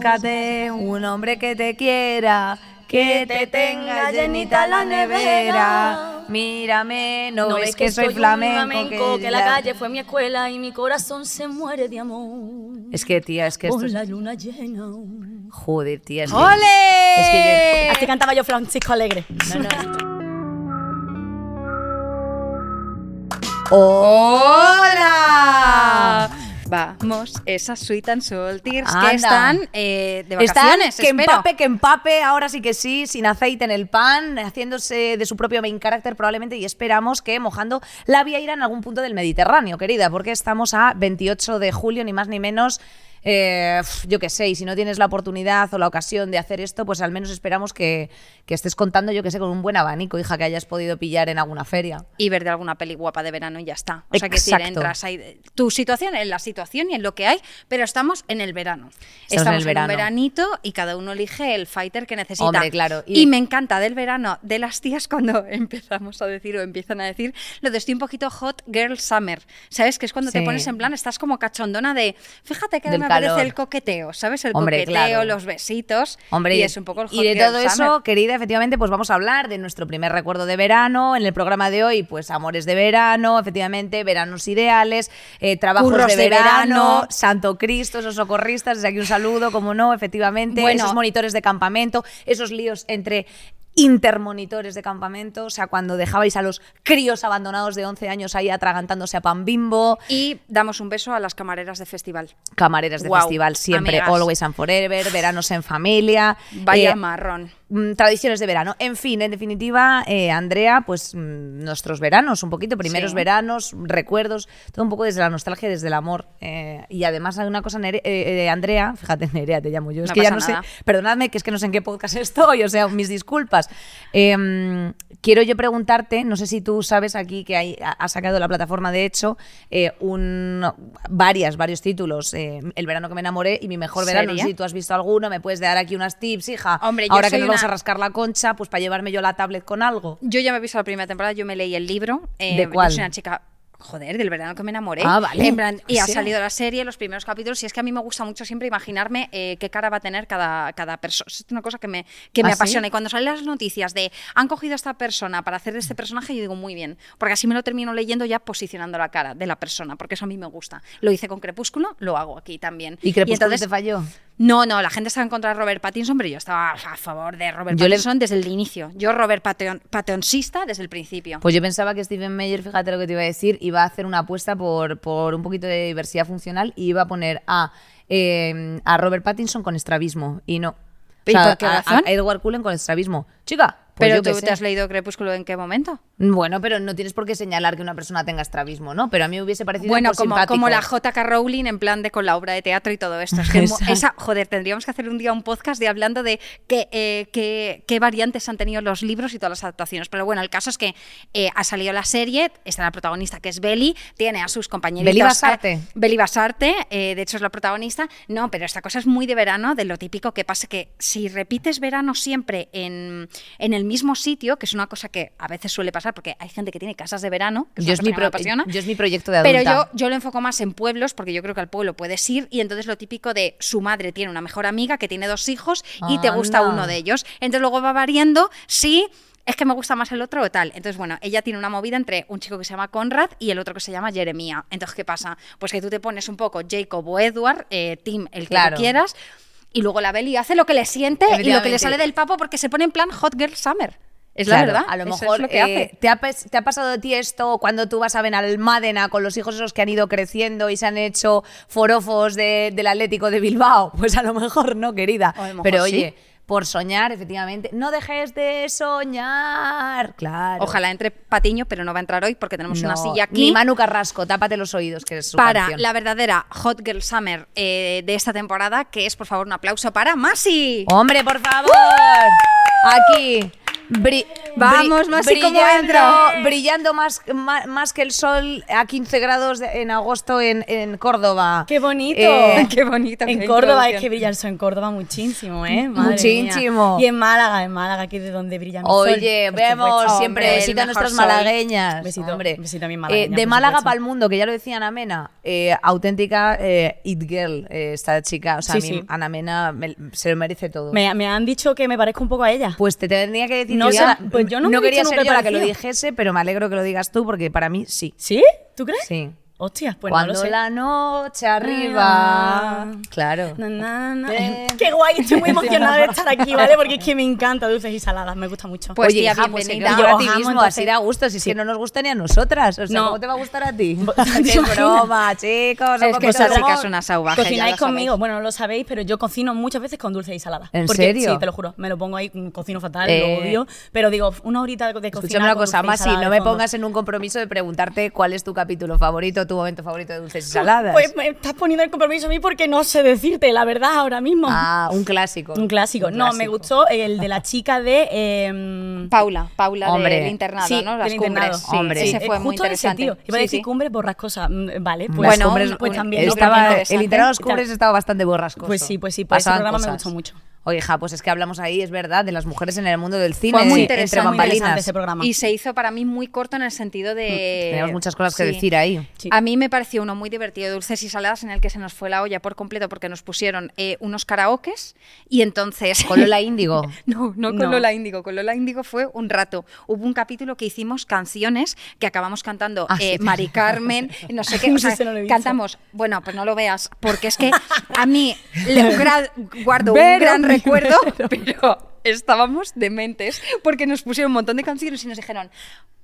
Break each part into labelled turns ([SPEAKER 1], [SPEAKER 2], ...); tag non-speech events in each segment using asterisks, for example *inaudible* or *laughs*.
[SPEAKER 1] Búscate un hombre que te quiera, que te tenga llenita la nevera. Mírame, no, ves que, soy flamenco.
[SPEAKER 2] que, la
[SPEAKER 1] ya-
[SPEAKER 2] calle fue mi escuela y mi corazón se muere de amor.
[SPEAKER 1] Es que, tía, es que esto
[SPEAKER 2] Con
[SPEAKER 1] es...
[SPEAKER 2] la luna llena.
[SPEAKER 1] Joder, tía, es que...
[SPEAKER 3] ¡Ole!
[SPEAKER 1] Es que
[SPEAKER 2] Eh, Así cantaba yo Francisco Alegre.
[SPEAKER 3] ¡Hola! Vamos, esas Sweet and Saltiers
[SPEAKER 1] Anda.
[SPEAKER 3] que están eh, de
[SPEAKER 1] Están
[SPEAKER 3] vacaciones,
[SPEAKER 1] que
[SPEAKER 3] espero.
[SPEAKER 1] empape, que empape, ahora sí que sí, sin aceite en el pan, haciéndose de su propio main character probablemente y esperamos que mojando la vía irá en algún punto del Mediterráneo, querida, porque estamos a 28 de julio, ni más ni menos. eh, uf, yo qué sé, y si no tienes la oportunidad o la ocasión de hacer esto, pues al menos esperamos que, que estés contando, yo que sé, con un buen abanico, hija, que hayas podido pillar en alguna feria.
[SPEAKER 3] Y ver de alguna peli guapa de verano y ya está. O sea, que si
[SPEAKER 1] Exacto.
[SPEAKER 3] entras ahí, tu situación, en la situación y en lo que hay, pero estamos en el verano.
[SPEAKER 1] Estamos en el verano.
[SPEAKER 3] un veranito y cada uno elige el fighter que necesita.
[SPEAKER 1] Hombre, claro, y-
[SPEAKER 3] Y, me encanta del verano de las tías *laughs* cuando empezamos a decir o empiezan a decir lo de estoy un poquito hot girl summer. ¿Sabes? Que es cuando
[SPEAKER 1] Sí.
[SPEAKER 3] te pones en plan, estás como cachondona de, fíjate que ahora
[SPEAKER 1] Del
[SPEAKER 3] me
[SPEAKER 1] calor.
[SPEAKER 3] parece el coqueteo, ¿sabes? El
[SPEAKER 1] Hombre,
[SPEAKER 3] coqueteo,
[SPEAKER 1] claro.
[SPEAKER 3] los besitos.
[SPEAKER 1] Hombre,
[SPEAKER 3] y es un poco el hot
[SPEAKER 1] y de
[SPEAKER 3] girl
[SPEAKER 1] todo
[SPEAKER 3] summer.
[SPEAKER 1] eso, querida, efectivamente, pues vamos a hablar de nuestro primer recuerdo de verano. En el programa de hoy, pues amores de verano, efectivamente, veranos ideales, eh, trabajos
[SPEAKER 3] Curros
[SPEAKER 1] de,
[SPEAKER 3] de
[SPEAKER 1] verano,
[SPEAKER 3] verano.
[SPEAKER 1] Santo Cristo, esos socorristas, desde aquí un saludo, como no, efectivamente,
[SPEAKER 3] Bueno.
[SPEAKER 1] esos monitores de campamento, esos líos entre intermonitores de campamento, o sea, cuando dejabais a los críos abandonados de 11 años ahí atragantándose a pan bimbo,
[SPEAKER 3] Y damos un beso a las camareras de festival.
[SPEAKER 1] camareras de
[SPEAKER 3] Guau,
[SPEAKER 1] festival siempre,
[SPEAKER 3] amigas.
[SPEAKER 1] always and forever, veranos en familia,
[SPEAKER 3] Vaya
[SPEAKER 1] eh,
[SPEAKER 3] marrón.
[SPEAKER 1] mm, tradiciones de verano. En fin, en definitiva, eh, Andrea, pues mm, nuestros veranos, un poquito, primeros
[SPEAKER 3] Sí.
[SPEAKER 1] veranos, recuerdos, todo un poco desde la nostalgia, y desde el amor. Eh, y además hay una cosa, Nere- eh, eh, Andrea, fíjate, *laughs* Nerea, te llamo yo, es
[SPEAKER 3] No
[SPEAKER 1] que ya no
[SPEAKER 3] pasa nada.
[SPEAKER 1] sé, perdonadme, que es que no sé en qué podcast *laughs* estoy, o sea, mis disculpas. Eh, quiero yo preguntarte, no sé si tú sabes aquí que hay, ha ha sacado la plataforma, de hecho, eh, un, varias, varios títulos, eh, El verano que me enamoré y Mi mejor verano, no sé
[SPEAKER 3] ¿Serie?
[SPEAKER 1] si tú has visto alguno, me puedes dar aquí unas tips, hija.
[SPEAKER 3] Hombre, yo
[SPEAKER 1] Ahora que
[SPEAKER 3] soy
[SPEAKER 1] nos vamos a
[SPEAKER 3] una-
[SPEAKER 1] rascar la concha, pues para llevarme yo la tablet con algo.
[SPEAKER 3] Yo ya me he visto la primera temporada, yo me leí el libro. eh,
[SPEAKER 1] ¿De cuál?
[SPEAKER 3] Yo soy una chica, joder, del verano que me enamoré.
[SPEAKER 1] Ah, vale.
[SPEAKER 3] En plan, y
[SPEAKER 1] O
[SPEAKER 3] ha
[SPEAKER 1] sea.
[SPEAKER 3] salido la serie, los primeros capítulos, y es que a mí me gusta mucho siempre imaginarme eh, qué cara va a tener cada, cada persona. Es una cosa que me, que me
[SPEAKER 1] ¿Ah, sí?
[SPEAKER 3] apasiona. Y cuando salen las noticias de han cogido a esta persona para hacer de este personaje, yo digo muy bien, porque así me lo termino leyendo ya posicionando la cara de la persona, porque eso a mí me gusta. Lo hice con Crepúsculo, lo hago aquí también.
[SPEAKER 1] ¿Y Crepúsculo
[SPEAKER 3] entonces-
[SPEAKER 1] te falló?
[SPEAKER 3] no, no, la gente estaba en contra de Robert Pattinson, pero yo estaba a favor de Robert
[SPEAKER 1] Yo le-
[SPEAKER 3] Pattinson desde el inicio. Yo Robert Patton, Pattonsista desde el principio.
[SPEAKER 1] Pues yo pensaba que Steven Meyer, fíjate lo que te iba a decir, iba a hacer una apuesta por, por un poquito de diversidad funcional y iba a poner a, eh, a Robert Pattinson con estrabismo. Y no.
[SPEAKER 3] ¿Y por qué
[SPEAKER 1] a, a-
[SPEAKER 3] razón?
[SPEAKER 1] a Edward Cullen con estrabismo. Chica, pues
[SPEAKER 3] pero
[SPEAKER 1] yo qué
[SPEAKER 3] tú
[SPEAKER 1] sé.
[SPEAKER 3] te has leído Crepúsculo en qué momento?
[SPEAKER 1] Bueno, pero no tienes por qué señalar que una persona tenga estrabismo, ¿no? Pero a mí me hubiese parecido
[SPEAKER 3] Bueno,
[SPEAKER 1] un poco
[SPEAKER 3] como,
[SPEAKER 1] simpático.
[SPEAKER 3] como la J.K. Rowling en plan de con la obra de teatro y todo esto. Es que mo-
[SPEAKER 1] *laughs* Exacto.
[SPEAKER 3] esa, joder, tendríamos que hacer un día un podcast de hablando de qué, eh, qué, qué variantes han tenido los libros y todas las adaptaciones. Pero bueno, el caso es que eh, ha salido la serie, está la protagonista que es Beli, tiene a sus compañeritos.
[SPEAKER 1] Beli Basarte.
[SPEAKER 3] eh, Beli Basarte, eh, de hecho es la protagonista. No, pero esta cosa es muy de verano, de lo típico que pasa que si repites verano siempre en, en el mismo sitio, que es una cosa que a veces suele pasar porque hay gente que tiene casas de verano, que es
[SPEAKER 1] Yo
[SPEAKER 3] una
[SPEAKER 1] es,
[SPEAKER 3] cosa
[SPEAKER 1] mi
[SPEAKER 3] que me
[SPEAKER 1] pro-
[SPEAKER 3] apasiona.
[SPEAKER 1] yo es mi proyecto de adulta.
[SPEAKER 3] Pero yo, yo lo enfoco más en pueblos, porque yo creo que al pueblo puedes ir, y entonces lo típico de su madre tiene una mejor amiga que tiene dos hijos y te gusta
[SPEAKER 1] Anda.
[SPEAKER 3] uno de ellos. Entonces luego va variando si es que me gusta más el otro o tal. Entonces, bueno, ella tiene una movida entre un chico que se llama Conrad y el otro que se llama Jeremía. Entonces, ¿qué pasa? Pues que tú te pones un poco Jacob o Edward, eh, Tim, el que tú
[SPEAKER 1] Claro.
[SPEAKER 3] quieras. Y luego la Beli hace lo que le siente y lo que
[SPEAKER 1] Efectivamente.
[SPEAKER 3] le sale del papo porque se pone en plan Hot Girl Summer. Es la
[SPEAKER 1] Claro,
[SPEAKER 3] verdad.
[SPEAKER 1] A lo
[SPEAKER 3] eso es
[SPEAKER 1] mejor
[SPEAKER 3] lo que
[SPEAKER 1] eh,
[SPEAKER 3] hace.
[SPEAKER 1] ¿te, ha, pas- te ha pasado a ti esto cuando tú vas a Benalmádena con los hijos esos que han ido creciendo y se han hecho forofos de- del Atlético de Bilbao. *laughs* Pues a lo mejor no, querida.
[SPEAKER 3] A lo mejor
[SPEAKER 1] Pero
[SPEAKER 3] sí.
[SPEAKER 1] oye, por soñar, efectivamente, no dejes de soñar. Claro.
[SPEAKER 3] Ojalá entre Patiño, pero no va a entrar hoy porque tenemos una
[SPEAKER 1] No,
[SPEAKER 3] silla
[SPEAKER 1] Ni
[SPEAKER 3] aquí.
[SPEAKER 1] Manu Carrasco, tápate los oídos, que es su
[SPEAKER 3] para
[SPEAKER 1] canción.
[SPEAKER 3] la verdadera Hot Girl Summer eh, de esta temporada, que es, por favor, un aplauso para Masi.
[SPEAKER 1] Hombre, por favor. Aquí. Bri-
[SPEAKER 3] Vamos, Masi, ¿cómo
[SPEAKER 1] brillando,
[SPEAKER 3] entro?
[SPEAKER 1] brillando más, más, más que el sol a 15 grados de- en agosto en, en Córdoba.
[SPEAKER 2] ¡Qué bonito!
[SPEAKER 1] Eh,
[SPEAKER 3] *laughs* Qué bonito.
[SPEAKER 2] En
[SPEAKER 3] qué
[SPEAKER 2] Córdoba, es
[SPEAKER 3] introducción.
[SPEAKER 2] que brilla el sol en Córdoba muchísimo, ¿eh? Madre
[SPEAKER 1] Muchísimo.
[SPEAKER 2] mía. Y en Málaga, en Málaga, que es de donde brilla el sol. pues,
[SPEAKER 1] Oye,
[SPEAKER 2] por
[SPEAKER 1] vemos
[SPEAKER 2] supuesto.
[SPEAKER 1] siempre
[SPEAKER 3] Hombre, el
[SPEAKER 1] besito a
[SPEAKER 3] mejor
[SPEAKER 1] nuestras
[SPEAKER 3] sol.
[SPEAKER 1] malagueñas.
[SPEAKER 2] Besito,
[SPEAKER 1] hombre.
[SPEAKER 2] besito a mi
[SPEAKER 1] Eh,
[SPEAKER 2] malagueña,
[SPEAKER 1] de
[SPEAKER 2] por
[SPEAKER 1] Málaga
[SPEAKER 2] supuesto.
[SPEAKER 1] para el mundo, que ya lo decía Ana Mena, eh, auténtica eh, it girl, eh, esta chica. O sea,
[SPEAKER 2] Sí,
[SPEAKER 1] a mí
[SPEAKER 2] sí.
[SPEAKER 1] Ana Mena me- se lo merece todo.
[SPEAKER 2] Me, me han dicho que me parezco un poco a ella.
[SPEAKER 1] Pues te tendría que decir
[SPEAKER 2] No
[SPEAKER 1] que
[SPEAKER 2] sé,
[SPEAKER 1] ya-
[SPEAKER 2] pues yo no me he
[SPEAKER 1] quería
[SPEAKER 2] visto
[SPEAKER 1] ser
[SPEAKER 2] nunca
[SPEAKER 1] yo la que lo
[SPEAKER 2] parecido.
[SPEAKER 1] dijese, pero me alegro que lo digas tú porque para mí sí.
[SPEAKER 2] ¿Sí? ¿Tú crees?
[SPEAKER 1] Sí.
[SPEAKER 2] Hostias, ¿Eh? pues
[SPEAKER 1] Cuando
[SPEAKER 2] no lo sé. Ah.
[SPEAKER 1] la noche arriba.
[SPEAKER 2] Arriba.
[SPEAKER 1] Claro.
[SPEAKER 2] Na, na, na.
[SPEAKER 1] Eh.
[SPEAKER 2] Qué guay, *laughs* estoy muy emocionada de estar aquí, ¿vale? Porque es que me encanta dulces y saladas, me gusta mucho.
[SPEAKER 3] Pues
[SPEAKER 1] Oye,
[SPEAKER 3] tía,
[SPEAKER 1] hija, pues
[SPEAKER 3] bienvenida.
[SPEAKER 1] ahora a ti
[SPEAKER 2] Yo, ajá,
[SPEAKER 1] mismo,
[SPEAKER 2] entonces-
[SPEAKER 1] así da gusto. Si es que no nos gusta ni a nosotras. O sea,
[SPEAKER 2] No.
[SPEAKER 1] ¿cómo te va a gustar a
[SPEAKER 2] *laughs*
[SPEAKER 1] ti?
[SPEAKER 2] ¿Te
[SPEAKER 1] Qué
[SPEAKER 2] imaginas?
[SPEAKER 1] broma, chicos.
[SPEAKER 3] Es
[SPEAKER 1] un
[SPEAKER 3] que
[SPEAKER 1] poquito
[SPEAKER 3] estas
[SPEAKER 1] de
[SPEAKER 3] chicas
[SPEAKER 1] amor.
[SPEAKER 3] son unas sauvajes. ya
[SPEAKER 2] Cocináis
[SPEAKER 3] lo sabéis.
[SPEAKER 2] conmigo, bueno, no lo sabéis, pero yo cocino muchas veces con dulces y saladas.
[SPEAKER 1] ¿En
[SPEAKER 2] Porque-
[SPEAKER 1] serio?
[SPEAKER 2] Sí, te lo juro, me lo pongo ahí, mm, cocino fatal,
[SPEAKER 1] Eh.
[SPEAKER 2] lo odio, pero digo, una horita de cocina
[SPEAKER 1] Escúchame una cosa, Masi, no me pongas en un compromiso de preguntarte cuál es tu capítulo favorito, tu momento favorito de
[SPEAKER 2] *laughs*
[SPEAKER 1] dulces y saladas.
[SPEAKER 2] Pues me estás poniendo el compromiso a mí porque no sé decirte la verdad ahora mismo.
[SPEAKER 1] ah, un clásico.
[SPEAKER 2] un clásico. No, me gustó el de la chica de... em,
[SPEAKER 3] Paula, Paula
[SPEAKER 1] Hombre.
[SPEAKER 3] del internado,
[SPEAKER 2] sí,
[SPEAKER 3] ¿no? Las
[SPEAKER 2] del internado.
[SPEAKER 3] cumbres. Sí,
[SPEAKER 1] Hombre.
[SPEAKER 3] ese
[SPEAKER 2] Eh,
[SPEAKER 3] fue
[SPEAKER 2] justo
[SPEAKER 3] muy interesante.
[SPEAKER 2] Ese, tío. Iba a
[SPEAKER 3] Sí,
[SPEAKER 2] decir
[SPEAKER 3] sí.
[SPEAKER 2] cumbres borrascosas. mm, Vale, pues,
[SPEAKER 1] Las
[SPEAKER 3] Bueno,
[SPEAKER 1] cumbres- eh,
[SPEAKER 3] un-
[SPEAKER 2] pues
[SPEAKER 3] un-
[SPEAKER 2] también.
[SPEAKER 3] muy
[SPEAKER 1] estaba,
[SPEAKER 3] interesante.
[SPEAKER 1] el internado de los cubres estaba bastante borrascoso.
[SPEAKER 2] Pues sí, pues sí, pues ese
[SPEAKER 1] Pasaban
[SPEAKER 2] programa me
[SPEAKER 1] cosas.
[SPEAKER 2] gustó mucho.
[SPEAKER 1] Oye, ja, pues es que hablamos ahí, es verdad, de las mujeres en el mundo del cine,
[SPEAKER 3] Fue muy
[SPEAKER 1] de- entre
[SPEAKER 3] interesante, muy
[SPEAKER 1] bambalinas.
[SPEAKER 2] interesante ese programa.
[SPEAKER 3] Y se hizo para mí muy corto en el sentido de.
[SPEAKER 1] Mm, Tenemos muchas cosas que
[SPEAKER 3] Sí.
[SPEAKER 1] decir ahí.
[SPEAKER 2] Sí.
[SPEAKER 3] A mí me pareció uno muy divertido, Dulces y Saladas, en el que se nos fue la olla por completo porque nos pusieron eh, unos karaokes y entonces... *laughs*
[SPEAKER 1] Con Lola
[SPEAKER 2] *laughs*
[SPEAKER 1] Índigo.
[SPEAKER 3] No, no con
[SPEAKER 2] No.
[SPEAKER 3] Lola Índigo. Con Lola Índigo fue un rato. Hubo un capítulo que hicimos canciones que acabamos cantando
[SPEAKER 1] Ah,
[SPEAKER 3] eh,
[SPEAKER 1] sí.
[SPEAKER 3] Mari Carmen, no sé qué. O sea,
[SPEAKER 2] Ese *laughs* no lo he visto.
[SPEAKER 3] cantamos, bueno, pues no lo veas, porque es que
[SPEAKER 2] *laughs*
[SPEAKER 3] a mí le gra- guardo un
[SPEAKER 1] Vero,
[SPEAKER 3] gran
[SPEAKER 1] mi
[SPEAKER 3] recuerdo, *laughs* pero estábamos dementes porque nos pusieron un montón de canciones y nos dijeron.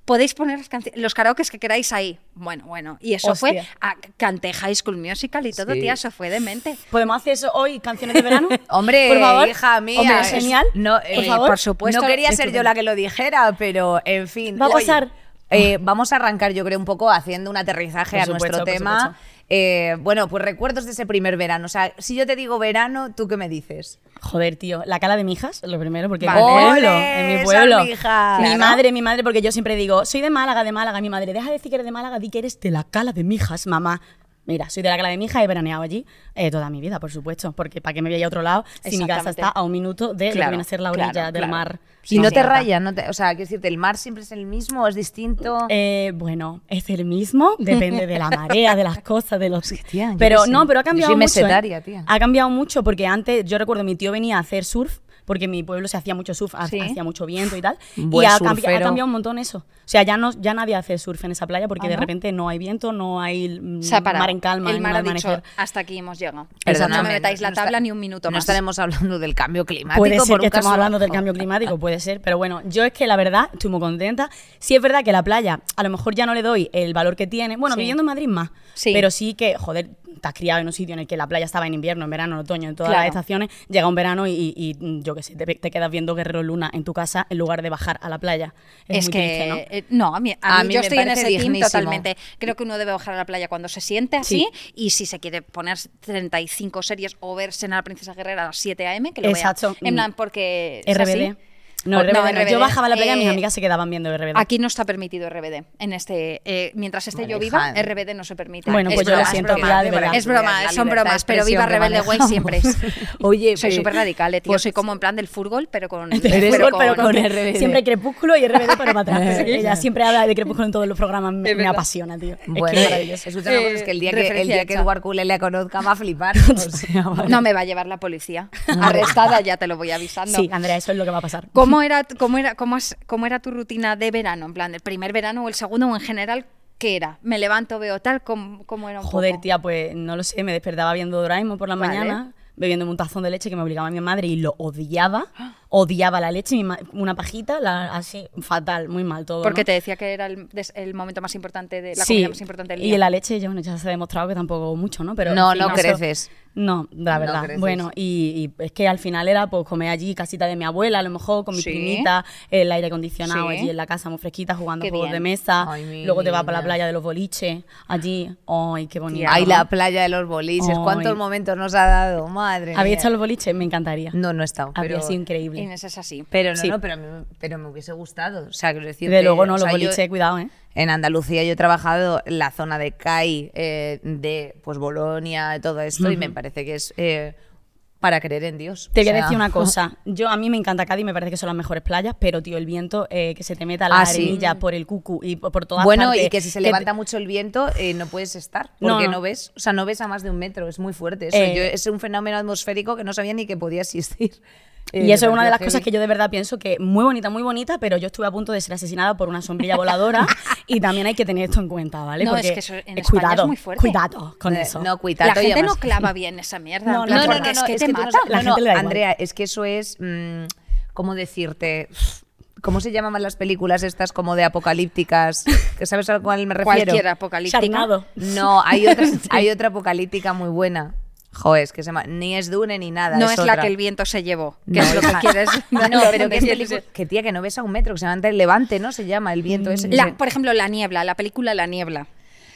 [SPEAKER 3] Podéis poner las canci- los karaokes que queráis ahí. Bueno, bueno. Y eso fue.
[SPEAKER 2] Hostia.
[SPEAKER 3] A, canté High School Musical y todo,
[SPEAKER 1] Sí.
[SPEAKER 3] tía, eso fue demente.
[SPEAKER 2] ¿Podemos hacer eso hoy, canciones de verano?
[SPEAKER 1] *laughs* Hombre,
[SPEAKER 2] por favor.
[SPEAKER 1] hija mía.
[SPEAKER 2] Hombre,
[SPEAKER 1] es-
[SPEAKER 2] genial.
[SPEAKER 1] No,
[SPEAKER 2] por
[SPEAKER 1] eh,
[SPEAKER 2] favor.
[SPEAKER 3] por supuesto.
[SPEAKER 1] No quería ser
[SPEAKER 2] Estupendo.
[SPEAKER 1] yo la que lo dijera, pero en fin.
[SPEAKER 2] Va a
[SPEAKER 1] Oye,
[SPEAKER 2] pasar.
[SPEAKER 1] eh, *laughs* vamos a arrancar, yo creo, un poco haciendo un aterrizaje
[SPEAKER 2] Por
[SPEAKER 1] a
[SPEAKER 2] supuesto,
[SPEAKER 1] nuestro
[SPEAKER 2] por
[SPEAKER 1] tema.
[SPEAKER 2] supuesto.
[SPEAKER 1] Eh, bueno, pues recuerdos de ese primer verano. O sea, si yo te digo verano, ¿tú qué me dices?
[SPEAKER 2] Joder, tío, la cala de mijas, lo primero, porque
[SPEAKER 1] Vale.
[SPEAKER 2] en mi pueblo,
[SPEAKER 1] ¡Ole,
[SPEAKER 2] en mi
[SPEAKER 1] esas
[SPEAKER 2] pueblo.
[SPEAKER 1] mijas!
[SPEAKER 2] Mi
[SPEAKER 1] Claro.
[SPEAKER 2] madre, mi madre, porque yo siempre digo, soy de Málaga, de Málaga, mi madre, deja de decir que eres de Málaga, di que eres de la cala de mijas, mamá. Mira, soy de la cala de mijas, he veraneado allí eh, toda mi vida, por supuesto, porque para qué me voy a ir a otro lado si mi casa
[SPEAKER 3] Exactamente.
[SPEAKER 2] está a un minuto de lo
[SPEAKER 3] Claro,
[SPEAKER 2] que viene a ser la orilla
[SPEAKER 3] claro,
[SPEAKER 2] del
[SPEAKER 3] claro.
[SPEAKER 2] mar.
[SPEAKER 1] Si no te
[SPEAKER 2] rayas
[SPEAKER 1] rayas, no te- o sea, quiero decirte, ¿el mar siempre es el mismo? ¿Es distinto?
[SPEAKER 2] *laughs* Eh, bueno, es el mismo, depende de la marea, de las cosas,
[SPEAKER 1] *laughs*
[SPEAKER 2] de los.
[SPEAKER 1] tía, yo
[SPEAKER 2] pero
[SPEAKER 1] qué sé.
[SPEAKER 2] no, pero ha
[SPEAKER 1] Yo soy
[SPEAKER 2] cambiado mucho. ¿eh?
[SPEAKER 1] mesetaria, tía.
[SPEAKER 2] Ha cambiado mucho porque antes, yo recuerdo, mi tío venía a hacer surf, porque en mi pueblo se hacía mucho surf, ha-
[SPEAKER 3] Sí.
[SPEAKER 2] hacía mucho viento
[SPEAKER 1] *sighs*
[SPEAKER 2] y tal.
[SPEAKER 1] Buen
[SPEAKER 2] y ha, cambi- ha
[SPEAKER 1] surfero.
[SPEAKER 2] cambiado un montón eso. O sea, ya no, ya nadie hace surf en esa playa porque
[SPEAKER 3] Ah,
[SPEAKER 2] de
[SPEAKER 3] ¿no?
[SPEAKER 2] repente no hay viento, no hay mm,
[SPEAKER 3] Se ha parado.
[SPEAKER 2] mar en calma,
[SPEAKER 3] El
[SPEAKER 2] no
[SPEAKER 3] mar
[SPEAKER 2] hay
[SPEAKER 3] ha dicho,
[SPEAKER 2] amanecer.
[SPEAKER 3] hasta aquí hemos llegado.
[SPEAKER 1] Perdóname,
[SPEAKER 3] no me metáis la
[SPEAKER 1] no
[SPEAKER 3] tabla
[SPEAKER 1] está-
[SPEAKER 3] ni un minuto
[SPEAKER 1] No
[SPEAKER 3] más.
[SPEAKER 1] estaremos hablando del cambio climático.
[SPEAKER 2] Puede ser
[SPEAKER 1] por
[SPEAKER 2] que
[SPEAKER 1] un
[SPEAKER 2] estemos
[SPEAKER 1] caso-
[SPEAKER 2] hablando del cambio climático, puede ser, pero bueno, yo es que la verdad estoy muy contenta. Sí es verdad que la playa a lo mejor ya no le doy el valor que tiene, bueno,
[SPEAKER 3] Sí.
[SPEAKER 2] viviendo en Madrid más,
[SPEAKER 3] Sí.
[SPEAKER 2] pero sí que, joder, te has criado en un sitio en el que la playa estaba en invierno, en verano, en otoño, en todas
[SPEAKER 3] Claro.
[SPEAKER 2] las estaciones, llega un verano y, y- y, mm, yo qué sé, te, te quedas viendo Guerrero Luna en tu casa en lugar de bajar a la playa. Es,
[SPEAKER 3] Es,
[SPEAKER 2] muy triste, ¿no?
[SPEAKER 3] que eh, no, a mí, a
[SPEAKER 1] A
[SPEAKER 3] mí
[SPEAKER 1] mí
[SPEAKER 3] yo
[SPEAKER 1] me
[SPEAKER 3] estoy en
[SPEAKER 1] parece
[SPEAKER 3] ese
[SPEAKER 1] dignísimo.
[SPEAKER 3] team totalmente. Creo que uno debe bajar a la playa cuando se siente así y si se quiere poner 35 series o verse en la Princesa Guerrera a las 7 a.m. que lo
[SPEAKER 2] Exacto.
[SPEAKER 3] vea. En plan, porque es
[SPEAKER 2] RBD.
[SPEAKER 3] así.
[SPEAKER 2] No,
[SPEAKER 3] O-
[SPEAKER 2] RBD, no.
[SPEAKER 3] RBD.
[SPEAKER 2] Yo bajaba a la playa y mis
[SPEAKER 3] Eh,
[SPEAKER 2] amigas se quedaban viendo RBD.
[SPEAKER 3] Aquí no está permitido RBD. En este, eh, mientras esté
[SPEAKER 1] Vale,
[SPEAKER 3] yo viva,
[SPEAKER 1] hija.
[SPEAKER 3] RBD no se permite.
[SPEAKER 2] Bueno,
[SPEAKER 3] Es
[SPEAKER 2] pues yo lo
[SPEAKER 3] broma, es
[SPEAKER 2] siento,
[SPEAKER 3] broma.
[SPEAKER 2] tía, de verdad.
[SPEAKER 3] Es broma,
[SPEAKER 1] La
[SPEAKER 3] son
[SPEAKER 1] libertad de
[SPEAKER 3] bromas, pero
[SPEAKER 1] expresión
[SPEAKER 3] viva
[SPEAKER 1] que
[SPEAKER 3] Rebelde Way
[SPEAKER 1] manejamos.
[SPEAKER 3] siempre.
[SPEAKER 1] *laughs* Oye,
[SPEAKER 3] soy
[SPEAKER 1] eh,
[SPEAKER 3] súper radical, eh, tío.
[SPEAKER 1] pues-
[SPEAKER 3] soy como en plan del fútbol, pero
[SPEAKER 2] *laughs*
[SPEAKER 3] con.
[SPEAKER 2] Pero
[SPEAKER 1] Pero
[SPEAKER 2] fútbol,
[SPEAKER 1] con-
[SPEAKER 2] pero con,
[SPEAKER 1] con RBD.
[SPEAKER 2] Siempre hay crepúsculo y RBD para
[SPEAKER 3] *laughs*
[SPEAKER 2] atrás. Ella siempre habla de crepúsculo en todos los programas. Me,
[SPEAKER 3] Es
[SPEAKER 2] me
[SPEAKER 3] verdad. eh,
[SPEAKER 2] apasiona, tío. Es que
[SPEAKER 1] Bueno,
[SPEAKER 2] es maravilloso.
[SPEAKER 1] escucha una cosa, es que el día que, el
[SPEAKER 3] referencia
[SPEAKER 1] día que
[SPEAKER 3] hecha.
[SPEAKER 1] Eduard Cullen le conozca va a
[SPEAKER 2] *laughs*
[SPEAKER 1] flipar. O sea, vale.
[SPEAKER 3] No me va a llevar la policía. Arrestada, ya te lo voy avisando.
[SPEAKER 2] Sí, Andrea, eso es lo que va a pasar.
[SPEAKER 3] ¿Cómo era, cómo, era, cómo, es- cómo era tu rutina de verano? En plan, el primer verano o el segundo o en general, ¿qué era? ¿Me levanto, veo tal? ¿Cómo, cómo era un
[SPEAKER 2] Joder,
[SPEAKER 3] poco?
[SPEAKER 2] tía, pues no lo sé. Me despertaba viendo Doraemon por la
[SPEAKER 3] Vale.
[SPEAKER 2] mañana, bebiendo un tazón de leche que me obligaba mi madre y lo odiaba. *gasps* Odiaba la leche, mi ma- una pajita, la- así, fatal, muy mal todo.
[SPEAKER 3] Porque
[SPEAKER 2] ¿no?
[SPEAKER 3] te decía que era el, des- el momento más importante, de, eh, la
[SPEAKER 2] Sí,
[SPEAKER 3] comida más importante del día.
[SPEAKER 2] Y la leche ya, bueno, ya se ha demostrado que tampoco mucho, ¿no? Pero,
[SPEAKER 1] No,
[SPEAKER 2] en fin,
[SPEAKER 1] no
[SPEAKER 2] eso-
[SPEAKER 1] creces.
[SPEAKER 2] No, la
[SPEAKER 1] No
[SPEAKER 2] verdad.
[SPEAKER 1] creces.
[SPEAKER 2] bueno, y, y es que al final era pues comer allí, casita de mi abuela, a lo mejor con mi
[SPEAKER 3] Sí.
[SPEAKER 2] primita, el aire acondicionado
[SPEAKER 3] Sí.
[SPEAKER 2] allí en la casa muy fresquita, jugando
[SPEAKER 3] Qué
[SPEAKER 2] juegos
[SPEAKER 3] bien.
[SPEAKER 2] de mesa.
[SPEAKER 1] Ay, mi
[SPEAKER 2] Luego te vas para la
[SPEAKER 1] niña.
[SPEAKER 2] playa de los boliches, allí. ¡Ay, qué bonito!
[SPEAKER 1] Ay,
[SPEAKER 2] ¿no?
[SPEAKER 1] la playa de los boliches.
[SPEAKER 2] Ay.
[SPEAKER 1] ¿Cuántos momentos nos ha dado? Madre mía.
[SPEAKER 2] ¿Habéis estado en los boliches? Me encantaría.
[SPEAKER 1] No, no he estado.
[SPEAKER 2] Habría
[SPEAKER 1] pero
[SPEAKER 2] sido increíble.
[SPEAKER 3] Inés es así.
[SPEAKER 1] Pero no,
[SPEAKER 2] Sí.
[SPEAKER 1] no, pero, me- pero me hubiese gustado. O sea, quiero decir
[SPEAKER 2] De
[SPEAKER 1] que,
[SPEAKER 2] luego no,
[SPEAKER 1] o
[SPEAKER 2] los
[SPEAKER 1] sea, yo-
[SPEAKER 2] boliches, cuidado, ¿eh?
[SPEAKER 1] En Andalucía yo he trabajado en la zona de CAI, eh, de pues Bolonia, todo esto, y me parece que es eh, para creer en Dios.
[SPEAKER 2] Te
[SPEAKER 1] O
[SPEAKER 2] voy a
[SPEAKER 1] sea,
[SPEAKER 2] decir una cosa. Yo a mí me encanta Cádiz, me parece que son las mejores playas, pero tío, el viento eh, que se te meta la
[SPEAKER 1] Ah, sí.
[SPEAKER 3] Mm.
[SPEAKER 2] arenilla por el cucu y por, por
[SPEAKER 1] *laughs*
[SPEAKER 2] todas
[SPEAKER 1] Bueno,
[SPEAKER 2] partes.
[SPEAKER 1] y que si se
[SPEAKER 2] te-
[SPEAKER 1] levanta mucho el viento, eh, no puedes estar,
[SPEAKER 2] No,
[SPEAKER 1] porque no,
[SPEAKER 2] no.
[SPEAKER 1] ves, o sea, no ves a más de un metro, es muy fuerte. Eso.
[SPEAKER 2] Eh,
[SPEAKER 1] Yo- es un fenómeno atmosférico que no sabía ni que podía existir.
[SPEAKER 2] *laughs*
[SPEAKER 1] Eh,
[SPEAKER 2] Y eso es una de las cosas que yo de verdad pienso que muy bonita, muy bonita, pero yo estuve a punto de ser asesinada por
[SPEAKER 1] *laughs*
[SPEAKER 2] una sombrilla voladora y también hay que tener esto en cuenta, ¿vale?
[SPEAKER 3] No, es
[SPEAKER 2] Porque,
[SPEAKER 3] que eso en
[SPEAKER 2] eh,
[SPEAKER 3] España es
[SPEAKER 2] cuidado,
[SPEAKER 3] muy fuerte.
[SPEAKER 2] Cuidado con eso.
[SPEAKER 1] Eh, No, cuidado.
[SPEAKER 3] La gente
[SPEAKER 1] y
[SPEAKER 3] no
[SPEAKER 1] además- *laughs*
[SPEAKER 3] clava bien esa mierda.
[SPEAKER 2] No,
[SPEAKER 3] en
[SPEAKER 2] no,
[SPEAKER 3] plan,
[SPEAKER 2] no,
[SPEAKER 3] porque
[SPEAKER 2] no,
[SPEAKER 3] es que te
[SPEAKER 1] tú no
[SPEAKER 3] mata.
[SPEAKER 1] sabes- no,
[SPEAKER 2] La
[SPEAKER 1] no,
[SPEAKER 2] gente le da igual.
[SPEAKER 1] Andrea, es que eso es. mm, ¿Cómo decirte? ¿Cómo se llaman las películas estas como de
[SPEAKER 2] *laughs*
[SPEAKER 1] apocalípticas? ¿Que ¿Sabes a cuál me refiero?
[SPEAKER 3] Cualquier apocalíptica.
[SPEAKER 2] Charnado.
[SPEAKER 1] No, *laughs* hay otra, hay otra apocalíptica muy buena. Joder, es que se llama. Ni es Dune ni nada.
[SPEAKER 3] No es, la
[SPEAKER 1] otra.
[SPEAKER 3] que el viento se *laughs* llevó, que
[SPEAKER 1] No,
[SPEAKER 3] es lo que
[SPEAKER 1] hija. *laughs*
[SPEAKER 3] quieres.
[SPEAKER 1] No,
[SPEAKER 3] lo
[SPEAKER 1] pero que es película.
[SPEAKER 3] quieres decir.
[SPEAKER 1] Que tía, que no ves a un metro, que se llama el Levante, ¿no? Se llama el viento ese. que se-
[SPEAKER 3] La- por ejemplo, La Niebla, la película La Niebla.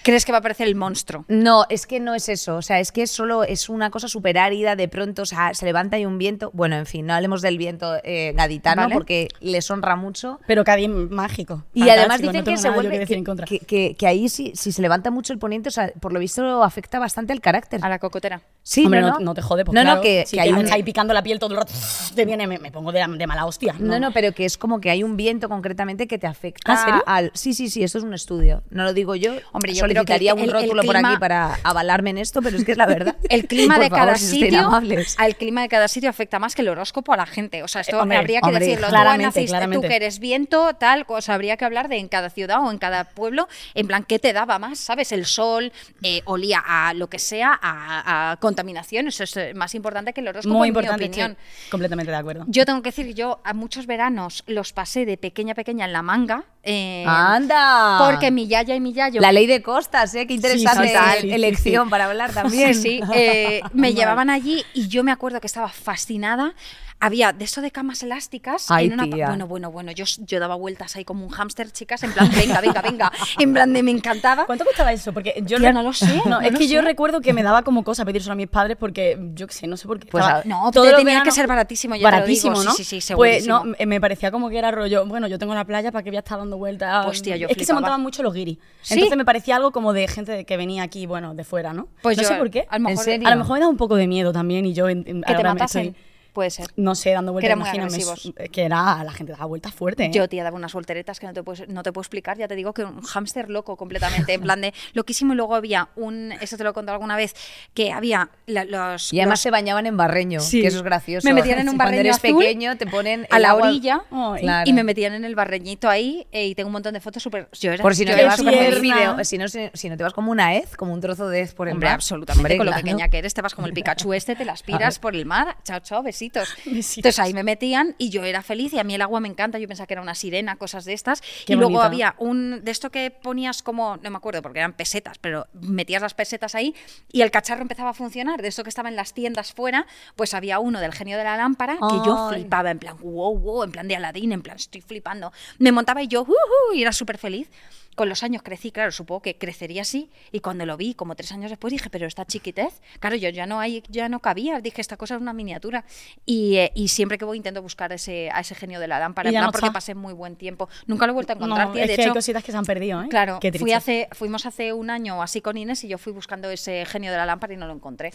[SPEAKER 3] ¿Crees que va a aparecer el monstruo?
[SPEAKER 1] No, es que no es eso. O sea, es que es solo es una cosa súper árida. De pronto o sea, se levanta y un viento. Bueno, en fin, no hablemos del viento eh, gaditano
[SPEAKER 3] Vale.
[SPEAKER 1] porque les honra mucho.
[SPEAKER 2] Pero Cádiz mágico.
[SPEAKER 1] Y además
[SPEAKER 2] fantástico, no
[SPEAKER 1] dicen que
[SPEAKER 2] tengo
[SPEAKER 1] se
[SPEAKER 2] nada yo
[SPEAKER 1] vuelve.
[SPEAKER 2] decir en contra.
[SPEAKER 1] que- que- que ahí, si, si se levanta mucho el poniente, o sea, por lo visto afecta bastante el carácter.
[SPEAKER 3] A la cocotera.
[SPEAKER 1] Sí,
[SPEAKER 2] Hombre,
[SPEAKER 1] no, no,
[SPEAKER 2] te jode, pues
[SPEAKER 1] No,
[SPEAKER 2] claro,
[SPEAKER 1] no, que,
[SPEAKER 2] si
[SPEAKER 1] que
[SPEAKER 2] te
[SPEAKER 1] hay un-
[SPEAKER 2] está ahí picando la piel todo el rato, *laughs* te viene, me, me pongo de, la- de mala hostia.
[SPEAKER 1] No, no, pero que es como que hay un viento concretamente que te afecta
[SPEAKER 2] ¿Ah, serio?
[SPEAKER 1] al. Sí, sí, sí, esto es un estudio. No lo digo yo.
[SPEAKER 3] Hombre, yo creo que
[SPEAKER 1] solicitaría
[SPEAKER 3] el-
[SPEAKER 1] un
[SPEAKER 3] el- el
[SPEAKER 1] rótulo por
[SPEAKER 3] clima-
[SPEAKER 1] aquí para avalarme en esto, pero es que es la verdad.
[SPEAKER 3] *laughs*
[SPEAKER 1] *laughs*
[SPEAKER 3] El clima
[SPEAKER 1] Por
[SPEAKER 3] de
[SPEAKER 1] favor,
[SPEAKER 3] cada
[SPEAKER 1] si sois tan
[SPEAKER 3] sitio,
[SPEAKER 1] amables.
[SPEAKER 3] al clima de cada sitio afecta más que el horóscopo a la gente. O sea, esto
[SPEAKER 2] Eh, hombre,
[SPEAKER 3] habría que
[SPEAKER 2] hombre,
[SPEAKER 3] decirlo. Tú,
[SPEAKER 2] claramente,
[SPEAKER 3] naciste- tú
[SPEAKER 2] claramente.
[SPEAKER 3] que eres viento, tal, o sea, habría que hablar de en cada ciudad o en cada pueblo, en plan, ¿qué te daba más? ¿Sabes? El sol eh, olía a lo que sea, a, a contaminación. Eso es eh, más importante que el horóscopo,
[SPEAKER 2] Muy
[SPEAKER 3] en
[SPEAKER 2] importante,
[SPEAKER 3] mi opinión.
[SPEAKER 2] estoy completamente de acuerdo.
[SPEAKER 3] Yo tengo que decir, yo a muchos veranos los pasé de pequeña a pequeña en la manga. eh,
[SPEAKER 1] ¡Anda!
[SPEAKER 3] Porque mi yaya y mi yayo.
[SPEAKER 1] La ley de costas, ¿eh? Qué interesante
[SPEAKER 2] sí, sí, sí, sí,
[SPEAKER 1] elección
[SPEAKER 2] sí.
[SPEAKER 1] para hablar también. *laughs*
[SPEAKER 2] *laughs*
[SPEAKER 3] Sí, sí, eh, me llevaban allí y yo me acuerdo que estaba fascinada. Había de eso de camas elásticas.
[SPEAKER 1] Ay,
[SPEAKER 3] en una pa-
[SPEAKER 1] tía.
[SPEAKER 3] Bueno, bueno, bueno. Yo, yo daba vueltas ahí como un hámster, chicas, en plan, venga, venga, venga. En plan de me encantaba.
[SPEAKER 2] ¿Cuánto costaba eso? Porque yo
[SPEAKER 3] Tía,
[SPEAKER 2] re-
[SPEAKER 3] no lo sé,
[SPEAKER 2] *laughs* No,
[SPEAKER 3] no
[SPEAKER 2] es
[SPEAKER 3] lo
[SPEAKER 2] que yo
[SPEAKER 3] sé.
[SPEAKER 2] recuerdo que me daba como cosa pedírselo a mis padres porque yo qué sé, no sé por qué.
[SPEAKER 1] Pues
[SPEAKER 2] estaba-
[SPEAKER 1] a-
[SPEAKER 3] No,
[SPEAKER 2] todos
[SPEAKER 3] te
[SPEAKER 2] los
[SPEAKER 3] tenía
[SPEAKER 2] veranos-
[SPEAKER 3] que ser baratísimo, yo te lo
[SPEAKER 2] baratísimo,
[SPEAKER 3] digo,
[SPEAKER 2] ¿no?
[SPEAKER 3] sí, sí, sí,
[SPEAKER 2] Pues
[SPEAKER 3] segurísimo.
[SPEAKER 2] no, me- me parecía como que era rollo, bueno, yo tengo la playa para que voy a estar dando vueltas.
[SPEAKER 3] Pues, tía, yo
[SPEAKER 2] Es que se
[SPEAKER 3] flipaba.
[SPEAKER 2] montaban mucho los guiris.
[SPEAKER 3] Sí.
[SPEAKER 2] Entonces me parecía algo como de gente de- que venía aquí, bueno, de fuera, ¿no?
[SPEAKER 3] Pues
[SPEAKER 2] no
[SPEAKER 3] yo,
[SPEAKER 2] sé por qué.
[SPEAKER 3] a lo mejor-
[SPEAKER 1] ¿En serio?
[SPEAKER 2] A lo mejor me da un poco de miedo también y yo en, en-
[SPEAKER 3] Que te
[SPEAKER 2] ahora me
[SPEAKER 3] matasen.
[SPEAKER 2] estoy-
[SPEAKER 3] Puede ser.
[SPEAKER 2] no sé, dando vueltas,
[SPEAKER 3] Que eran muy
[SPEAKER 2] imagíname,
[SPEAKER 3] agresivos.
[SPEAKER 2] es- que era la gente daba vueltas fuerte. ¿eh?
[SPEAKER 3] Yo, tía, daba unas volteretas que no te, puedes- no te puedo explicar. Ya te digo que un hámster loco completamente, en plan de loquísimo. Y luego había un, eso te lo he contado alguna vez, que había la- los...
[SPEAKER 1] Y además
[SPEAKER 3] los-
[SPEAKER 1] se bañaban en barreño,
[SPEAKER 2] Sí.
[SPEAKER 1] que eso es gracioso. *laughs*
[SPEAKER 3] Me metían en un
[SPEAKER 1] Cuando
[SPEAKER 3] barreño
[SPEAKER 1] eres
[SPEAKER 3] azul,
[SPEAKER 1] pequeño te ponen
[SPEAKER 3] a
[SPEAKER 1] el
[SPEAKER 3] la
[SPEAKER 1] agua-
[SPEAKER 3] orilla oh,
[SPEAKER 2] Ay.
[SPEAKER 1] Claro.
[SPEAKER 3] y me metían en el barreñito ahí eh, y tengo un montón de fotos súper... yo era-
[SPEAKER 1] Por si no
[SPEAKER 3] yo
[SPEAKER 1] te
[SPEAKER 3] era
[SPEAKER 1] vas
[SPEAKER 2] Qué
[SPEAKER 1] como
[SPEAKER 3] súper
[SPEAKER 1] el
[SPEAKER 2] tierna.
[SPEAKER 1] video, si no, si, si no te vas como una hez, como un trozo de hez por el
[SPEAKER 3] Hombre,
[SPEAKER 1] mar.
[SPEAKER 3] absolutamente,
[SPEAKER 1] Hombre,
[SPEAKER 3] con lo
[SPEAKER 1] claro.
[SPEAKER 3] pequeña que eres te vas como el Pikachu este, te
[SPEAKER 1] *laughs*
[SPEAKER 3] las piras por el mar, chao, chao, besitos.
[SPEAKER 2] Besitos.
[SPEAKER 3] Entonces ahí me metían y yo era feliz y a mí el agua me encanta, yo pensaba que era una sirena, cosas de estas.
[SPEAKER 2] Qué
[SPEAKER 3] y luego
[SPEAKER 2] bonito.
[SPEAKER 3] había un de esto que ponías como, no me acuerdo porque eran pesetas, pero metías las pesetas ahí y el cacharro empezaba a funcionar, de esto que estaba en las tiendas fuera, pues había uno del genio de la lámpara que yo
[SPEAKER 1] Ay.
[SPEAKER 3] flipaba, en plan, wow, wow, en plan de Aladín, en plan, estoy flipando. Me montaba y yo, "Uh, uh", y era súper feliz. Con los años crecí, claro, supongo que crecería así. Y cuando lo vi, como tres años después, dije, pero esta chiquitez, claro, yo ya no, hay, ya no cabía, dije, esta cosa es una miniatura. Y, eh, y siempre que voy intento buscar ese, a ese genio de la
[SPEAKER 2] Y
[SPEAKER 3] lámpara, en
[SPEAKER 2] ya
[SPEAKER 3] plan,
[SPEAKER 2] no
[SPEAKER 3] porque
[SPEAKER 2] está.
[SPEAKER 3] pasé muy buen tiempo. Nunca lo he vuelto a
[SPEAKER 2] No,
[SPEAKER 3] encontrar, tía,
[SPEAKER 2] es
[SPEAKER 3] de
[SPEAKER 2] que hay
[SPEAKER 3] hecho...
[SPEAKER 2] cositas que se han perdido, ¿eh?
[SPEAKER 3] Claro,
[SPEAKER 2] Qué
[SPEAKER 3] fui
[SPEAKER 2] triste.
[SPEAKER 3] hace, fuimos hace un año o así con Inés y yo fui buscando ese genio de la lámpara y no lo encontré.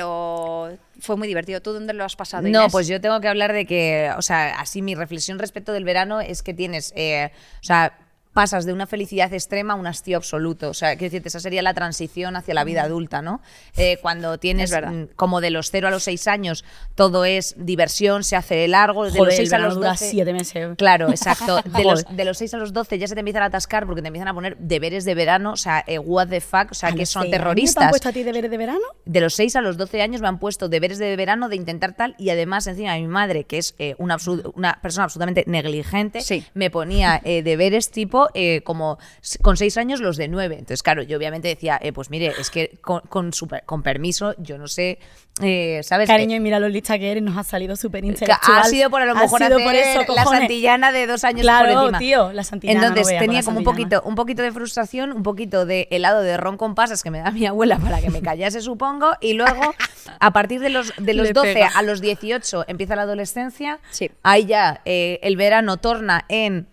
[SPEAKER 3] Pero fue muy divertido. ¿Tú dónde lo has pasado?
[SPEAKER 1] No,
[SPEAKER 3] Inés?
[SPEAKER 1] pues yo tengo que hablar de que, o sea, así mi reflexión respecto del verano es que tienes, eh, o sea, pasas de una felicidad extrema a un hastío absoluto. O sea, quiero decirte, esa sería la transición hacia la vida adulta, ¿no? Eh, cuando tienes
[SPEAKER 3] Es verdad.
[SPEAKER 1] mm, como de los 0 a los 6 años, todo es diversión, se hace largo, de
[SPEAKER 2] Joder,
[SPEAKER 1] los
[SPEAKER 2] el
[SPEAKER 1] 6 a
[SPEAKER 2] verano
[SPEAKER 1] los
[SPEAKER 2] dura
[SPEAKER 1] 12,
[SPEAKER 2] siete meses.
[SPEAKER 1] Claro,
[SPEAKER 2] *laughs*
[SPEAKER 1] exacto. De los,
[SPEAKER 2] Joder.
[SPEAKER 1] de los 6 a los 12 ya se te empiezan a atascar porque te empiezan a poner deberes de verano, o sea, eh, what the fuck, o sea,
[SPEAKER 2] ¿A
[SPEAKER 1] que
[SPEAKER 2] los
[SPEAKER 1] son
[SPEAKER 2] seis años ¿Te han
[SPEAKER 1] terroristas
[SPEAKER 2] puesto a ti deberes de verano?
[SPEAKER 1] de los 6 a los 12 años me han puesto deberes de verano de intentar tal y además encima mi madre, que es eh, una, absu- una persona absolutamente negligente,
[SPEAKER 3] Sí.
[SPEAKER 1] me ponía eh, deberes tipo yo eh, como s- con seis años los de nueve. Entonces, claro, yo obviamente decía, eh, pues mire, es que con, con, su per- con permiso, yo no sé, eh, ¿sabes?
[SPEAKER 2] Cariño, y mira lo lista que eres, nos ha salido súper intelectual.
[SPEAKER 1] Ha sido por a lo
[SPEAKER 2] Ha
[SPEAKER 1] mejor
[SPEAKER 2] sido
[SPEAKER 1] hacer
[SPEAKER 2] por eso,
[SPEAKER 1] la
[SPEAKER 2] cojones.
[SPEAKER 1] santillana de dos años
[SPEAKER 2] Claro,
[SPEAKER 1] por encima.
[SPEAKER 2] tío, la santillana, no
[SPEAKER 1] Entonces
[SPEAKER 2] veas, con
[SPEAKER 1] tenía
[SPEAKER 2] la
[SPEAKER 1] como un
[SPEAKER 2] santillana.
[SPEAKER 1] poquito, un poquito de frustración, un poquito de helado de ron con pasas que me da mi abuela para que me callase, supongo. Y luego, a partir de los, de los
[SPEAKER 3] Le
[SPEAKER 1] 12
[SPEAKER 3] pega.
[SPEAKER 1] a los 18 empieza la adolescencia.
[SPEAKER 3] Sí.
[SPEAKER 1] Ahí ya eh, el verano torna en...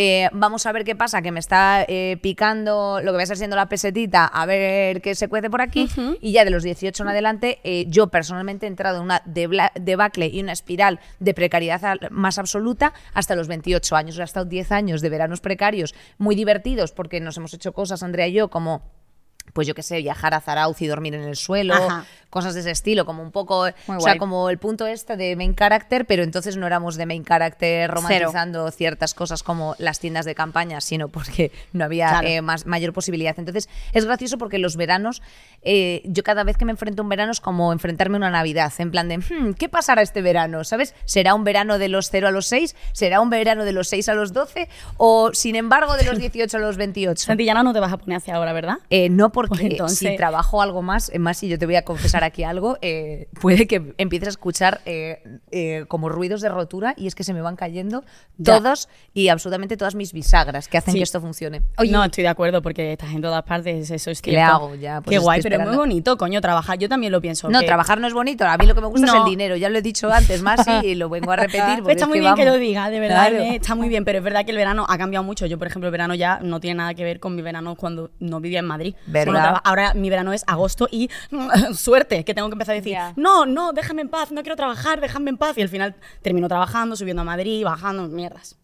[SPEAKER 1] eh, vamos a ver qué pasa, que me está eh, picando lo que va a ser siendo la pesetita, a ver qué se cuece por aquí. Y ya de los 18 en adelante, eh, yo personalmente he entrado en una debla- debacle y una espiral de precariedad al- más absoluta hasta los 28 años. O sea, He estado 10 años de veranos precarios, muy divertidos, porque nos hemos hecho cosas, Andrea y yo, como pues yo qué sé, viajar a Zarauz y dormir en el suelo,
[SPEAKER 2] Ajá.
[SPEAKER 1] cosas de ese estilo, como un poco, eh,
[SPEAKER 3] Muy
[SPEAKER 1] o sea,
[SPEAKER 3] guay.
[SPEAKER 1] como el punto este de main character, pero entonces no éramos de main character romantizando ciertas cosas como las tiendas de campaña, sino porque *laughs* no había
[SPEAKER 2] Claro.
[SPEAKER 1] eh, más, mayor posibilidad. Entonces es gracioso porque los veranos, eh, yo cada vez que me enfrento a un verano es como enfrentarme a una Navidad, en plan de, "Hmm, ¿qué pasará este verano? ¿Sabes? ¿Será un verano de los 0 a los 6? ¿Será un verano de los 6 a los 12? ¿O sin embargo de
[SPEAKER 3] *laughs*
[SPEAKER 1] los 18 a los 28?
[SPEAKER 2] Santillana no te vas a poner hacia ahora, ¿verdad?
[SPEAKER 1] Eh, no, porque
[SPEAKER 2] Pues entonces-
[SPEAKER 1] si trabajo algo más, eh, más y yo te voy a confesar aquí algo, eh, puede que empieces a escuchar eh, eh, como ruidos de rotura y es que se me van cayendo
[SPEAKER 2] Ya.
[SPEAKER 1] todos y absolutamente todas mis bisagras que hacen
[SPEAKER 2] Sí.
[SPEAKER 1] que esto funcione.
[SPEAKER 2] no, estoy de acuerdo porque estás en todas partes, eso es
[SPEAKER 1] ¿Qué le
[SPEAKER 2] cierto.
[SPEAKER 1] hago ya? Pues
[SPEAKER 2] Qué guay,
[SPEAKER 1] estoy
[SPEAKER 2] pero es muy
[SPEAKER 1] esperando.
[SPEAKER 2] bonito, coño, trabajar. Yo también lo pienso.
[SPEAKER 1] No,
[SPEAKER 2] que-
[SPEAKER 1] trabajar no es bonito, a mí lo que me gusta es
[SPEAKER 2] No.
[SPEAKER 1] el dinero, ya lo he dicho antes más y lo
[SPEAKER 2] *laughs*
[SPEAKER 1] vengo a repetir. porque
[SPEAKER 2] Está
[SPEAKER 1] es
[SPEAKER 2] muy
[SPEAKER 1] que
[SPEAKER 2] bien que
[SPEAKER 1] vamos.
[SPEAKER 2] lo diga, de verdad.
[SPEAKER 1] Claro.
[SPEAKER 2] ¿eh? Está muy bien, pero es verdad que el verano ha cambiado mucho. Yo, por ejemplo, el verano ya no tiene nada que ver con mi verano cuando no vivía en Madrid.
[SPEAKER 1] ¿Verdad?
[SPEAKER 2] Cuando traba- ahora mi verano es agosto y *laughs* suerte, que tengo que empezar a decir,
[SPEAKER 3] Ya.
[SPEAKER 2] no, no, déjame en paz, no quiero trabajar, déjame en paz. Y al final termino trabajando, subiendo a Madrid, bajando, mierdas.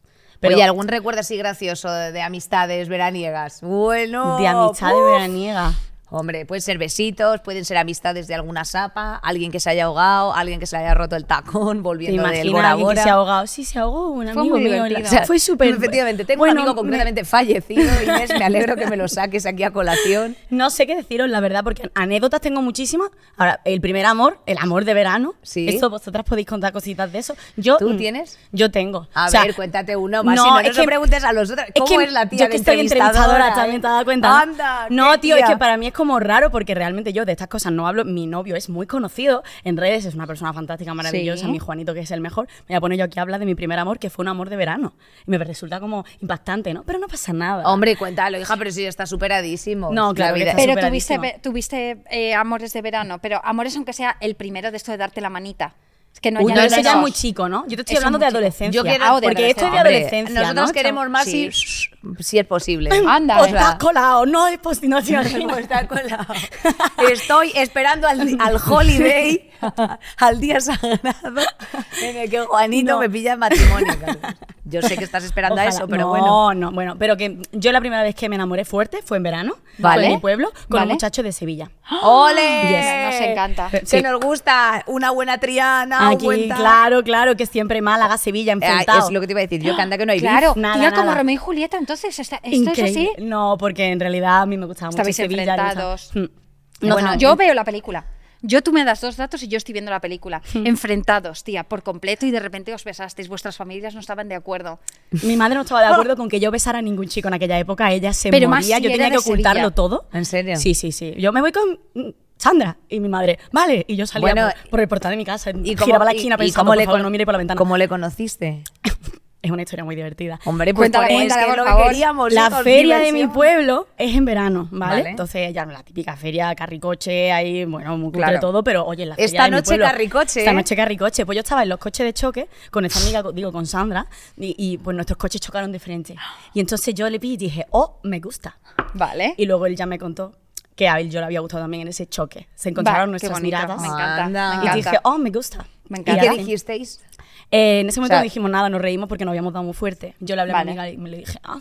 [SPEAKER 1] Oye, ¿algún recuerdo así gracioso de, de amistades veraniegas? Bueno,
[SPEAKER 2] de amistad de
[SPEAKER 1] ¡puf!
[SPEAKER 2] veraniega.
[SPEAKER 1] Hombre, pueden ser besitos, pueden ser amistades de alguna sapa, alguien que se haya ahogado, alguien que se le haya roto el tacón
[SPEAKER 2] ¿Te
[SPEAKER 1] volviendo del
[SPEAKER 2] imaginas
[SPEAKER 1] Bora
[SPEAKER 2] alguien que
[SPEAKER 1] Bora.
[SPEAKER 2] se ha ahogado? Sí, se ahogó un
[SPEAKER 3] Fue
[SPEAKER 2] amigo
[SPEAKER 3] muy
[SPEAKER 2] mío.
[SPEAKER 3] divertido.
[SPEAKER 2] la-
[SPEAKER 1] O sea,
[SPEAKER 2] fue súper.
[SPEAKER 1] *laughs* Efectivamente, tengo
[SPEAKER 2] Bueno,
[SPEAKER 1] un amigo
[SPEAKER 2] me-
[SPEAKER 1] completamente fallecido, Inés, me alegro que me lo saques aquí a colación.
[SPEAKER 2] *laughs* No sé qué deciros, la verdad, porque anécdotas tengo muchísimas. Ahora, el primer amor, el amor de verano.
[SPEAKER 1] Sí.
[SPEAKER 2] Eso vosotras podéis contar cositas de eso. Yo,
[SPEAKER 1] ¿Tú
[SPEAKER 2] mm,
[SPEAKER 1] tienes?
[SPEAKER 2] Yo tengo.
[SPEAKER 1] A
[SPEAKER 2] O sea,
[SPEAKER 1] ver, cuéntate uno más,
[SPEAKER 2] no,
[SPEAKER 1] si no,
[SPEAKER 2] es
[SPEAKER 1] no se
[SPEAKER 2] que-
[SPEAKER 1] preguntes a los otros,
[SPEAKER 2] es
[SPEAKER 1] ¿cómo
[SPEAKER 2] que
[SPEAKER 1] es la tía
[SPEAKER 2] yo
[SPEAKER 1] de
[SPEAKER 2] que estoy entrevistadora
[SPEAKER 1] eh?
[SPEAKER 2] también, ¿te has dado cuenta?
[SPEAKER 1] Anda,
[SPEAKER 2] no,
[SPEAKER 1] qué
[SPEAKER 2] tío, es
[SPEAKER 1] tía.
[SPEAKER 2] que para mí es como raro porque realmente yo de estas cosas no hablo. Mi novio es muy conocido en redes, es una persona fantástica, maravillosa,
[SPEAKER 3] Sí.
[SPEAKER 2] mi Juanito que es el mejor. Me voy a poner yo aquí a hablar de mi primer amor, que fue un amor de verano. Y me resulta como impactante, ¿no? Pero no pasa nada.
[SPEAKER 1] Hombre, cuéntalo, hija, pero si ya está superadísimo.
[SPEAKER 2] No,
[SPEAKER 1] La
[SPEAKER 2] claro que
[SPEAKER 1] vida-
[SPEAKER 2] está
[SPEAKER 3] Pero
[SPEAKER 2] superadísima.
[SPEAKER 3] tuviste, ve- tuviste eh, amores de verano, pero amores aunque sea el primero de esto de darte la manita. Es que no
[SPEAKER 2] Uy,
[SPEAKER 3] ya
[SPEAKER 2] no,
[SPEAKER 3] no
[SPEAKER 2] eso ya es
[SPEAKER 3] esos.
[SPEAKER 2] muy chico, ¿no? Yo te estoy
[SPEAKER 3] Eso es
[SPEAKER 2] hablando
[SPEAKER 3] muy
[SPEAKER 2] de
[SPEAKER 3] chico.
[SPEAKER 2] adolescencia.
[SPEAKER 1] Yo quiero
[SPEAKER 2] Ah, porque esto es de
[SPEAKER 1] Hombre,
[SPEAKER 2] adolescencia.
[SPEAKER 1] Nosotros
[SPEAKER 2] ¿no?
[SPEAKER 1] queremos más
[SPEAKER 3] Sí.
[SPEAKER 1] y si es
[SPEAKER 2] *laughs*
[SPEAKER 1] posible.
[SPEAKER 3] Anda,
[SPEAKER 1] O
[SPEAKER 2] Pues
[SPEAKER 1] sea,
[SPEAKER 2] estás colado, no es posi- no te *laughs* imaginas.
[SPEAKER 1] Está colado. *laughs* Estoy esperando al, al
[SPEAKER 2] *laughs*
[SPEAKER 1] holiday, al día sagrado, en el que Juanito
[SPEAKER 2] No.
[SPEAKER 1] me pilla en matrimonio. Yo sé que estás esperando a
[SPEAKER 2] Ojalá.
[SPEAKER 1] eso, pero
[SPEAKER 2] no, *gasps*
[SPEAKER 1] bueno.
[SPEAKER 2] No, bueno, pero que yo la primera vez que me enamoré fuerte fue en verano,
[SPEAKER 1] Vale.
[SPEAKER 2] fue en mi pueblo, con un
[SPEAKER 3] Vale.
[SPEAKER 2] muchacho de Sevilla.
[SPEAKER 1] ¡Ole!
[SPEAKER 3] Yes. Nos encanta.
[SPEAKER 1] Que
[SPEAKER 2] Sí.
[SPEAKER 1] nos gusta una buena triana, un
[SPEAKER 2] Aquí,
[SPEAKER 1] buen tal.
[SPEAKER 2] claro, claro, que siempre Málaga, Sevilla,
[SPEAKER 1] Ay,
[SPEAKER 2] enfrentado.
[SPEAKER 1] Ah, es lo que te iba a decir. Yo que anda que no hay
[SPEAKER 3] Claro,
[SPEAKER 1] beef.
[SPEAKER 2] Nada,
[SPEAKER 3] tía como
[SPEAKER 2] nada.
[SPEAKER 3] Romeo y Julieta, entonces está, esto
[SPEAKER 2] Increíble.
[SPEAKER 3] es así.
[SPEAKER 2] No, porque en realidad a mí me gustaba
[SPEAKER 3] Estabais
[SPEAKER 2] mucho Sevilla. me gustaba-
[SPEAKER 3] enfrentados.
[SPEAKER 2] Mm. No,
[SPEAKER 3] bueno,
[SPEAKER 2] no,
[SPEAKER 3] yo veo la película. Yo tú me das dos datos y yo estoy viendo la película.
[SPEAKER 2] Hmm.
[SPEAKER 3] Enfrentados, tía, por completo y de repente os besasteis. Vuestras familias no estaban de acuerdo.
[SPEAKER 2] Mi madre no estaba de acuerdo con que yo besara a ningún chico en aquella época. Ella se
[SPEAKER 3] Pero más
[SPEAKER 2] moría,
[SPEAKER 3] si
[SPEAKER 2] yo
[SPEAKER 3] era
[SPEAKER 2] tenía que
[SPEAKER 3] de Sevilla.
[SPEAKER 2] ocultarlo todo.
[SPEAKER 1] ¿En serio?
[SPEAKER 2] Sí, sí, sí. Yo me voy con mm, Sandra y mi madre. Vale, y yo salía
[SPEAKER 1] Bueno,
[SPEAKER 2] por, por el portal de mi casa.
[SPEAKER 1] ¿Y
[SPEAKER 2] Y
[SPEAKER 1] cómo-
[SPEAKER 2] giraba la
[SPEAKER 1] y-
[SPEAKER 2] esquina
[SPEAKER 1] y
[SPEAKER 2] pensando,
[SPEAKER 1] cómo
[SPEAKER 2] por
[SPEAKER 1] le
[SPEAKER 2] favor,
[SPEAKER 1] con-
[SPEAKER 2] no mire por la ventana.
[SPEAKER 1] ¿Cómo le conociste?
[SPEAKER 2] Es una historia muy divertida.
[SPEAKER 1] Hombre, pues
[SPEAKER 3] Cuéntala,
[SPEAKER 1] por- es que
[SPEAKER 3] cuéntala,
[SPEAKER 1] es
[SPEAKER 3] por
[SPEAKER 1] lo que
[SPEAKER 3] favor.
[SPEAKER 1] queríamos.
[SPEAKER 2] La
[SPEAKER 1] hijos,
[SPEAKER 2] feria de mi
[SPEAKER 1] diversión.
[SPEAKER 2] pueblo es en verano, ¿vale?
[SPEAKER 1] Vale.
[SPEAKER 2] Entonces, ya la típica feria, carricoche, ahí, bueno, muy cutre
[SPEAKER 1] Claro.
[SPEAKER 2] todo, pero oye, la feria
[SPEAKER 1] Esta
[SPEAKER 2] de mi
[SPEAKER 1] noche
[SPEAKER 2] pueblo-
[SPEAKER 1] carricoche,
[SPEAKER 2] Esta
[SPEAKER 1] ¿eh?
[SPEAKER 2] noche carricoche. Pues yo estaba en los coches de choque con esta amiga, digo, con Sandra, y, y, pues nuestros coches chocaron de frente. Y entonces yo le vi y dije, oh, me gusta.
[SPEAKER 3] Vale.
[SPEAKER 2] Y luego él ya me contó que a él yo le había gustado también en ese choque. Se encontraron
[SPEAKER 3] Va,
[SPEAKER 2] nuestras
[SPEAKER 3] qué bonito,
[SPEAKER 2] miradas.
[SPEAKER 3] Me encanta.
[SPEAKER 1] Anda.
[SPEAKER 3] Me
[SPEAKER 2] Y
[SPEAKER 3] encanta.
[SPEAKER 2] dije, oh, me gusta.
[SPEAKER 3] Me
[SPEAKER 1] ¿Y
[SPEAKER 3] encanta.
[SPEAKER 1] qué
[SPEAKER 2] ya.
[SPEAKER 1] dijisteis?
[SPEAKER 2] Eh, en ese momento
[SPEAKER 1] O sea-
[SPEAKER 2] no dijimos nada, nos reímos porque nos habíamos dado muy fuerte. Yo le hablé
[SPEAKER 3] Vale.
[SPEAKER 2] a mi amiga y me le dije, ah,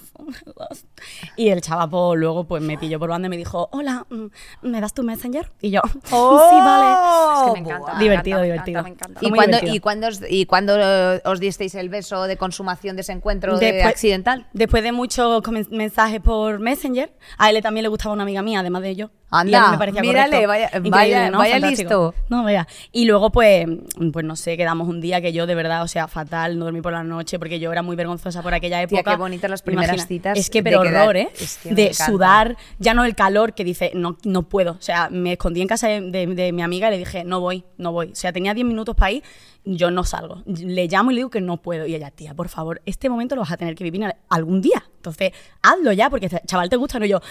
[SPEAKER 2] y el chavapo luego pues me pilló por banda y me dijo, hola, mm, ¿me das tu messenger? Y yo, *laughs* sí, vale.
[SPEAKER 3] Es que me encanta. me
[SPEAKER 2] Divertido,
[SPEAKER 3] encanta, me
[SPEAKER 2] divertido.
[SPEAKER 3] encanta, me encanta.
[SPEAKER 2] Fue
[SPEAKER 1] ¿Y
[SPEAKER 2] muy
[SPEAKER 1] cuándo,
[SPEAKER 2] divertido.
[SPEAKER 1] ¿Y cuándo os, y cuándo, eh, os disteis el beso de consumación de ese encuentro de
[SPEAKER 2] pues,
[SPEAKER 1] accidental?
[SPEAKER 2] Después de muchos comen- mensajes por messenger, a él también le gustaba una amiga mía, además de yo. y a mí
[SPEAKER 1] Anda,
[SPEAKER 2] me parecía
[SPEAKER 1] mírale,
[SPEAKER 2] correcto.
[SPEAKER 1] vaya-
[SPEAKER 2] Increíble,
[SPEAKER 1] vaya- vaya
[SPEAKER 2] Fantástico.
[SPEAKER 1] listo.
[SPEAKER 2] No, vea. Y luego, pues, pues no sé, quedamos un día que yo de verdad, o sea, fatal, no dormí por la noche porque yo era muy vergonzosa por aquella
[SPEAKER 1] Tía,
[SPEAKER 2] época.
[SPEAKER 1] qué bonitas las primeras citas
[SPEAKER 2] Es que,
[SPEAKER 1] de
[SPEAKER 2] pero
[SPEAKER 1] quedar.
[SPEAKER 2] horror, ¿eh?
[SPEAKER 1] Es que me
[SPEAKER 2] de
[SPEAKER 1] encanta.
[SPEAKER 2] sudar, ya no el calor que dice, no, no puedo. O sea, me escondí en casa de, de- de mi amiga y le dije, no voy, no voy. O sea, tenía 10 minutos para ir, yo no salgo. Le llamo y le digo que no puedo. Y ella, tía, por favor, este momento lo vas a tener que vivir al- algún día. Entonces, hazlo ya, porque este chaval te gusta, no Y yo.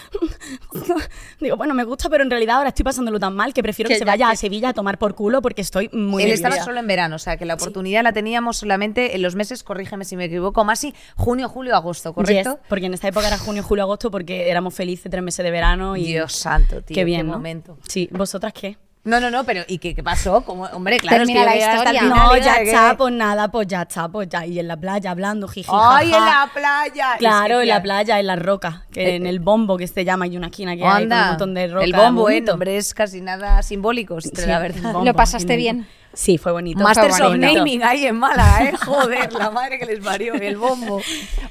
[SPEAKER 2] *laughs* digo, bueno, me gusta, pero en realidad ahora estoy pasándolo tan mal que prefiero que,
[SPEAKER 3] Que
[SPEAKER 2] se
[SPEAKER 3] ya
[SPEAKER 2] vaya
[SPEAKER 3] que-
[SPEAKER 2] a Sevilla a tomar por culo porque estoy muy
[SPEAKER 1] Él
[SPEAKER 2] debilidad".
[SPEAKER 1] estaba solo en verano, o sea que la oportunidad la teníamos solamente en los meses, corrígeme si me equivoco, más si junio, julio, agosto, ¿correcto?
[SPEAKER 2] Yes, porque en esta época era junio, julio, agosto, porque éramos felices tres meses de verano y.
[SPEAKER 1] Dios santo, tío, qué,
[SPEAKER 2] qué bien, ¿no?
[SPEAKER 1] momento.
[SPEAKER 2] Sí, ¿vosotras qué?
[SPEAKER 1] No, no, no, pero ¿y qué, qué pasó? Como, hombre, claro,
[SPEAKER 3] Termina
[SPEAKER 1] es que
[SPEAKER 3] la
[SPEAKER 1] yo llegué hasta el
[SPEAKER 3] historia.
[SPEAKER 1] final
[SPEAKER 2] No,
[SPEAKER 1] y era
[SPEAKER 2] ya
[SPEAKER 1] de que-
[SPEAKER 2] está, pues nada, pues ya está, pues ya. Y en la playa hablando, jiji.
[SPEAKER 1] ¡Ay,
[SPEAKER 2] jaja.
[SPEAKER 1] en la playa!
[SPEAKER 2] Claro, en la
[SPEAKER 1] playa.
[SPEAKER 2] playa, en la roca, que en el bombo que se llama, hay una esquina que hay con un
[SPEAKER 1] Eh, Anda,
[SPEAKER 2] montón de roca.
[SPEAKER 1] el bombo, ¿eh?
[SPEAKER 2] bonito.
[SPEAKER 1] Nombres casi nada simbólicos,
[SPEAKER 2] Sí,
[SPEAKER 1] la
[SPEAKER 2] el
[SPEAKER 1] verdad.
[SPEAKER 2] bombo,
[SPEAKER 3] ¿Lo pasaste
[SPEAKER 2] en el-
[SPEAKER 3] bien?
[SPEAKER 2] Sí, fue bonito.
[SPEAKER 1] Masters
[SPEAKER 3] Fue
[SPEAKER 1] of
[SPEAKER 3] bonito.
[SPEAKER 1] Naming ahí en Málaga, ¿eh? *laughs* Joder, la madre que les parió el bombo.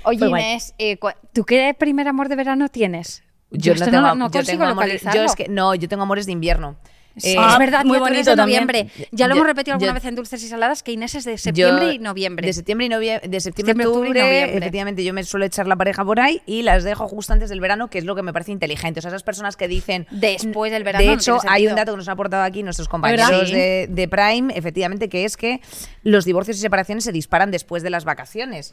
[SPEAKER 3] Oye,
[SPEAKER 2] Fue guay.
[SPEAKER 3] Inés, eh, cua- ¿tú qué primer amor de verano tienes? esto
[SPEAKER 1] tengo
[SPEAKER 3] no,
[SPEAKER 1] am-
[SPEAKER 3] no
[SPEAKER 1] yo
[SPEAKER 3] consigo
[SPEAKER 1] tengo amores,
[SPEAKER 3] localizarlo.
[SPEAKER 1] yo es que, no, yo tengo amores de invierno.
[SPEAKER 3] Sí,
[SPEAKER 1] Eh,
[SPEAKER 2] Ah,
[SPEAKER 3] es verdad,
[SPEAKER 2] muy
[SPEAKER 3] muy bonito
[SPEAKER 2] bonito
[SPEAKER 3] de
[SPEAKER 2] también.
[SPEAKER 3] noviembre. Ya lo
[SPEAKER 1] Yo-
[SPEAKER 3] hemos repetido alguna
[SPEAKER 1] yo-
[SPEAKER 3] vez en Dulces y Saladas que Inés es de
[SPEAKER 1] Yo-
[SPEAKER 3] septiembre y noviembre.
[SPEAKER 1] De septiembre y noviembre. De septiembre,
[SPEAKER 3] Septiembre,
[SPEAKER 1] a
[SPEAKER 3] octubre y
[SPEAKER 1] octubre,
[SPEAKER 3] noviembre.
[SPEAKER 1] efectivamente, yo me suelo echar la pareja por ahí y las dejo justo antes del verano, que es lo que me parece inteligente. O sea, esas personas que dicen. "Mm,
[SPEAKER 3] Después del verano,
[SPEAKER 1] De
[SPEAKER 3] no
[SPEAKER 1] hecho,
[SPEAKER 3] tiene
[SPEAKER 1] hay un
[SPEAKER 3] sentido.
[SPEAKER 1] dato que nos han aportado aquí nuestros
[SPEAKER 2] ¿Verdad?
[SPEAKER 1] compañeros
[SPEAKER 2] Sí.
[SPEAKER 1] de, de Prime, efectivamente, que es que los divorcios y separaciones se disparan después de las vacaciones.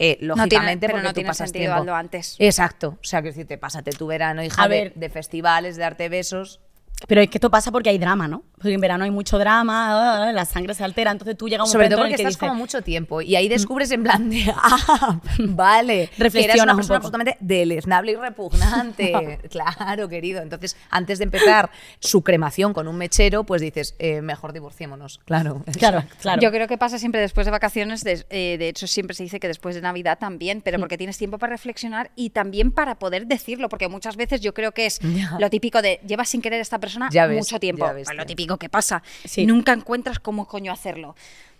[SPEAKER 1] Eh, lógicamente,
[SPEAKER 3] pero
[SPEAKER 1] porque
[SPEAKER 3] no
[SPEAKER 1] tú
[SPEAKER 3] tiene
[SPEAKER 1] pasas
[SPEAKER 3] sentido,
[SPEAKER 1] tiempo.
[SPEAKER 3] Aldo, antes.
[SPEAKER 1] Exacto. O sea, quiero decirte, pásate tu verano, hija,
[SPEAKER 2] A
[SPEAKER 1] de-
[SPEAKER 2] ver.
[SPEAKER 1] de festivales, de darte besos.
[SPEAKER 2] Pero es que esto pasa porque hay drama, ¿no? Porque en verano hay mucho drama, ah, la sangre se altera, entonces tú llegas a un
[SPEAKER 1] Sobre
[SPEAKER 2] momento
[SPEAKER 1] todo
[SPEAKER 2] en
[SPEAKER 1] porque
[SPEAKER 2] el que "Mm".
[SPEAKER 1] estás
[SPEAKER 2] dices,
[SPEAKER 1] como mucho tiempo y ahí descubres en plan de, *laughs* ah, vale, que eras
[SPEAKER 2] Reflexionas
[SPEAKER 1] una
[SPEAKER 2] un
[SPEAKER 1] persona
[SPEAKER 2] poco.
[SPEAKER 1] absolutamente deleznable y
[SPEAKER 2] *laughs*
[SPEAKER 1] repugnante. claro, querido. Entonces, antes de empezar su cremación con un mechero, pues dices, eh, mejor divorciémonos. *laughs* Claro.
[SPEAKER 2] Claro, claro.
[SPEAKER 3] Yo creo que pasa siempre después de vacaciones, des- eh, de hecho siempre se dice que después de Navidad también, pero porque tienes tiempo para reflexionar y también para poder decirlo, porque muchas veces yo creo que *laughs* es
[SPEAKER 1] Ya.
[SPEAKER 3] lo típico de llevas sin querer a esta persona
[SPEAKER 1] Ya ves,
[SPEAKER 3] mucho tiempo,
[SPEAKER 1] ya ves,
[SPEAKER 3] Pues lo
[SPEAKER 1] ya.
[SPEAKER 3] típico que pasa,
[SPEAKER 2] Sí.
[SPEAKER 3] nunca encuentras cómo coño hacerlo.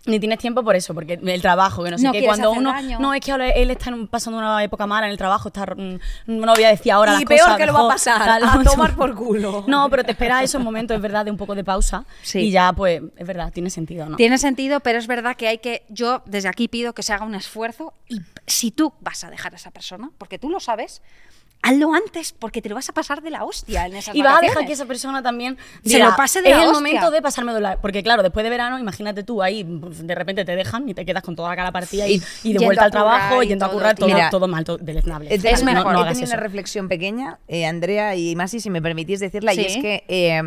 [SPEAKER 2] Ni tienes tiempo por eso, porque el trabajo, que no sé
[SPEAKER 3] No
[SPEAKER 2] qué,
[SPEAKER 3] quieres
[SPEAKER 2] cuando
[SPEAKER 3] hacer
[SPEAKER 2] uno...
[SPEAKER 3] daño.
[SPEAKER 2] No, es que ahora él está en- pasando una época mala en el trabajo, está... mm, No voy a decir ahora
[SPEAKER 1] Y
[SPEAKER 2] las
[SPEAKER 1] peor
[SPEAKER 2] cosas,
[SPEAKER 1] que lo va a
[SPEAKER 2] mejor,
[SPEAKER 1] pasar,
[SPEAKER 2] tal,
[SPEAKER 1] a
[SPEAKER 2] no,
[SPEAKER 1] tomar por culo.
[SPEAKER 2] *laughs* No, pero te espera esos momentos, es verdad, de un poco de pausa.
[SPEAKER 3] Sí.
[SPEAKER 2] Y ya, pues, es verdad, tiene sentido, ¿no?
[SPEAKER 3] Tiene sentido, pero es verdad que hay que, yo desde aquí pido que se haga un esfuerzo y p- si tú vas a dejar a esa persona, porque tú lo sabes, hazlo antes, porque te lo vas a pasar de la hostia en esas
[SPEAKER 2] Y vas a dejar
[SPEAKER 3] vacaciones.
[SPEAKER 2] que esa persona también
[SPEAKER 3] Se lo pase de
[SPEAKER 2] Es
[SPEAKER 3] la
[SPEAKER 2] el
[SPEAKER 3] hostia".
[SPEAKER 2] momento de pasarme de la. Porque, claro, después de verano, imagínate tú ahí, pues, de repente te dejan y te quedas con toda la cara partida y, y de
[SPEAKER 3] Yendo
[SPEAKER 2] vuelta
[SPEAKER 3] a
[SPEAKER 2] al trabajo,
[SPEAKER 3] currar y
[SPEAKER 2] yendo a
[SPEAKER 3] todo,
[SPEAKER 2] currar,
[SPEAKER 3] tío.
[SPEAKER 2] todo,
[SPEAKER 1] Mira,
[SPEAKER 2] todo mal, todo deleznable.
[SPEAKER 1] He tenido-
[SPEAKER 3] Es mejor,
[SPEAKER 2] No, no
[SPEAKER 1] he
[SPEAKER 2] hagas
[SPEAKER 1] tenido
[SPEAKER 2] eso.
[SPEAKER 1] una reflexión pequeña, eh, Andrea y Masi, si me permitís decirla, y
[SPEAKER 3] Sí.
[SPEAKER 1] es que eh,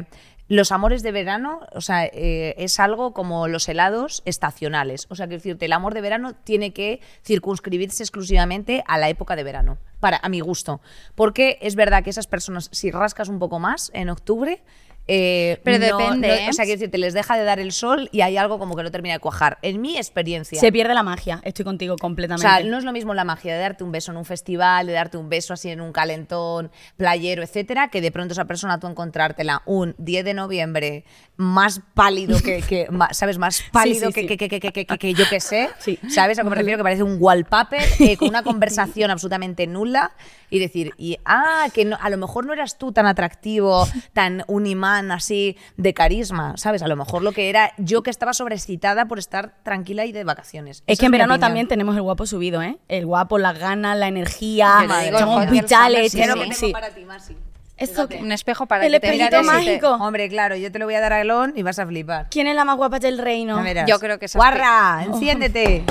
[SPEAKER 1] los amores de verano, o sea, eh, es algo como los helados estacionales. O sea, quiero decirte, el amor de verano tiene que circunscribirse exclusivamente a la época de verano, para, a mi gusto. Porque es verdad que esas personas, si rascas un poco más en octubre. eh,
[SPEAKER 3] Pero
[SPEAKER 1] no-
[SPEAKER 3] depende,
[SPEAKER 1] no-
[SPEAKER 3] ¿eh?
[SPEAKER 1] o sea, quiero decirte, les deja de dar el sol y hay algo como que no termina de cuajar. En mi experiencia.
[SPEAKER 2] Se pierde la magia, estoy contigo
[SPEAKER 1] O
[SPEAKER 2] completamente.
[SPEAKER 1] sea, no es lo mismo la magia de darte un beso en un festival, de darte un beso así en un calentón, playero, etcétera, que de pronto esa persona tú encontrártela un 10 de noviembre más pálido que,
[SPEAKER 2] *laughs*
[SPEAKER 1] que- ma- ¿sabes? Más pálido
[SPEAKER 2] sí,
[SPEAKER 1] que,
[SPEAKER 2] sí.
[SPEAKER 1] Que, que- que- que- que- que yo que sé,
[SPEAKER 2] *laughs* Sí.
[SPEAKER 1] ¿sabes? A lo que me refiero que parece un wallpaper eh, con
[SPEAKER 2] *laughs*
[SPEAKER 1] una conversación absolutamente nula y decir, y, ah, que no- a lo mejor no eras tú tan
[SPEAKER 2] *laughs*
[SPEAKER 1] atractivo, tan un imán así de carisma, ¿sabes? A lo mejor lo que era yo que estaba sobreexcitada por estar tranquila y de vacaciones.
[SPEAKER 2] Es
[SPEAKER 1] Esa
[SPEAKER 2] que en
[SPEAKER 1] mi
[SPEAKER 2] verano
[SPEAKER 1] opinión.
[SPEAKER 2] también tenemos el guapo subido, ¿eh? El guapo, las ganas, la energía,
[SPEAKER 3] Yo te digo,
[SPEAKER 2] somos
[SPEAKER 3] el hot girl
[SPEAKER 2] vitales.
[SPEAKER 1] Quiero
[SPEAKER 3] summer, sí,
[SPEAKER 1] que
[SPEAKER 2] tenemos-
[SPEAKER 1] tengo
[SPEAKER 2] sí.
[SPEAKER 1] para ti, Masi.
[SPEAKER 2] ¿Esto qué?
[SPEAKER 3] Un espejo para
[SPEAKER 2] El
[SPEAKER 3] que te
[SPEAKER 2] espejito
[SPEAKER 3] mires y te-
[SPEAKER 2] mágico.
[SPEAKER 1] Hombre, claro, yo te lo voy a dar a Elon y vas a flipar.
[SPEAKER 2] ¿Quién es la más guapa del reino?
[SPEAKER 1] Ya verás.
[SPEAKER 3] Yo creo que esas
[SPEAKER 1] *laughs* ¡Guarra! ¡Enciéndete!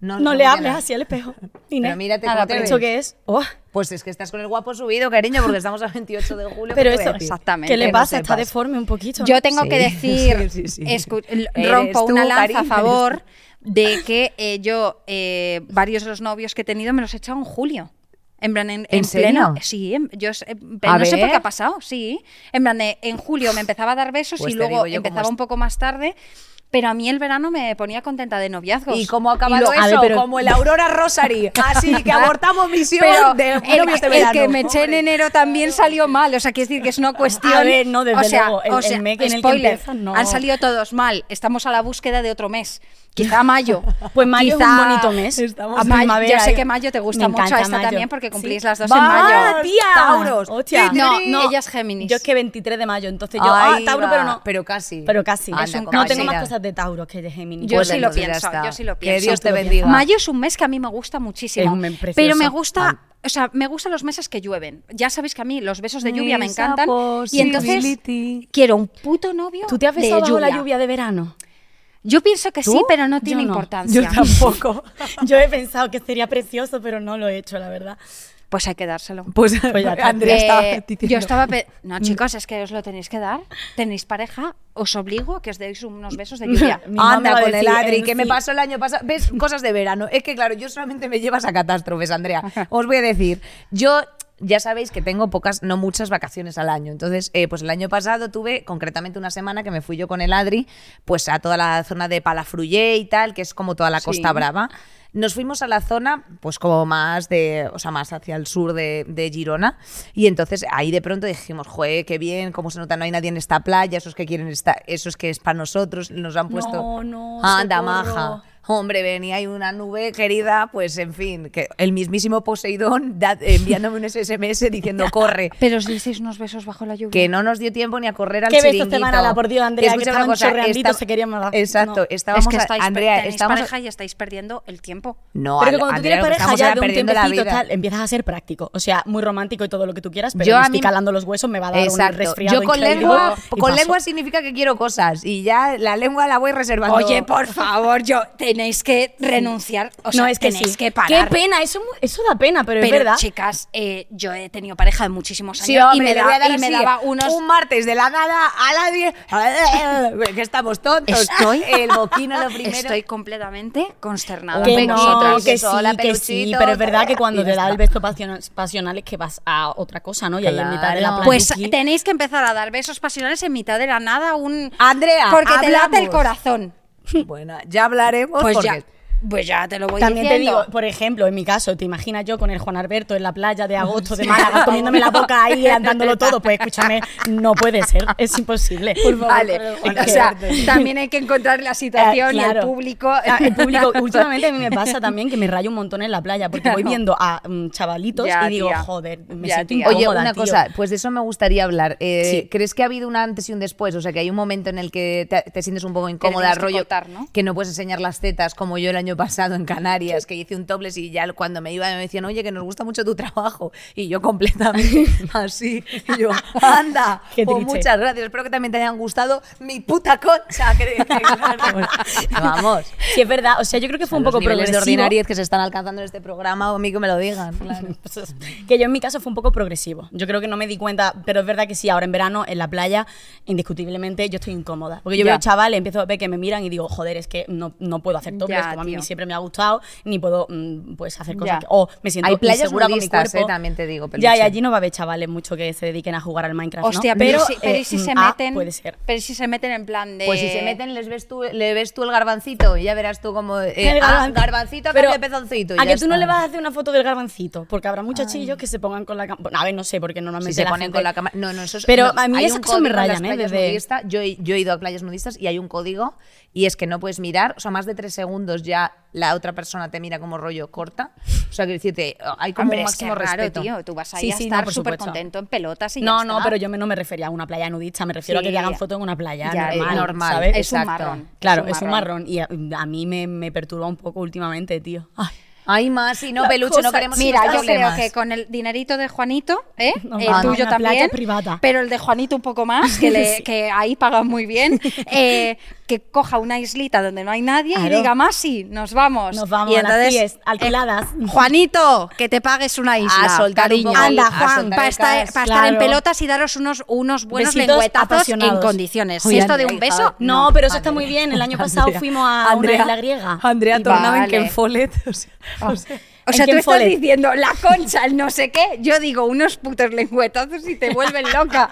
[SPEAKER 2] No
[SPEAKER 1] se
[SPEAKER 2] le
[SPEAKER 1] mira
[SPEAKER 2] hables
[SPEAKER 1] nada.
[SPEAKER 2] así al espejo. Inés.
[SPEAKER 1] Pero mírate
[SPEAKER 2] Ah,
[SPEAKER 1] cómo te
[SPEAKER 2] pero ¿Esto
[SPEAKER 1] ves.
[SPEAKER 2] qué es? Oh.
[SPEAKER 1] Pues es que estás con el guapo subido, cariño, porque estamos a 28 de julio. ¿qué
[SPEAKER 2] Pero
[SPEAKER 1] te voy a
[SPEAKER 2] eso,
[SPEAKER 1] decir?
[SPEAKER 3] Exactamente.
[SPEAKER 2] ¿qué le
[SPEAKER 1] Que no
[SPEAKER 2] pasa? Está
[SPEAKER 1] sepas.
[SPEAKER 2] deforme un poquito.
[SPEAKER 3] Yo tengo
[SPEAKER 1] Sí.
[SPEAKER 3] que
[SPEAKER 1] *laughs*
[SPEAKER 3] decir,
[SPEAKER 1] Sí, sí, sí.
[SPEAKER 3] escu- l-
[SPEAKER 1] Eres
[SPEAKER 3] rompo
[SPEAKER 1] tú,
[SPEAKER 3] una lanza a
[SPEAKER 1] Karim,
[SPEAKER 3] favor
[SPEAKER 1] eres
[SPEAKER 3] de que eh, yo, eh, varios de los novios que he tenido, me los he echado en julio. En plan, en,
[SPEAKER 1] ¿En
[SPEAKER 3] en pleno.
[SPEAKER 1] serio?
[SPEAKER 3] Sí, en- yo es- eh, no
[SPEAKER 1] A
[SPEAKER 3] sé por
[SPEAKER 1] ver.
[SPEAKER 3] qué ha pasado, sí. En plan, de- en julio me empezaba a dar besos
[SPEAKER 1] Pues
[SPEAKER 3] y
[SPEAKER 1] te
[SPEAKER 3] luego
[SPEAKER 1] digo yo cómo
[SPEAKER 3] empezaba
[SPEAKER 1] es-
[SPEAKER 3] un poco más tarde. Pero a mí el verano me ponía contenta de noviazgos.
[SPEAKER 1] ¿Y cómo ha
[SPEAKER 2] Y
[SPEAKER 1] acabado
[SPEAKER 2] lo- a
[SPEAKER 1] eso?
[SPEAKER 2] ver, pero-
[SPEAKER 1] Como el Aurora
[SPEAKER 2] *laughs*
[SPEAKER 1] Rosary. Así que abortamos misión
[SPEAKER 3] Pero
[SPEAKER 1] de
[SPEAKER 3] el,
[SPEAKER 1] novios de
[SPEAKER 3] el
[SPEAKER 1] verano.
[SPEAKER 3] que me eché en
[SPEAKER 1] Hombre.
[SPEAKER 3] enero también salió mal. O sea, quiere decir que es una cuestión.
[SPEAKER 2] A ver, no, desde
[SPEAKER 3] o sea,
[SPEAKER 2] luego, el-
[SPEAKER 3] o
[SPEAKER 2] el
[SPEAKER 3] sea,
[SPEAKER 2] mes en el que
[SPEAKER 3] spoiler,
[SPEAKER 2] empiezas, no.
[SPEAKER 3] Han salido todos mal. Estamos a la búsqueda de otro mes. Quizá mayo.
[SPEAKER 2] *laughs* Pues mayo
[SPEAKER 3] Quizá-
[SPEAKER 2] es un bonito mes.
[SPEAKER 1] Estamos
[SPEAKER 2] A
[SPEAKER 3] Mayo-
[SPEAKER 2] primavera, ¿eh?
[SPEAKER 3] yo sé
[SPEAKER 2] yo-
[SPEAKER 3] que mayo te gusta
[SPEAKER 2] Me
[SPEAKER 3] mucho
[SPEAKER 2] encanta
[SPEAKER 3] a esta
[SPEAKER 2] mayo.
[SPEAKER 3] también porque cumplís las dos
[SPEAKER 1] Va,
[SPEAKER 3] en mayo.
[SPEAKER 2] ¡Ah, tía!
[SPEAKER 1] Tauros.
[SPEAKER 2] Hostia.
[SPEAKER 1] Tiri,
[SPEAKER 3] No,
[SPEAKER 1] tiri.
[SPEAKER 3] no, ella es Géminis.
[SPEAKER 2] Yo es que 23 de mayo, entonces yo.
[SPEAKER 1] Ahí
[SPEAKER 2] ah, Tauro,
[SPEAKER 1] va.
[SPEAKER 2] pero no.
[SPEAKER 1] Pero casi.
[SPEAKER 2] Pero casi.
[SPEAKER 1] Anda,
[SPEAKER 2] Es un- no
[SPEAKER 1] compañera.
[SPEAKER 2] tengo más cosas de Tauro que de Géminis.
[SPEAKER 3] Yo
[SPEAKER 1] Pues
[SPEAKER 3] sí lo
[SPEAKER 1] entonces ya
[SPEAKER 3] pienso,
[SPEAKER 1] está.
[SPEAKER 3] yo sí lo
[SPEAKER 1] Que
[SPEAKER 3] pienso.
[SPEAKER 1] Dios te
[SPEAKER 3] Tú lo
[SPEAKER 1] bendiga.
[SPEAKER 3] piensas. Mayo es un mes que a mí me gusta muchísimo.
[SPEAKER 2] Es un mes
[SPEAKER 3] Pero me
[SPEAKER 2] precioso.
[SPEAKER 3] gusta,
[SPEAKER 2] Al-
[SPEAKER 3] o sea, me gustan los meses que llueven. Ya sabéis que a mí los besos de lluvia me
[SPEAKER 1] Mis
[SPEAKER 3] encantan.
[SPEAKER 1] sapos,
[SPEAKER 3] Y entonces
[SPEAKER 1] Bility.
[SPEAKER 3] quiero un puto novio.
[SPEAKER 2] ¿Tú te has
[SPEAKER 3] de
[SPEAKER 2] besado bajo la lluvia de verano?
[SPEAKER 3] Yo pienso que sí,
[SPEAKER 2] ¿Tú?
[SPEAKER 3] pero no
[SPEAKER 2] Yo
[SPEAKER 3] tiene
[SPEAKER 2] no.
[SPEAKER 3] importancia.
[SPEAKER 1] tampoco.
[SPEAKER 2] *laughs* Yo he pensado que sería precioso, pero no lo he hecho, la verdad.
[SPEAKER 3] *laughs* Pues hay que dárselo.
[SPEAKER 1] Pues,
[SPEAKER 2] Pues ya está.
[SPEAKER 1] Andrea
[SPEAKER 3] Eh,
[SPEAKER 1] estaba Mm. diciendo,
[SPEAKER 3] yo estaba pe- no chicos es que os lo tenéis que dar tenéis pareja os obligo a que os deis unos besos
[SPEAKER 1] *laughs*
[SPEAKER 3] de lluvia
[SPEAKER 2] Mi mamá
[SPEAKER 1] Anda
[SPEAKER 2] va a
[SPEAKER 1] con el
[SPEAKER 2] decir,
[SPEAKER 1] Adri,
[SPEAKER 2] en
[SPEAKER 1] que me
[SPEAKER 2] sí.
[SPEAKER 1] pasó el año pasado.
[SPEAKER 2] *laughs*
[SPEAKER 1] ¿Ves? Cosas de verano. Es que, claro, yo solamente me llevas a catástrofes, Andrea.
[SPEAKER 2] *laughs*
[SPEAKER 1] Os voy a decir, yo ya sabéis que tengo pocas, no muchas vacaciones al año. Entonces, eh, pues el año pasado tuve concretamente una semana que me fui yo con el Adri, pues a toda la zona de Palafruyé y tal, que es como toda la Costa Brava. Nos fuimos a la zona, pues como más de, o sea, más hacia el sur de, de Girona. Y entonces ahí de pronto dijimos, joe, qué bien, cómo se nota, no hay nadie en esta playa, esos que quieren estar, esos que es para nosotros, nos han puesto. "Ah,
[SPEAKER 2] No, no,
[SPEAKER 1] Anda,
[SPEAKER 2] socorro.
[SPEAKER 1] maja. Hombre, venía hay una nube, querida, pues en fin, que el mismísimo Poseidón da- enviándome unos SMS
[SPEAKER 2] *laughs*
[SPEAKER 1] diciendo corre.
[SPEAKER 3] pero os disteis unos besos bajo la lluvia
[SPEAKER 1] Que no nos dio tiempo ni a correr al
[SPEAKER 2] Qué besos te
[SPEAKER 1] chiringuito.
[SPEAKER 2] van a dar, por Dios, Andrea, que
[SPEAKER 1] escucha
[SPEAKER 2] estaban
[SPEAKER 1] una cosa,
[SPEAKER 2] chorreanditos,
[SPEAKER 1] esta-
[SPEAKER 2] se querían matar.
[SPEAKER 1] Exacto,
[SPEAKER 2] No.
[SPEAKER 1] estábamos...
[SPEAKER 3] es que
[SPEAKER 1] a-
[SPEAKER 3] estáis per-
[SPEAKER 1] Andrea,
[SPEAKER 3] tenéis
[SPEAKER 1] estamos...
[SPEAKER 3] pareja y estáis perdiendo el tiempo
[SPEAKER 1] No,
[SPEAKER 2] Pero que
[SPEAKER 1] Al-
[SPEAKER 2] cuando tú
[SPEAKER 1] Andrea,
[SPEAKER 2] tienes pareja
[SPEAKER 1] estamos
[SPEAKER 2] ya
[SPEAKER 1] ya
[SPEAKER 2] de un
[SPEAKER 1] perdiendo la
[SPEAKER 2] tiempecito
[SPEAKER 1] vida.
[SPEAKER 2] tal, empiezas a ser práctico. O sea, muy romántico y todo lo que tú quieras, pero
[SPEAKER 1] Yo
[SPEAKER 2] yo
[SPEAKER 1] a
[SPEAKER 2] me estoy
[SPEAKER 1] mí-
[SPEAKER 2] calando los huesos, me va a dar un
[SPEAKER 1] Exacto.
[SPEAKER 2] resfriado
[SPEAKER 1] Yo con
[SPEAKER 2] increíble
[SPEAKER 1] lengua,
[SPEAKER 2] y
[SPEAKER 1] con
[SPEAKER 2] paso.
[SPEAKER 1] lengua significa que quiero cosas y ya la lengua la voy reservando.
[SPEAKER 3] Oye, por favor, yo tenéis que renunciar, o sea,
[SPEAKER 2] no, es que
[SPEAKER 3] tenéis
[SPEAKER 2] sí.
[SPEAKER 3] que parar.
[SPEAKER 2] Qué pena, eso, mu- eso da pena, pero,
[SPEAKER 3] Pero,
[SPEAKER 2] es verdad.
[SPEAKER 3] chicas, eh, yo he tenido pareja de muchísimos años
[SPEAKER 1] Sí, hombre,
[SPEAKER 3] y me,
[SPEAKER 1] le
[SPEAKER 3] da-
[SPEAKER 1] voy a dar
[SPEAKER 3] y me
[SPEAKER 1] así,
[SPEAKER 3] daba unos...
[SPEAKER 1] Un martes de la nada a la *laughs* 10. que estamos tontos.
[SPEAKER 2] *laughs*
[SPEAKER 3] Estoy-
[SPEAKER 1] *laughs* El boquino
[SPEAKER 3] *laughs*
[SPEAKER 1] lo primero.
[SPEAKER 3] Estoy completamente consternada.
[SPEAKER 2] Que
[SPEAKER 1] Ven
[SPEAKER 2] no,
[SPEAKER 1] vosotras,
[SPEAKER 2] que sí,
[SPEAKER 1] eso, hola,
[SPEAKER 2] que sí,
[SPEAKER 1] peluchito,
[SPEAKER 2] pero es verdad que
[SPEAKER 1] y
[SPEAKER 2] cuando
[SPEAKER 1] ya
[SPEAKER 2] te da
[SPEAKER 1] está.
[SPEAKER 2] el beso pasional, pasional es que vas a otra cosa, ¿no? Y ahí en mitad de la
[SPEAKER 1] Claro.
[SPEAKER 2] playa.
[SPEAKER 3] Pues
[SPEAKER 2] aquí-
[SPEAKER 3] tenéis que empezar a dar besos pasionales en mitad de la nada, un...
[SPEAKER 1] Andrea,
[SPEAKER 3] Porque te late el
[SPEAKER 1] hablamos.
[SPEAKER 3] corazón.
[SPEAKER 1] Bueno, ya hablaremos.
[SPEAKER 3] Pues
[SPEAKER 1] porque-
[SPEAKER 3] ya, pues ya te lo voy
[SPEAKER 2] También te
[SPEAKER 3] diciendo.
[SPEAKER 2] digo, por ejemplo, en mi caso, te imaginas yo con el Juan Alberto en la playa de agosto de Málaga comiéndome la boca
[SPEAKER 3] *laughs*
[SPEAKER 2] ahí y dándolo todo, pues escúchame, no puede ser, es imposible. Por
[SPEAKER 3] Vale,
[SPEAKER 1] *laughs*
[SPEAKER 3] o *laughs* sea, también hay que encontrar la situación y Ah, el público.
[SPEAKER 2] eh, Ah,
[SPEAKER 1] *laughs*
[SPEAKER 2] el
[SPEAKER 3] *laughs*
[SPEAKER 2] público, últimamente a mí me pasa también que me rayo un montón en la playa porque voy viendo a mm, chavalitos
[SPEAKER 3] Ya,
[SPEAKER 2] y digo,
[SPEAKER 3] tía.
[SPEAKER 2] joder, me
[SPEAKER 3] Ya,
[SPEAKER 2] siento
[SPEAKER 3] tía.
[SPEAKER 2] incómoda,
[SPEAKER 1] Oye, una
[SPEAKER 2] tío". *laughs*
[SPEAKER 1] cosa, pues de eso me gustaría hablar. Eh,
[SPEAKER 2] Sí.
[SPEAKER 1] ¿Crees que ha habido un antes y un después? O sea, que hay un momento en el que te, te sientes un poco incómoda,
[SPEAKER 3] Tenemos que
[SPEAKER 1] rollo
[SPEAKER 3] cortar, ¿no?
[SPEAKER 1] que no puedes enseñar las tetas, como yo el año pasado en Canarias, que hice un topless y ya cuando me iba me decían, oye, que nos gusta mucho tu trabajo. Y yo *laughs* completamente así. Y yo, *laughs* anda,
[SPEAKER 2] Qué
[SPEAKER 1] pues
[SPEAKER 2] triste.
[SPEAKER 1] muchas gracias. Espero que también te hayan gustado mi puta concha. *laughs* que- que claro. *laughs* Vamos.
[SPEAKER 2] Sí, es verdad, o sea, yo creo que fue un
[SPEAKER 1] Los
[SPEAKER 2] poco
[SPEAKER 1] niveles de
[SPEAKER 2] progresivo.
[SPEAKER 1] ordinariez que se están alcanzando en este programa, o a mí que me lo digan.
[SPEAKER 2] que yo en mi caso fue un poco progresivo. Yo creo que no me di cuenta, pero es verdad que sí, ahora en verano, en la playa, indiscutiblemente yo estoy incómoda. Porque yo
[SPEAKER 1] Ya.
[SPEAKER 2] veo chavales, empiezo a ver que me miran y digo, joder, es que no, no puedo hacer topless
[SPEAKER 3] Ya,
[SPEAKER 2] como a
[SPEAKER 3] tío.
[SPEAKER 2] mí siempre me ha gustado, ni puedo mm, pues hacer
[SPEAKER 3] Ya.
[SPEAKER 2] cosas que... O me siento
[SPEAKER 1] Hay playas
[SPEAKER 2] insegura con mi
[SPEAKER 1] nudistas,
[SPEAKER 2] cuerpo.
[SPEAKER 1] eh, también te digo,
[SPEAKER 2] Ya, y
[SPEAKER 1] peluche.
[SPEAKER 2] allí no va a haber chavales mucho que se dediquen a jugar al Minecraft,
[SPEAKER 3] Hostia,
[SPEAKER 2] ¿no?
[SPEAKER 3] pero, si, pero ¿y si
[SPEAKER 2] eh,
[SPEAKER 3] se
[SPEAKER 2] ah,
[SPEAKER 3] meten.
[SPEAKER 2] puede ser.
[SPEAKER 3] Pero ¿y si se meten en plan de.
[SPEAKER 1] Pues si se
[SPEAKER 2] Eh,
[SPEAKER 1] meten, les ves tú, le ves tú el garbancito y ya verás tú como... eh,
[SPEAKER 2] El
[SPEAKER 1] ah,
[SPEAKER 2] garbanzo.
[SPEAKER 1] garbancito,
[SPEAKER 2] Pero,
[SPEAKER 1] cambia pezoncito. y
[SPEAKER 2] A
[SPEAKER 1] ya
[SPEAKER 2] que tú no
[SPEAKER 1] está.
[SPEAKER 2] le vas a hacer una foto del garbancito, porque habrá muchos chillos que se pongan con la cámara. a ver, no sé, porque normalmente.
[SPEAKER 1] Si se
[SPEAKER 2] la
[SPEAKER 1] ponen
[SPEAKER 2] gente-
[SPEAKER 1] con la cama... No, no, eso es-
[SPEAKER 2] Pero
[SPEAKER 1] no,
[SPEAKER 2] a mí
[SPEAKER 1] hay
[SPEAKER 2] esas
[SPEAKER 1] un
[SPEAKER 2] cosas me
[SPEAKER 1] código en las
[SPEAKER 2] rayan, ¿eh?
[SPEAKER 1] playas
[SPEAKER 2] Desde-
[SPEAKER 1] nudistas. Yo, he- yo he ido a playas nudistas y hay un código y es que no puedes mirar, o sea, más de tres segundos ya la otra persona te mira como rollo corta. O sea, que decirte, hay como
[SPEAKER 3] Hombre,
[SPEAKER 1] un
[SPEAKER 3] es que
[SPEAKER 1] máximo
[SPEAKER 3] raro,
[SPEAKER 1] respeto.
[SPEAKER 3] tío. Tú vas ahí
[SPEAKER 2] Sí,
[SPEAKER 3] a
[SPEAKER 2] sí, no,
[SPEAKER 3] estar
[SPEAKER 2] por
[SPEAKER 3] súper
[SPEAKER 2] supuesto.
[SPEAKER 3] contento en pelotas y ya
[SPEAKER 2] No,
[SPEAKER 3] está.
[SPEAKER 2] no, pero yo me- no me refería a una playa nudista, me refiero
[SPEAKER 3] Sí,
[SPEAKER 2] a que te hagan
[SPEAKER 3] ya.
[SPEAKER 2] foto en una playa
[SPEAKER 3] Ya, eh,
[SPEAKER 2] normal,
[SPEAKER 1] normal,
[SPEAKER 2] ¿sabes?
[SPEAKER 3] Es un
[SPEAKER 1] Exacto.
[SPEAKER 3] marrón.
[SPEAKER 2] Claro, es un marrón y a, a mí me, me perturba un poco últimamente, tío. Ay,
[SPEAKER 1] Hay más y no,
[SPEAKER 2] La
[SPEAKER 1] peluche, no
[SPEAKER 2] cosa-
[SPEAKER 1] queremos
[SPEAKER 3] Mira,
[SPEAKER 1] irnos a
[SPEAKER 3] yo
[SPEAKER 1] problemas.
[SPEAKER 3] creo que con el dinerito de Juanito, ¿eh?
[SPEAKER 2] No,
[SPEAKER 3] el
[SPEAKER 2] no, no,
[SPEAKER 3] tuyo
[SPEAKER 2] una playa
[SPEAKER 3] también,
[SPEAKER 2] privada.
[SPEAKER 3] pero el de Juanito un poco más, que, le-
[SPEAKER 2] Sí. *laughs*
[SPEAKER 3] que ahí paga muy bien, eh, que coja una islita donde no hay nadie y
[SPEAKER 2] Claro.
[SPEAKER 3] diga, Masi, nos
[SPEAKER 1] Pues,
[SPEAKER 3] vamos.
[SPEAKER 2] Nos vamos
[SPEAKER 3] y
[SPEAKER 2] a las
[SPEAKER 3] entonces,
[SPEAKER 2] fiestas,
[SPEAKER 3] eh,
[SPEAKER 2] alquiladas.
[SPEAKER 3] Juanito, que te pagues una isla,
[SPEAKER 1] soltar un
[SPEAKER 3] cariño.
[SPEAKER 1] poco el-
[SPEAKER 2] Anda,
[SPEAKER 1] a
[SPEAKER 2] Juan,
[SPEAKER 1] soltar
[SPEAKER 3] para
[SPEAKER 1] el
[SPEAKER 3] estar,
[SPEAKER 1] cas-
[SPEAKER 3] para estar en
[SPEAKER 2] claro.
[SPEAKER 3] pelotas y daros unos, unos buenos
[SPEAKER 2] Besitos
[SPEAKER 3] lengüetazos en
[SPEAKER 2] apasionados.
[SPEAKER 3] condiciones.
[SPEAKER 1] Uy,
[SPEAKER 3] Esto de
[SPEAKER 1] Andrea,
[SPEAKER 3] un beso,
[SPEAKER 2] no,
[SPEAKER 1] No,
[SPEAKER 2] pero eso está
[SPEAKER 1] Andrea.
[SPEAKER 2] muy bien. El año pasado fuimos a
[SPEAKER 1] Andrea-
[SPEAKER 2] una isla griega. Ah.
[SPEAKER 1] Andrea
[SPEAKER 3] Y
[SPEAKER 1] tornaba en
[SPEAKER 3] vale.
[SPEAKER 1] Ken Follett. o sea, o sea,
[SPEAKER 3] O sea,
[SPEAKER 2] ¿En
[SPEAKER 3] tú
[SPEAKER 2] quién
[SPEAKER 3] estás
[SPEAKER 2] Follett?
[SPEAKER 3] diciendo la concha, el no sé qué. Yo digo unos putos lengüetazos y te vuelven loca.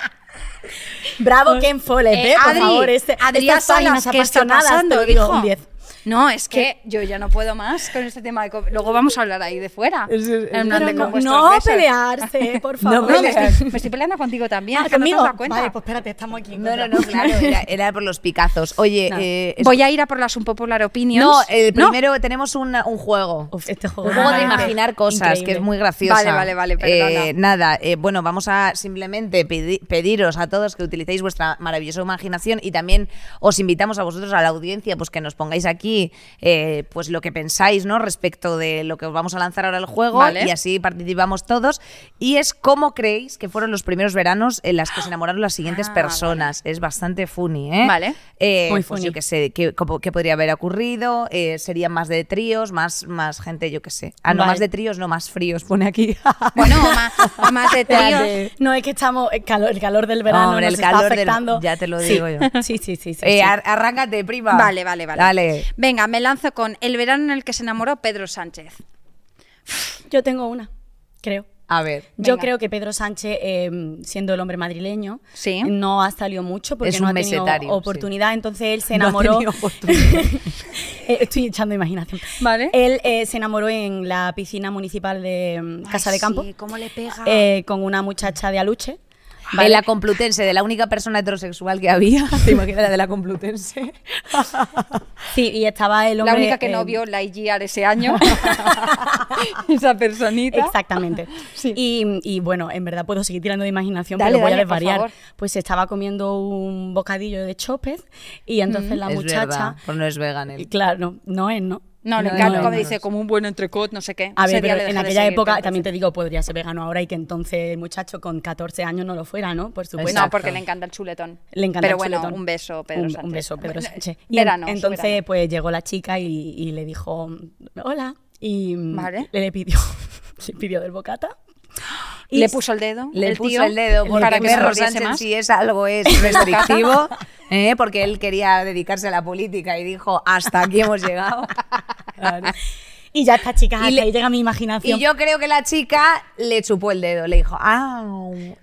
[SPEAKER 2] Bravo, Ken Follett,
[SPEAKER 3] Eh,
[SPEAKER 2] ¿eh? Por
[SPEAKER 1] Pues,
[SPEAKER 2] *laughs*
[SPEAKER 3] Adri,
[SPEAKER 2] favor, este,
[SPEAKER 3] Adri
[SPEAKER 2] estas
[SPEAKER 3] Asalas,
[SPEAKER 2] páginas
[SPEAKER 3] ¿qué está
[SPEAKER 2] apasionadas,
[SPEAKER 3] pasando,
[SPEAKER 2] te lo digo,
[SPEAKER 3] hijo?
[SPEAKER 2] un 10.
[SPEAKER 3] No, es que yo ya no puedo más con este tema. de co- Luego vamos a hablar ahí de fuera.
[SPEAKER 1] Es- es-
[SPEAKER 3] en plan
[SPEAKER 2] Pero
[SPEAKER 3] de con
[SPEAKER 2] no,
[SPEAKER 3] vuestros
[SPEAKER 2] no *laughs*
[SPEAKER 3] besos.
[SPEAKER 2] pelearse, por
[SPEAKER 1] No
[SPEAKER 2] favor.
[SPEAKER 3] No, me,
[SPEAKER 1] pelear.
[SPEAKER 3] estoy, *laughs* me estoy peleando contigo también.
[SPEAKER 2] Ah,
[SPEAKER 3] que no te has
[SPEAKER 2] conmigo.
[SPEAKER 3] dado cuenta.
[SPEAKER 4] Vale, pues espérate, estamos aquí.
[SPEAKER 1] No, no, no, claro, era, era por los picazos. Oye,
[SPEAKER 2] *laughs* No.
[SPEAKER 1] eh, es-
[SPEAKER 3] Voy a ir a por las un popular opinions.
[SPEAKER 1] no, el primero tenemos una- un juego.
[SPEAKER 2] Uf, *laughs* este juego.
[SPEAKER 1] Un juego de
[SPEAKER 3] Ah,
[SPEAKER 1] imaginar cosas, que
[SPEAKER 2] increíble.
[SPEAKER 1] es muy graciosa.
[SPEAKER 3] Vale, vale, vale, perdona.
[SPEAKER 1] Eh, nada, eh, bueno, vamos a simplemente pedi- pediros a todos que utilicéis vuestra maravillosa imaginación y también os invitamos a vosotros, a la audiencia, pues que nos pongáis aquí eh, pues lo que pensáis, ¿no? Respecto de lo que os vamos a lanzar ahora el juego
[SPEAKER 3] Vale.
[SPEAKER 1] y así participamos todos. Y es cómo creéis que fueron los primeros veranos en las que se enamoraron las siguientes
[SPEAKER 3] Ah,
[SPEAKER 1] personas. Es bastante funny, ¿eh?
[SPEAKER 3] Vale.
[SPEAKER 1] Eh,
[SPEAKER 2] Muy
[SPEAKER 1] pues
[SPEAKER 2] funny.
[SPEAKER 1] yo qué sé, qué, cómo- qué podría haber ocurrido, eh, serían más de tríos, más, más gente, yo qué sé. Ah, no,
[SPEAKER 2] Vale.
[SPEAKER 1] más de tríos, no más fríos, pone aquí. *laughs* Eh,
[SPEAKER 3] Bueno, o más, o *laughs* más de tríos.
[SPEAKER 2] No, es que estamos. El calor, el calor del verano
[SPEAKER 1] Hombre,
[SPEAKER 2] nos
[SPEAKER 1] el calor
[SPEAKER 2] está
[SPEAKER 1] del-
[SPEAKER 2] afectando.
[SPEAKER 1] ya te lo
[SPEAKER 2] Sí,
[SPEAKER 1] digo yo.
[SPEAKER 2] *laughs* Sí, sí, sí. sí,
[SPEAKER 1] Eh,
[SPEAKER 2] sí.
[SPEAKER 1] ar- arráncate, prima.
[SPEAKER 3] Vale, vale, vale.
[SPEAKER 1] Dale.
[SPEAKER 3] Venga, me lanzo con el verano en el que se enamoró Pedro Sánchez.
[SPEAKER 2] Yo tengo una, creo.
[SPEAKER 1] A ver.
[SPEAKER 2] Yo
[SPEAKER 3] Venga.
[SPEAKER 2] creo que Pedro Sánchez, eh, siendo el hombre madrileño,
[SPEAKER 3] Sí.
[SPEAKER 2] no ha salido mucho porque
[SPEAKER 1] Es
[SPEAKER 2] no
[SPEAKER 1] un
[SPEAKER 2] ha tenido
[SPEAKER 1] mesetario, sí.
[SPEAKER 2] oportunidad. Entonces él se
[SPEAKER 1] *laughs* No ha
[SPEAKER 2] enamoró.
[SPEAKER 3] *laughs*
[SPEAKER 1] tenido oportunidad. *laughs*
[SPEAKER 2] Eh, Estoy echando imaginación.
[SPEAKER 3] Vale.
[SPEAKER 2] Él eh, se enamoró en la piscina municipal de mm, Casa
[SPEAKER 3] Ay,
[SPEAKER 2] de Campo
[SPEAKER 3] Sí, cómo le pega.
[SPEAKER 2] eh, con una muchacha de Aluche. Vale.
[SPEAKER 1] En la Complutense, de la única persona heterosexual que había. *laughs* ¿Te imaginas la de la
[SPEAKER 3] *laughs*
[SPEAKER 1] Complutense?
[SPEAKER 2] Sí, y estaba el hombre.
[SPEAKER 3] la única que
[SPEAKER 2] eh,
[SPEAKER 3] no vio la IGR
[SPEAKER 2] *laughs*
[SPEAKER 3] ese año. Esa personita.
[SPEAKER 2] Exactamente.
[SPEAKER 3] *laughs* Sí.
[SPEAKER 2] Y, y, bueno, en verdad puedo seguir tirando de imaginación,
[SPEAKER 3] Dale,
[SPEAKER 2] pero voy a
[SPEAKER 3] dale, por
[SPEAKER 2] desvariar.
[SPEAKER 3] favor.
[SPEAKER 2] Pues estaba comiendo un bocadillo de chopez y entonces la
[SPEAKER 1] es
[SPEAKER 2] muchacha.
[SPEAKER 1] verdad, pues no es vegan él.
[SPEAKER 2] Y Claro, no es, ¿no?
[SPEAKER 3] No, le
[SPEAKER 1] No,
[SPEAKER 3] encanta
[SPEAKER 1] no,
[SPEAKER 3] como
[SPEAKER 1] no.
[SPEAKER 3] dice, como un buen entrecot, no sé qué.
[SPEAKER 2] A ver,
[SPEAKER 3] Ese día
[SPEAKER 2] pero
[SPEAKER 3] le
[SPEAKER 2] en
[SPEAKER 3] dejé de
[SPEAKER 2] aquella
[SPEAKER 3] seguir,
[SPEAKER 2] época
[SPEAKER 3] pero
[SPEAKER 2] también
[SPEAKER 3] pensé-
[SPEAKER 2] te digo, podría ser vegano ahora y que entonces el muchacho con 14 años no lo fuera, ¿no? Por supuesto.
[SPEAKER 3] No,
[SPEAKER 1] Exacto.
[SPEAKER 3] porque le encanta el chuletón.
[SPEAKER 2] Le encanta
[SPEAKER 3] Pero
[SPEAKER 2] el
[SPEAKER 3] bueno,
[SPEAKER 2] chuletón.
[SPEAKER 3] un beso, Pedro
[SPEAKER 2] un,
[SPEAKER 3] Sánchez.
[SPEAKER 2] un beso, Pedro
[SPEAKER 3] *laughs* Bueno,
[SPEAKER 2] Sánchez. Y en-
[SPEAKER 3] verano, su
[SPEAKER 2] entonces,
[SPEAKER 3] verano.
[SPEAKER 2] pues llegó la chica y, y le dijo, hola. Y mm,
[SPEAKER 3] Vale.
[SPEAKER 2] le, le pidió, *laughs* le pidió del bocata. Y
[SPEAKER 3] *gasps* Le puso el dedo.
[SPEAKER 1] Le
[SPEAKER 3] el
[SPEAKER 1] puso
[SPEAKER 3] tío,
[SPEAKER 1] el dedo porque
[SPEAKER 3] para que se
[SPEAKER 1] Perro
[SPEAKER 3] mordiese
[SPEAKER 1] Sánchez
[SPEAKER 3] más.
[SPEAKER 1] si es algo
[SPEAKER 3] *laughs*
[SPEAKER 1] es restrictivo, eh, porque él quería dedicarse a la política y dijo, hasta aquí hemos
[SPEAKER 3] *laughs*
[SPEAKER 1] llegado.
[SPEAKER 2] Claro. Y ya está, chicas,
[SPEAKER 1] Y
[SPEAKER 2] hasta
[SPEAKER 1] le-
[SPEAKER 2] ahí llega mi imaginación.
[SPEAKER 1] Y yo creo que la chica le chupó el dedo, le dijo, ah,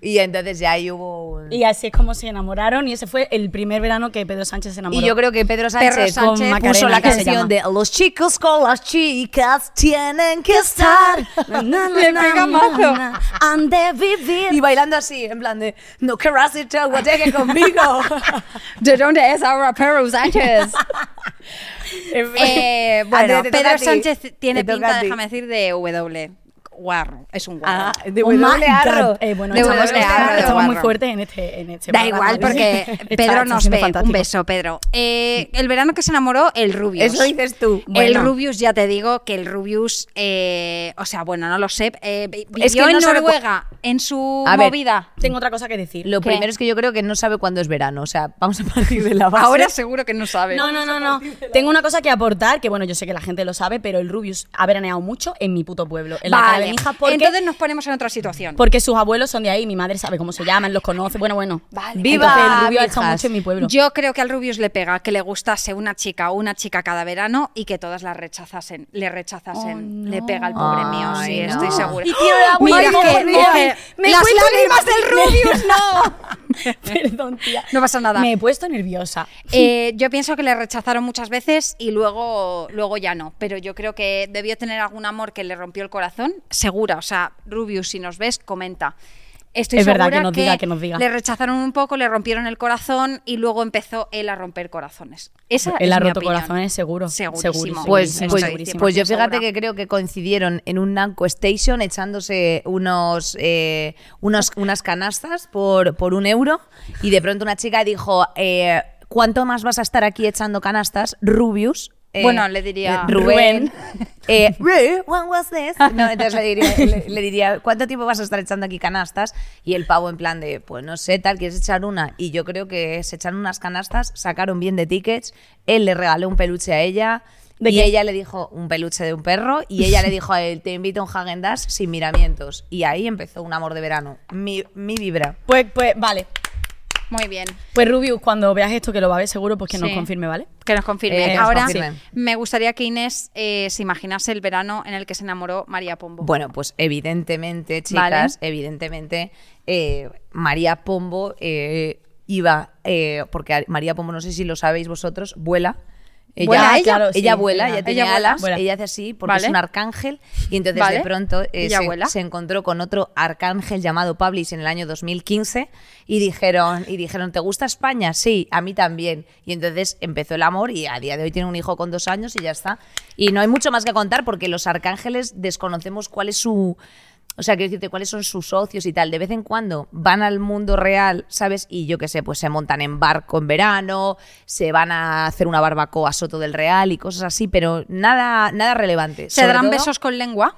[SPEAKER 1] y entonces ya ahí hubo un...
[SPEAKER 2] Y así es como se enamoraron y ese fue el primer verano que Pedro Sánchez se enamoró.
[SPEAKER 1] Y yo creo que Pedro Sánchez,
[SPEAKER 3] Perro Sánchez
[SPEAKER 1] puso
[SPEAKER 2] Macarena,
[SPEAKER 1] la
[SPEAKER 2] que se
[SPEAKER 1] canción
[SPEAKER 2] llama.
[SPEAKER 1] de Los chicos con las chicas tienen que
[SPEAKER 2] *laughs*
[SPEAKER 1] estar
[SPEAKER 2] Na, na, na,
[SPEAKER 3] *laughs* Le pega
[SPEAKER 2] na,
[SPEAKER 3] mazo.
[SPEAKER 2] na, Han de vivir.
[SPEAKER 1] y bailando así, en plan de no querrás irte al guateque
[SPEAKER 2] *laughs*
[SPEAKER 1] conmigo. *laughs*
[SPEAKER 3] ¿De dónde es ahora Pedro Sánchez? Eh, bueno,
[SPEAKER 1] Andrea, te toca a
[SPEAKER 3] Pedro
[SPEAKER 1] ti.
[SPEAKER 3] Sánchez tiene
[SPEAKER 1] Te toca a
[SPEAKER 3] pinta,
[SPEAKER 1] ti.
[SPEAKER 3] déjame decir, de W. Guarro. Es un guarro.
[SPEAKER 1] Ah, de
[SPEAKER 2] Oh
[SPEAKER 1] doble
[SPEAKER 2] my
[SPEAKER 1] arro.
[SPEAKER 2] God. Eh, bueno,
[SPEAKER 3] De
[SPEAKER 2] estamos,
[SPEAKER 3] doble arro,
[SPEAKER 2] estamos
[SPEAKER 3] guarro.
[SPEAKER 2] muy fuertes en este, en este
[SPEAKER 3] Da
[SPEAKER 2] programa,
[SPEAKER 3] igual,
[SPEAKER 1] *laughs*
[SPEAKER 2] ¿no?
[SPEAKER 3] porque
[SPEAKER 2] *laughs* Está-
[SPEAKER 3] Pedro
[SPEAKER 2] está
[SPEAKER 3] nos
[SPEAKER 2] siendo
[SPEAKER 3] ve. Un
[SPEAKER 2] fantástico.
[SPEAKER 3] beso, Pedro. Eh, el verano que se enamoró, el Rubius.
[SPEAKER 1] Eso dices tú.
[SPEAKER 2] Bueno.
[SPEAKER 3] El Rubius, ya te digo que el Rubius, eh, o sea, bueno, no lo sé, eh, vi- vivió
[SPEAKER 1] Es que
[SPEAKER 3] en
[SPEAKER 1] no sabe
[SPEAKER 3] Noruega, en su
[SPEAKER 1] A ver,
[SPEAKER 3] movida.
[SPEAKER 2] Tengo otra cosa que decir.
[SPEAKER 1] Lo
[SPEAKER 3] ¿Qué?
[SPEAKER 1] primero es que yo creo que no sabe cuándo es verano, o sea, vamos a partir de la base.
[SPEAKER 3] Ahora seguro que no sabe.
[SPEAKER 2] No, no, no, no. Tengo una cosa que aportar, que bueno, yo sé que la gente lo sabe, pero el Rubius ha veraneado mucho en mi puto pueblo, en la Cala de
[SPEAKER 3] Vale,
[SPEAKER 2] Mijas, porque,
[SPEAKER 3] entonces nos ponemos en otra situación.
[SPEAKER 2] porque sus abuelos son de ahí, mi madre sabe cómo se llaman, los conoce, bueno, bueno.
[SPEAKER 3] Vale.
[SPEAKER 1] Viva
[SPEAKER 2] Entonces el Rubius ha estado
[SPEAKER 1] Mijas.
[SPEAKER 2] mucho en mi pueblo.
[SPEAKER 3] Yo creo que al Rubius le pega que le gustase una chica o una chica cada verano y que todas las rechazasen, le rechazasen. Le pega al pobre mío,
[SPEAKER 1] Ay,
[SPEAKER 3] sí,
[SPEAKER 1] no.
[SPEAKER 3] estoy segura.
[SPEAKER 1] Y tiene la
[SPEAKER 3] Mira
[SPEAKER 1] culpa,
[SPEAKER 3] que-
[SPEAKER 1] Dios mío.
[SPEAKER 3] que-
[SPEAKER 2] Me
[SPEAKER 3] las
[SPEAKER 2] encuentro
[SPEAKER 3] lágrimas
[SPEAKER 2] en-
[SPEAKER 3] del *laughs* Rubius, no. *laughs*
[SPEAKER 2] Perdón, tía.
[SPEAKER 3] No pasa nada.
[SPEAKER 2] Me he puesto nerviosa.
[SPEAKER 3] Eh, yo pienso que le rechazaron muchas veces y luego, luego ya no. Pero yo creo que debió tener algún amor que le rompió el corazón, segura. O sea, Rubius, si nos ves, comenta. Estoy
[SPEAKER 2] Es verdad,
[SPEAKER 3] segura
[SPEAKER 2] que nos diga, que nos diga.
[SPEAKER 3] Le rechazaron un poco, le rompieron el corazón y luego empezó él a romper corazones. Esa
[SPEAKER 2] Él
[SPEAKER 3] es
[SPEAKER 2] ha
[SPEAKER 3] mi
[SPEAKER 2] roto
[SPEAKER 3] opinión.
[SPEAKER 2] corazones, seguro,
[SPEAKER 3] Segurísimo.
[SPEAKER 2] segurísimo.
[SPEAKER 1] Pues,
[SPEAKER 2] Sí,
[SPEAKER 1] pues,
[SPEAKER 2] segurísimo.
[SPEAKER 1] pues yo fíjate
[SPEAKER 3] segura.
[SPEAKER 1] que creo que coincidieron en un Nanco Station echándose unos, eh, unos- unas canastas por, por un euro y de pronto una chica dijo, eh, ¿cuánto más vas a estar aquí echando canastas, Rubius? eh,
[SPEAKER 3] Bueno, le diría-
[SPEAKER 1] eh, Rubén. eh, Ru, when was this? No, entonces le diría, le- le diría, ¿cuánto tiempo vas a estar echando aquí canastas? Y el pavo en plan de, pues no sé, tal, ¿quieres echar una? Y yo creo que se echaron unas canastas, sacaron bien de tickets, él le regaló un peluche a ella,
[SPEAKER 2] ¿De
[SPEAKER 1] y
[SPEAKER 2] qué?
[SPEAKER 1] ella le dijo un peluche de un perro y ella le dijo a él, te invito a un Häagen-Dazs sin miramientos. Y ahí empezó un amor de verano. Mi, mi vibra.
[SPEAKER 2] Pues, pues, vale.
[SPEAKER 3] Muy bien.
[SPEAKER 2] Pues Rubius, cuando veas esto, que lo va a ver seguro, pues que nos
[SPEAKER 3] Sí.
[SPEAKER 2] confirme, ¿vale?
[SPEAKER 3] Que nos confirme.
[SPEAKER 1] Eh, que nos
[SPEAKER 3] Ahora
[SPEAKER 1] confirme.
[SPEAKER 3] me gustaría que Inés eh, se imaginase el verano en el que se enamoró María Pombo.
[SPEAKER 1] Bueno, pues evidentemente, chicas, evidentemente, eh, María Pombo eh, iba, eh, porque a- María Pombo, no sé si lo sabéis vosotros, vuela. Ella,
[SPEAKER 3] ¿Vuela ella?
[SPEAKER 1] claro,
[SPEAKER 2] sí,
[SPEAKER 1] ella vuela,
[SPEAKER 2] vuela.
[SPEAKER 1] ella tiene
[SPEAKER 3] Ella vuela.
[SPEAKER 1] alas,
[SPEAKER 2] Vuela.
[SPEAKER 1] ella hace así porque
[SPEAKER 3] Vale.
[SPEAKER 1] es un arcángel y entonces
[SPEAKER 3] Vale.
[SPEAKER 1] de pronto eh,
[SPEAKER 3] Ella vuela.
[SPEAKER 1] se, se encontró con otro arcángel llamado Pablis en el año 2015 y dijeron, y dijeron, ¿te gusta España? Sí, a mí también. Y entonces empezó el amor y a día de hoy tiene un hijo con dos años y ya está. Y no hay mucho más que contar porque los arcángeles desconocemos cuál es su... O sea, quiero decirte cuáles son sus socios y tal. De vez en cuando van al mundo real, ¿sabes? Y yo qué sé, pues se montan en barco en verano, se van a hacer una barbacoa a Soto del Real y cosas así, pero nada, nada relevante.
[SPEAKER 3] ¿Se
[SPEAKER 1] Sobre
[SPEAKER 3] darán
[SPEAKER 1] todo,
[SPEAKER 3] besos con lengua?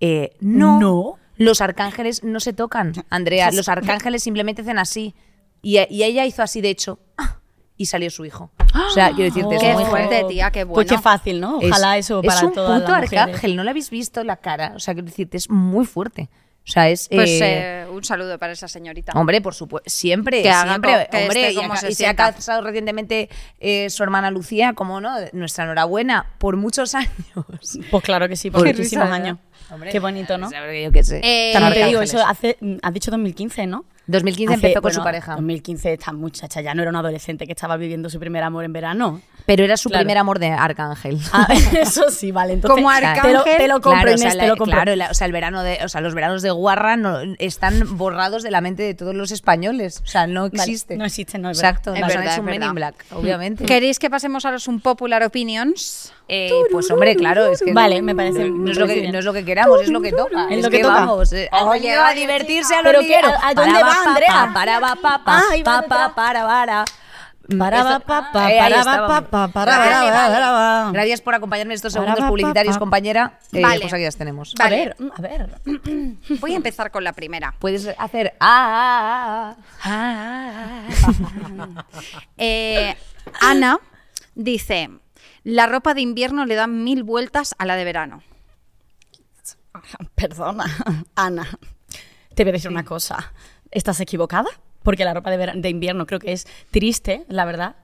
[SPEAKER 1] eh, no.
[SPEAKER 2] No.
[SPEAKER 1] Los arcángeles no se tocan, Andrea. Los arcángeles simplemente hacen así. Y, y ella hizo así, de hecho, ¡ah! y salió su hijo. O sea, quiero decirte, es
[SPEAKER 3] Oh, Qué
[SPEAKER 1] muy
[SPEAKER 3] fuerte,
[SPEAKER 1] heavy.
[SPEAKER 3] tía, qué
[SPEAKER 2] Pues
[SPEAKER 3] bueno.
[SPEAKER 2] qué fácil, ¿no? ¡Ah! Ojalá
[SPEAKER 1] Es-
[SPEAKER 2] eso
[SPEAKER 1] es
[SPEAKER 2] para
[SPEAKER 1] un
[SPEAKER 2] todas
[SPEAKER 1] puto
[SPEAKER 2] las mujeres.
[SPEAKER 1] arcángel, no le habéis visto la cara. O sea, quiero decirte, es muy fuerte. O sea, es.
[SPEAKER 3] Pues
[SPEAKER 1] eh,
[SPEAKER 3] eh, un saludo para esa señorita.
[SPEAKER 1] Hombre, por supuesto, siempre,
[SPEAKER 3] Que haga
[SPEAKER 1] siempre,
[SPEAKER 3] co- que
[SPEAKER 1] hombre,
[SPEAKER 3] esté
[SPEAKER 1] y,
[SPEAKER 3] como
[SPEAKER 1] aca-
[SPEAKER 3] se
[SPEAKER 1] y se ha
[SPEAKER 3] sienta.
[SPEAKER 1] casado recientemente eh, su hermana Lucía, como no, nuestra enhorabuena, por muchos *laughs* años.
[SPEAKER 2] Pues claro que sí, por
[SPEAKER 1] Qué
[SPEAKER 2] muchísimos
[SPEAKER 3] risa, ¿verdad?
[SPEAKER 2] años. qué bonito, ¿no?
[SPEAKER 1] Yo qué sé.
[SPEAKER 2] También
[SPEAKER 3] Eh,
[SPEAKER 2] te
[SPEAKER 1] Arcángeles.
[SPEAKER 2] digo, eso hace, mm, has dicho 2015, ¿no?
[SPEAKER 1] 2015
[SPEAKER 2] Hace-
[SPEAKER 1] empezó con su
[SPEAKER 2] bueno,
[SPEAKER 1] pareja.
[SPEAKER 2] 2015 esta muchacha ya no era una adolescente que estaba viviendo su primer amor en verano.
[SPEAKER 1] Pero era su
[SPEAKER 2] Claro.
[SPEAKER 1] primer amor de Arcángel. *laughs*
[SPEAKER 2] Ah, *laughs* eso sí, vale. Entonces,
[SPEAKER 3] Como
[SPEAKER 2] te lo-
[SPEAKER 3] arcángel,
[SPEAKER 2] te lo compro,
[SPEAKER 1] claro, o sea,
[SPEAKER 2] Inés,
[SPEAKER 1] la-
[SPEAKER 2] te lo compro.
[SPEAKER 1] claro, la- o sea, el verano de, o sea, los veranos de Guarra no- están borrados de la mente de todos los españoles. O sea, no existe.
[SPEAKER 2] no existe, no es verdad.
[SPEAKER 1] Exacto,
[SPEAKER 3] Es
[SPEAKER 1] no
[SPEAKER 3] verdad,
[SPEAKER 1] es un
[SPEAKER 3] es
[SPEAKER 1] Men
[SPEAKER 3] verdad.
[SPEAKER 1] in Black, obviamente.
[SPEAKER 3] ¿Queréis que pasemos a los un popular opinions?
[SPEAKER 1] Eh, pues hombre, claro, es que
[SPEAKER 2] Vale, me
[SPEAKER 1] no
[SPEAKER 2] parece-
[SPEAKER 1] es
[SPEAKER 2] me
[SPEAKER 1] lo
[SPEAKER 2] parece
[SPEAKER 1] que
[SPEAKER 2] bien.
[SPEAKER 1] no es lo que queramos, es lo que toca.
[SPEAKER 2] Es lo que toca.
[SPEAKER 1] vamos, eh, han venido a divertirse a los
[SPEAKER 2] Pero que,
[SPEAKER 1] ligueros.
[SPEAKER 2] ¿a- a dónde
[SPEAKER 1] Para,
[SPEAKER 2] va,
[SPEAKER 1] pa, pa,
[SPEAKER 2] Andrea?
[SPEAKER 1] Para va pa pa
[SPEAKER 2] Ah, ahí va
[SPEAKER 1] pa,
[SPEAKER 2] detrás.
[SPEAKER 1] pa, para para.
[SPEAKER 2] Para, va,
[SPEAKER 1] Esto-
[SPEAKER 2] pa, pa,
[SPEAKER 1] Eh, ahí
[SPEAKER 2] para, va,
[SPEAKER 1] estábamos.
[SPEAKER 2] pa, pa, para,
[SPEAKER 1] Vale,
[SPEAKER 2] para,
[SPEAKER 1] vale.
[SPEAKER 2] para, va.
[SPEAKER 1] Gracias por acompañarme estos
[SPEAKER 2] Para,
[SPEAKER 1] segundos
[SPEAKER 2] va, pa,
[SPEAKER 1] publicitarios,
[SPEAKER 2] pa.
[SPEAKER 1] compañera. Eh,
[SPEAKER 3] Vale.
[SPEAKER 1] Pues aquí las tenemos.
[SPEAKER 3] Vale.
[SPEAKER 2] A ver, mm, a ver.
[SPEAKER 3] Voy a empezar con
[SPEAKER 1] *laughs*
[SPEAKER 3] la primera.
[SPEAKER 1] Puedes hacer ah, ah, ah.
[SPEAKER 3] Eh, Ana dice, la ropa de invierno le da mil vueltas a la de verano.
[SPEAKER 2] *laughs* Perdona, Ana. Te voy a decir una cosa. ¿Estás equivocada? Porque la ropa de, vera- de invierno creo que es triste, la verdad.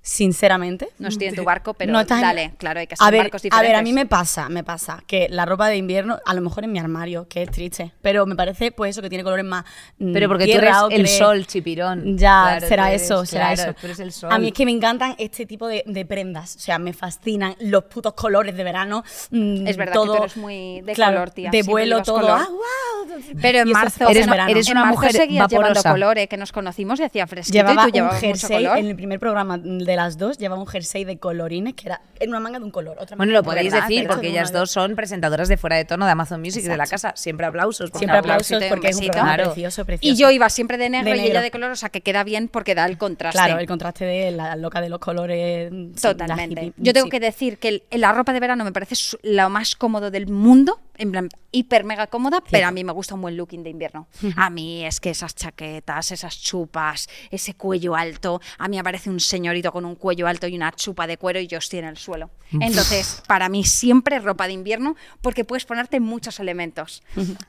[SPEAKER 2] Sinceramente.
[SPEAKER 3] No estoy en tu barco, pero
[SPEAKER 2] No estás en-
[SPEAKER 3] dale, claro, hay que
[SPEAKER 2] a
[SPEAKER 3] hacer
[SPEAKER 2] ver, A
[SPEAKER 3] barcos diferentes.
[SPEAKER 2] ver, a mí me pasa, me pasa que la ropa de invierno, a lo mejor en mi armario, que es triste, pero me parece pues eso que tiene colores más. mm,
[SPEAKER 1] Pero porque tú
[SPEAKER 2] tierra,
[SPEAKER 1] eres
[SPEAKER 2] ocre.
[SPEAKER 1] el sol, chipirón.
[SPEAKER 2] Ya,
[SPEAKER 1] Claro, tú
[SPEAKER 2] será
[SPEAKER 1] eres-
[SPEAKER 2] eso, será
[SPEAKER 1] claro,
[SPEAKER 2] eso.
[SPEAKER 1] tú eres el sol.
[SPEAKER 2] A mí es que me encantan este tipo de, de prendas, o sea, me fascinan los putos colores de verano. mm,
[SPEAKER 3] Es verdad que tú
[SPEAKER 2] todo,
[SPEAKER 3] eres muy de
[SPEAKER 2] claro,
[SPEAKER 3] color, tía,
[SPEAKER 2] De
[SPEAKER 3] siempre
[SPEAKER 2] vuelo
[SPEAKER 3] llevas
[SPEAKER 2] todo.
[SPEAKER 3] color.
[SPEAKER 2] ah, guau.
[SPEAKER 3] Pero en
[SPEAKER 2] Y eso
[SPEAKER 3] marzo,
[SPEAKER 2] hace
[SPEAKER 1] eres-
[SPEAKER 2] verano.
[SPEAKER 1] eres
[SPEAKER 3] en
[SPEAKER 1] una
[SPEAKER 3] marzo
[SPEAKER 1] mujer
[SPEAKER 3] seguías llevando
[SPEAKER 1] vaporosa.
[SPEAKER 3] colores, que nos conocimos y hacía fresquito
[SPEAKER 2] llevaba
[SPEAKER 3] y tú
[SPEAKER 2] un
[SPEAKER 3] llevabas
[SPEAKER 2] jersey
[SPEAKER 3] mucho color.
[SPEAKER 2] en el primer programa de las dos llevaba un jersey de colorines que era en una manga de un color otra
[SPEAKER 1] Bueno,
[SPEAKER 2] manga
[SPEAKER 1] lo
[SPEAKER 2] de
[SPEAKER 1] podéis
[SPEAKER 2] otra,
[SPEAKER 1] decir
[SPEAKER 2] pero
[SPEAKER 1] porque
[SPEAKER 2] de
[SPEAKER 1] ellas
[SPEAKER 2] una-
[SPEAKER 1] dos son presentadoras de fuera de tono de Amazon Music y de la
[SPEAKER 2] Exacto.
[SPEAKER 1] casa. Siempre aplausos. por
[SPEAKER 2] siempre
[SPEAKER 1] favor.
[SPEAKER 3] aplausos,
[SPEAKER 2] aplausos porque es un
[SPEAKER 3] besito.
[SPEAKER 2] programa
[SPEAKER 1] Claro.
[SPEAKER 2] precioso precioso
[SPEAKER 3] Y yo iba siempre de negro,
[SPEAKER 2] De
[SPEAKER 3] y ella
[SPEAKER 2] negro.
[SPEAKER 3] de color, o sea que queda bien porque da el contraste.
[SPEAKER 2] claro el contraste de la loca de los colores sí, la
[SPEAKER 3] Totalmente.
[SPEAKER 2] hippie,
[SPEAKER 3] Yo tengo
[SPEAKER 2] sí.
[SPEAKER 3] que decir que el- la ropa de verano me parece su- lo más cómodo del mundo, en plan hiper mega cómoda, pero a mí me gusta un buen looking de invierno. A mí es que esas chaquetas, esas chupas, ese cuello alto, a mí aparece un señorito con un cuello alto y una chupa de cuero y yo estoy en el suelo. Entonces, para mí siempre ropa de invierno porque puedes ponerte muchos elementos,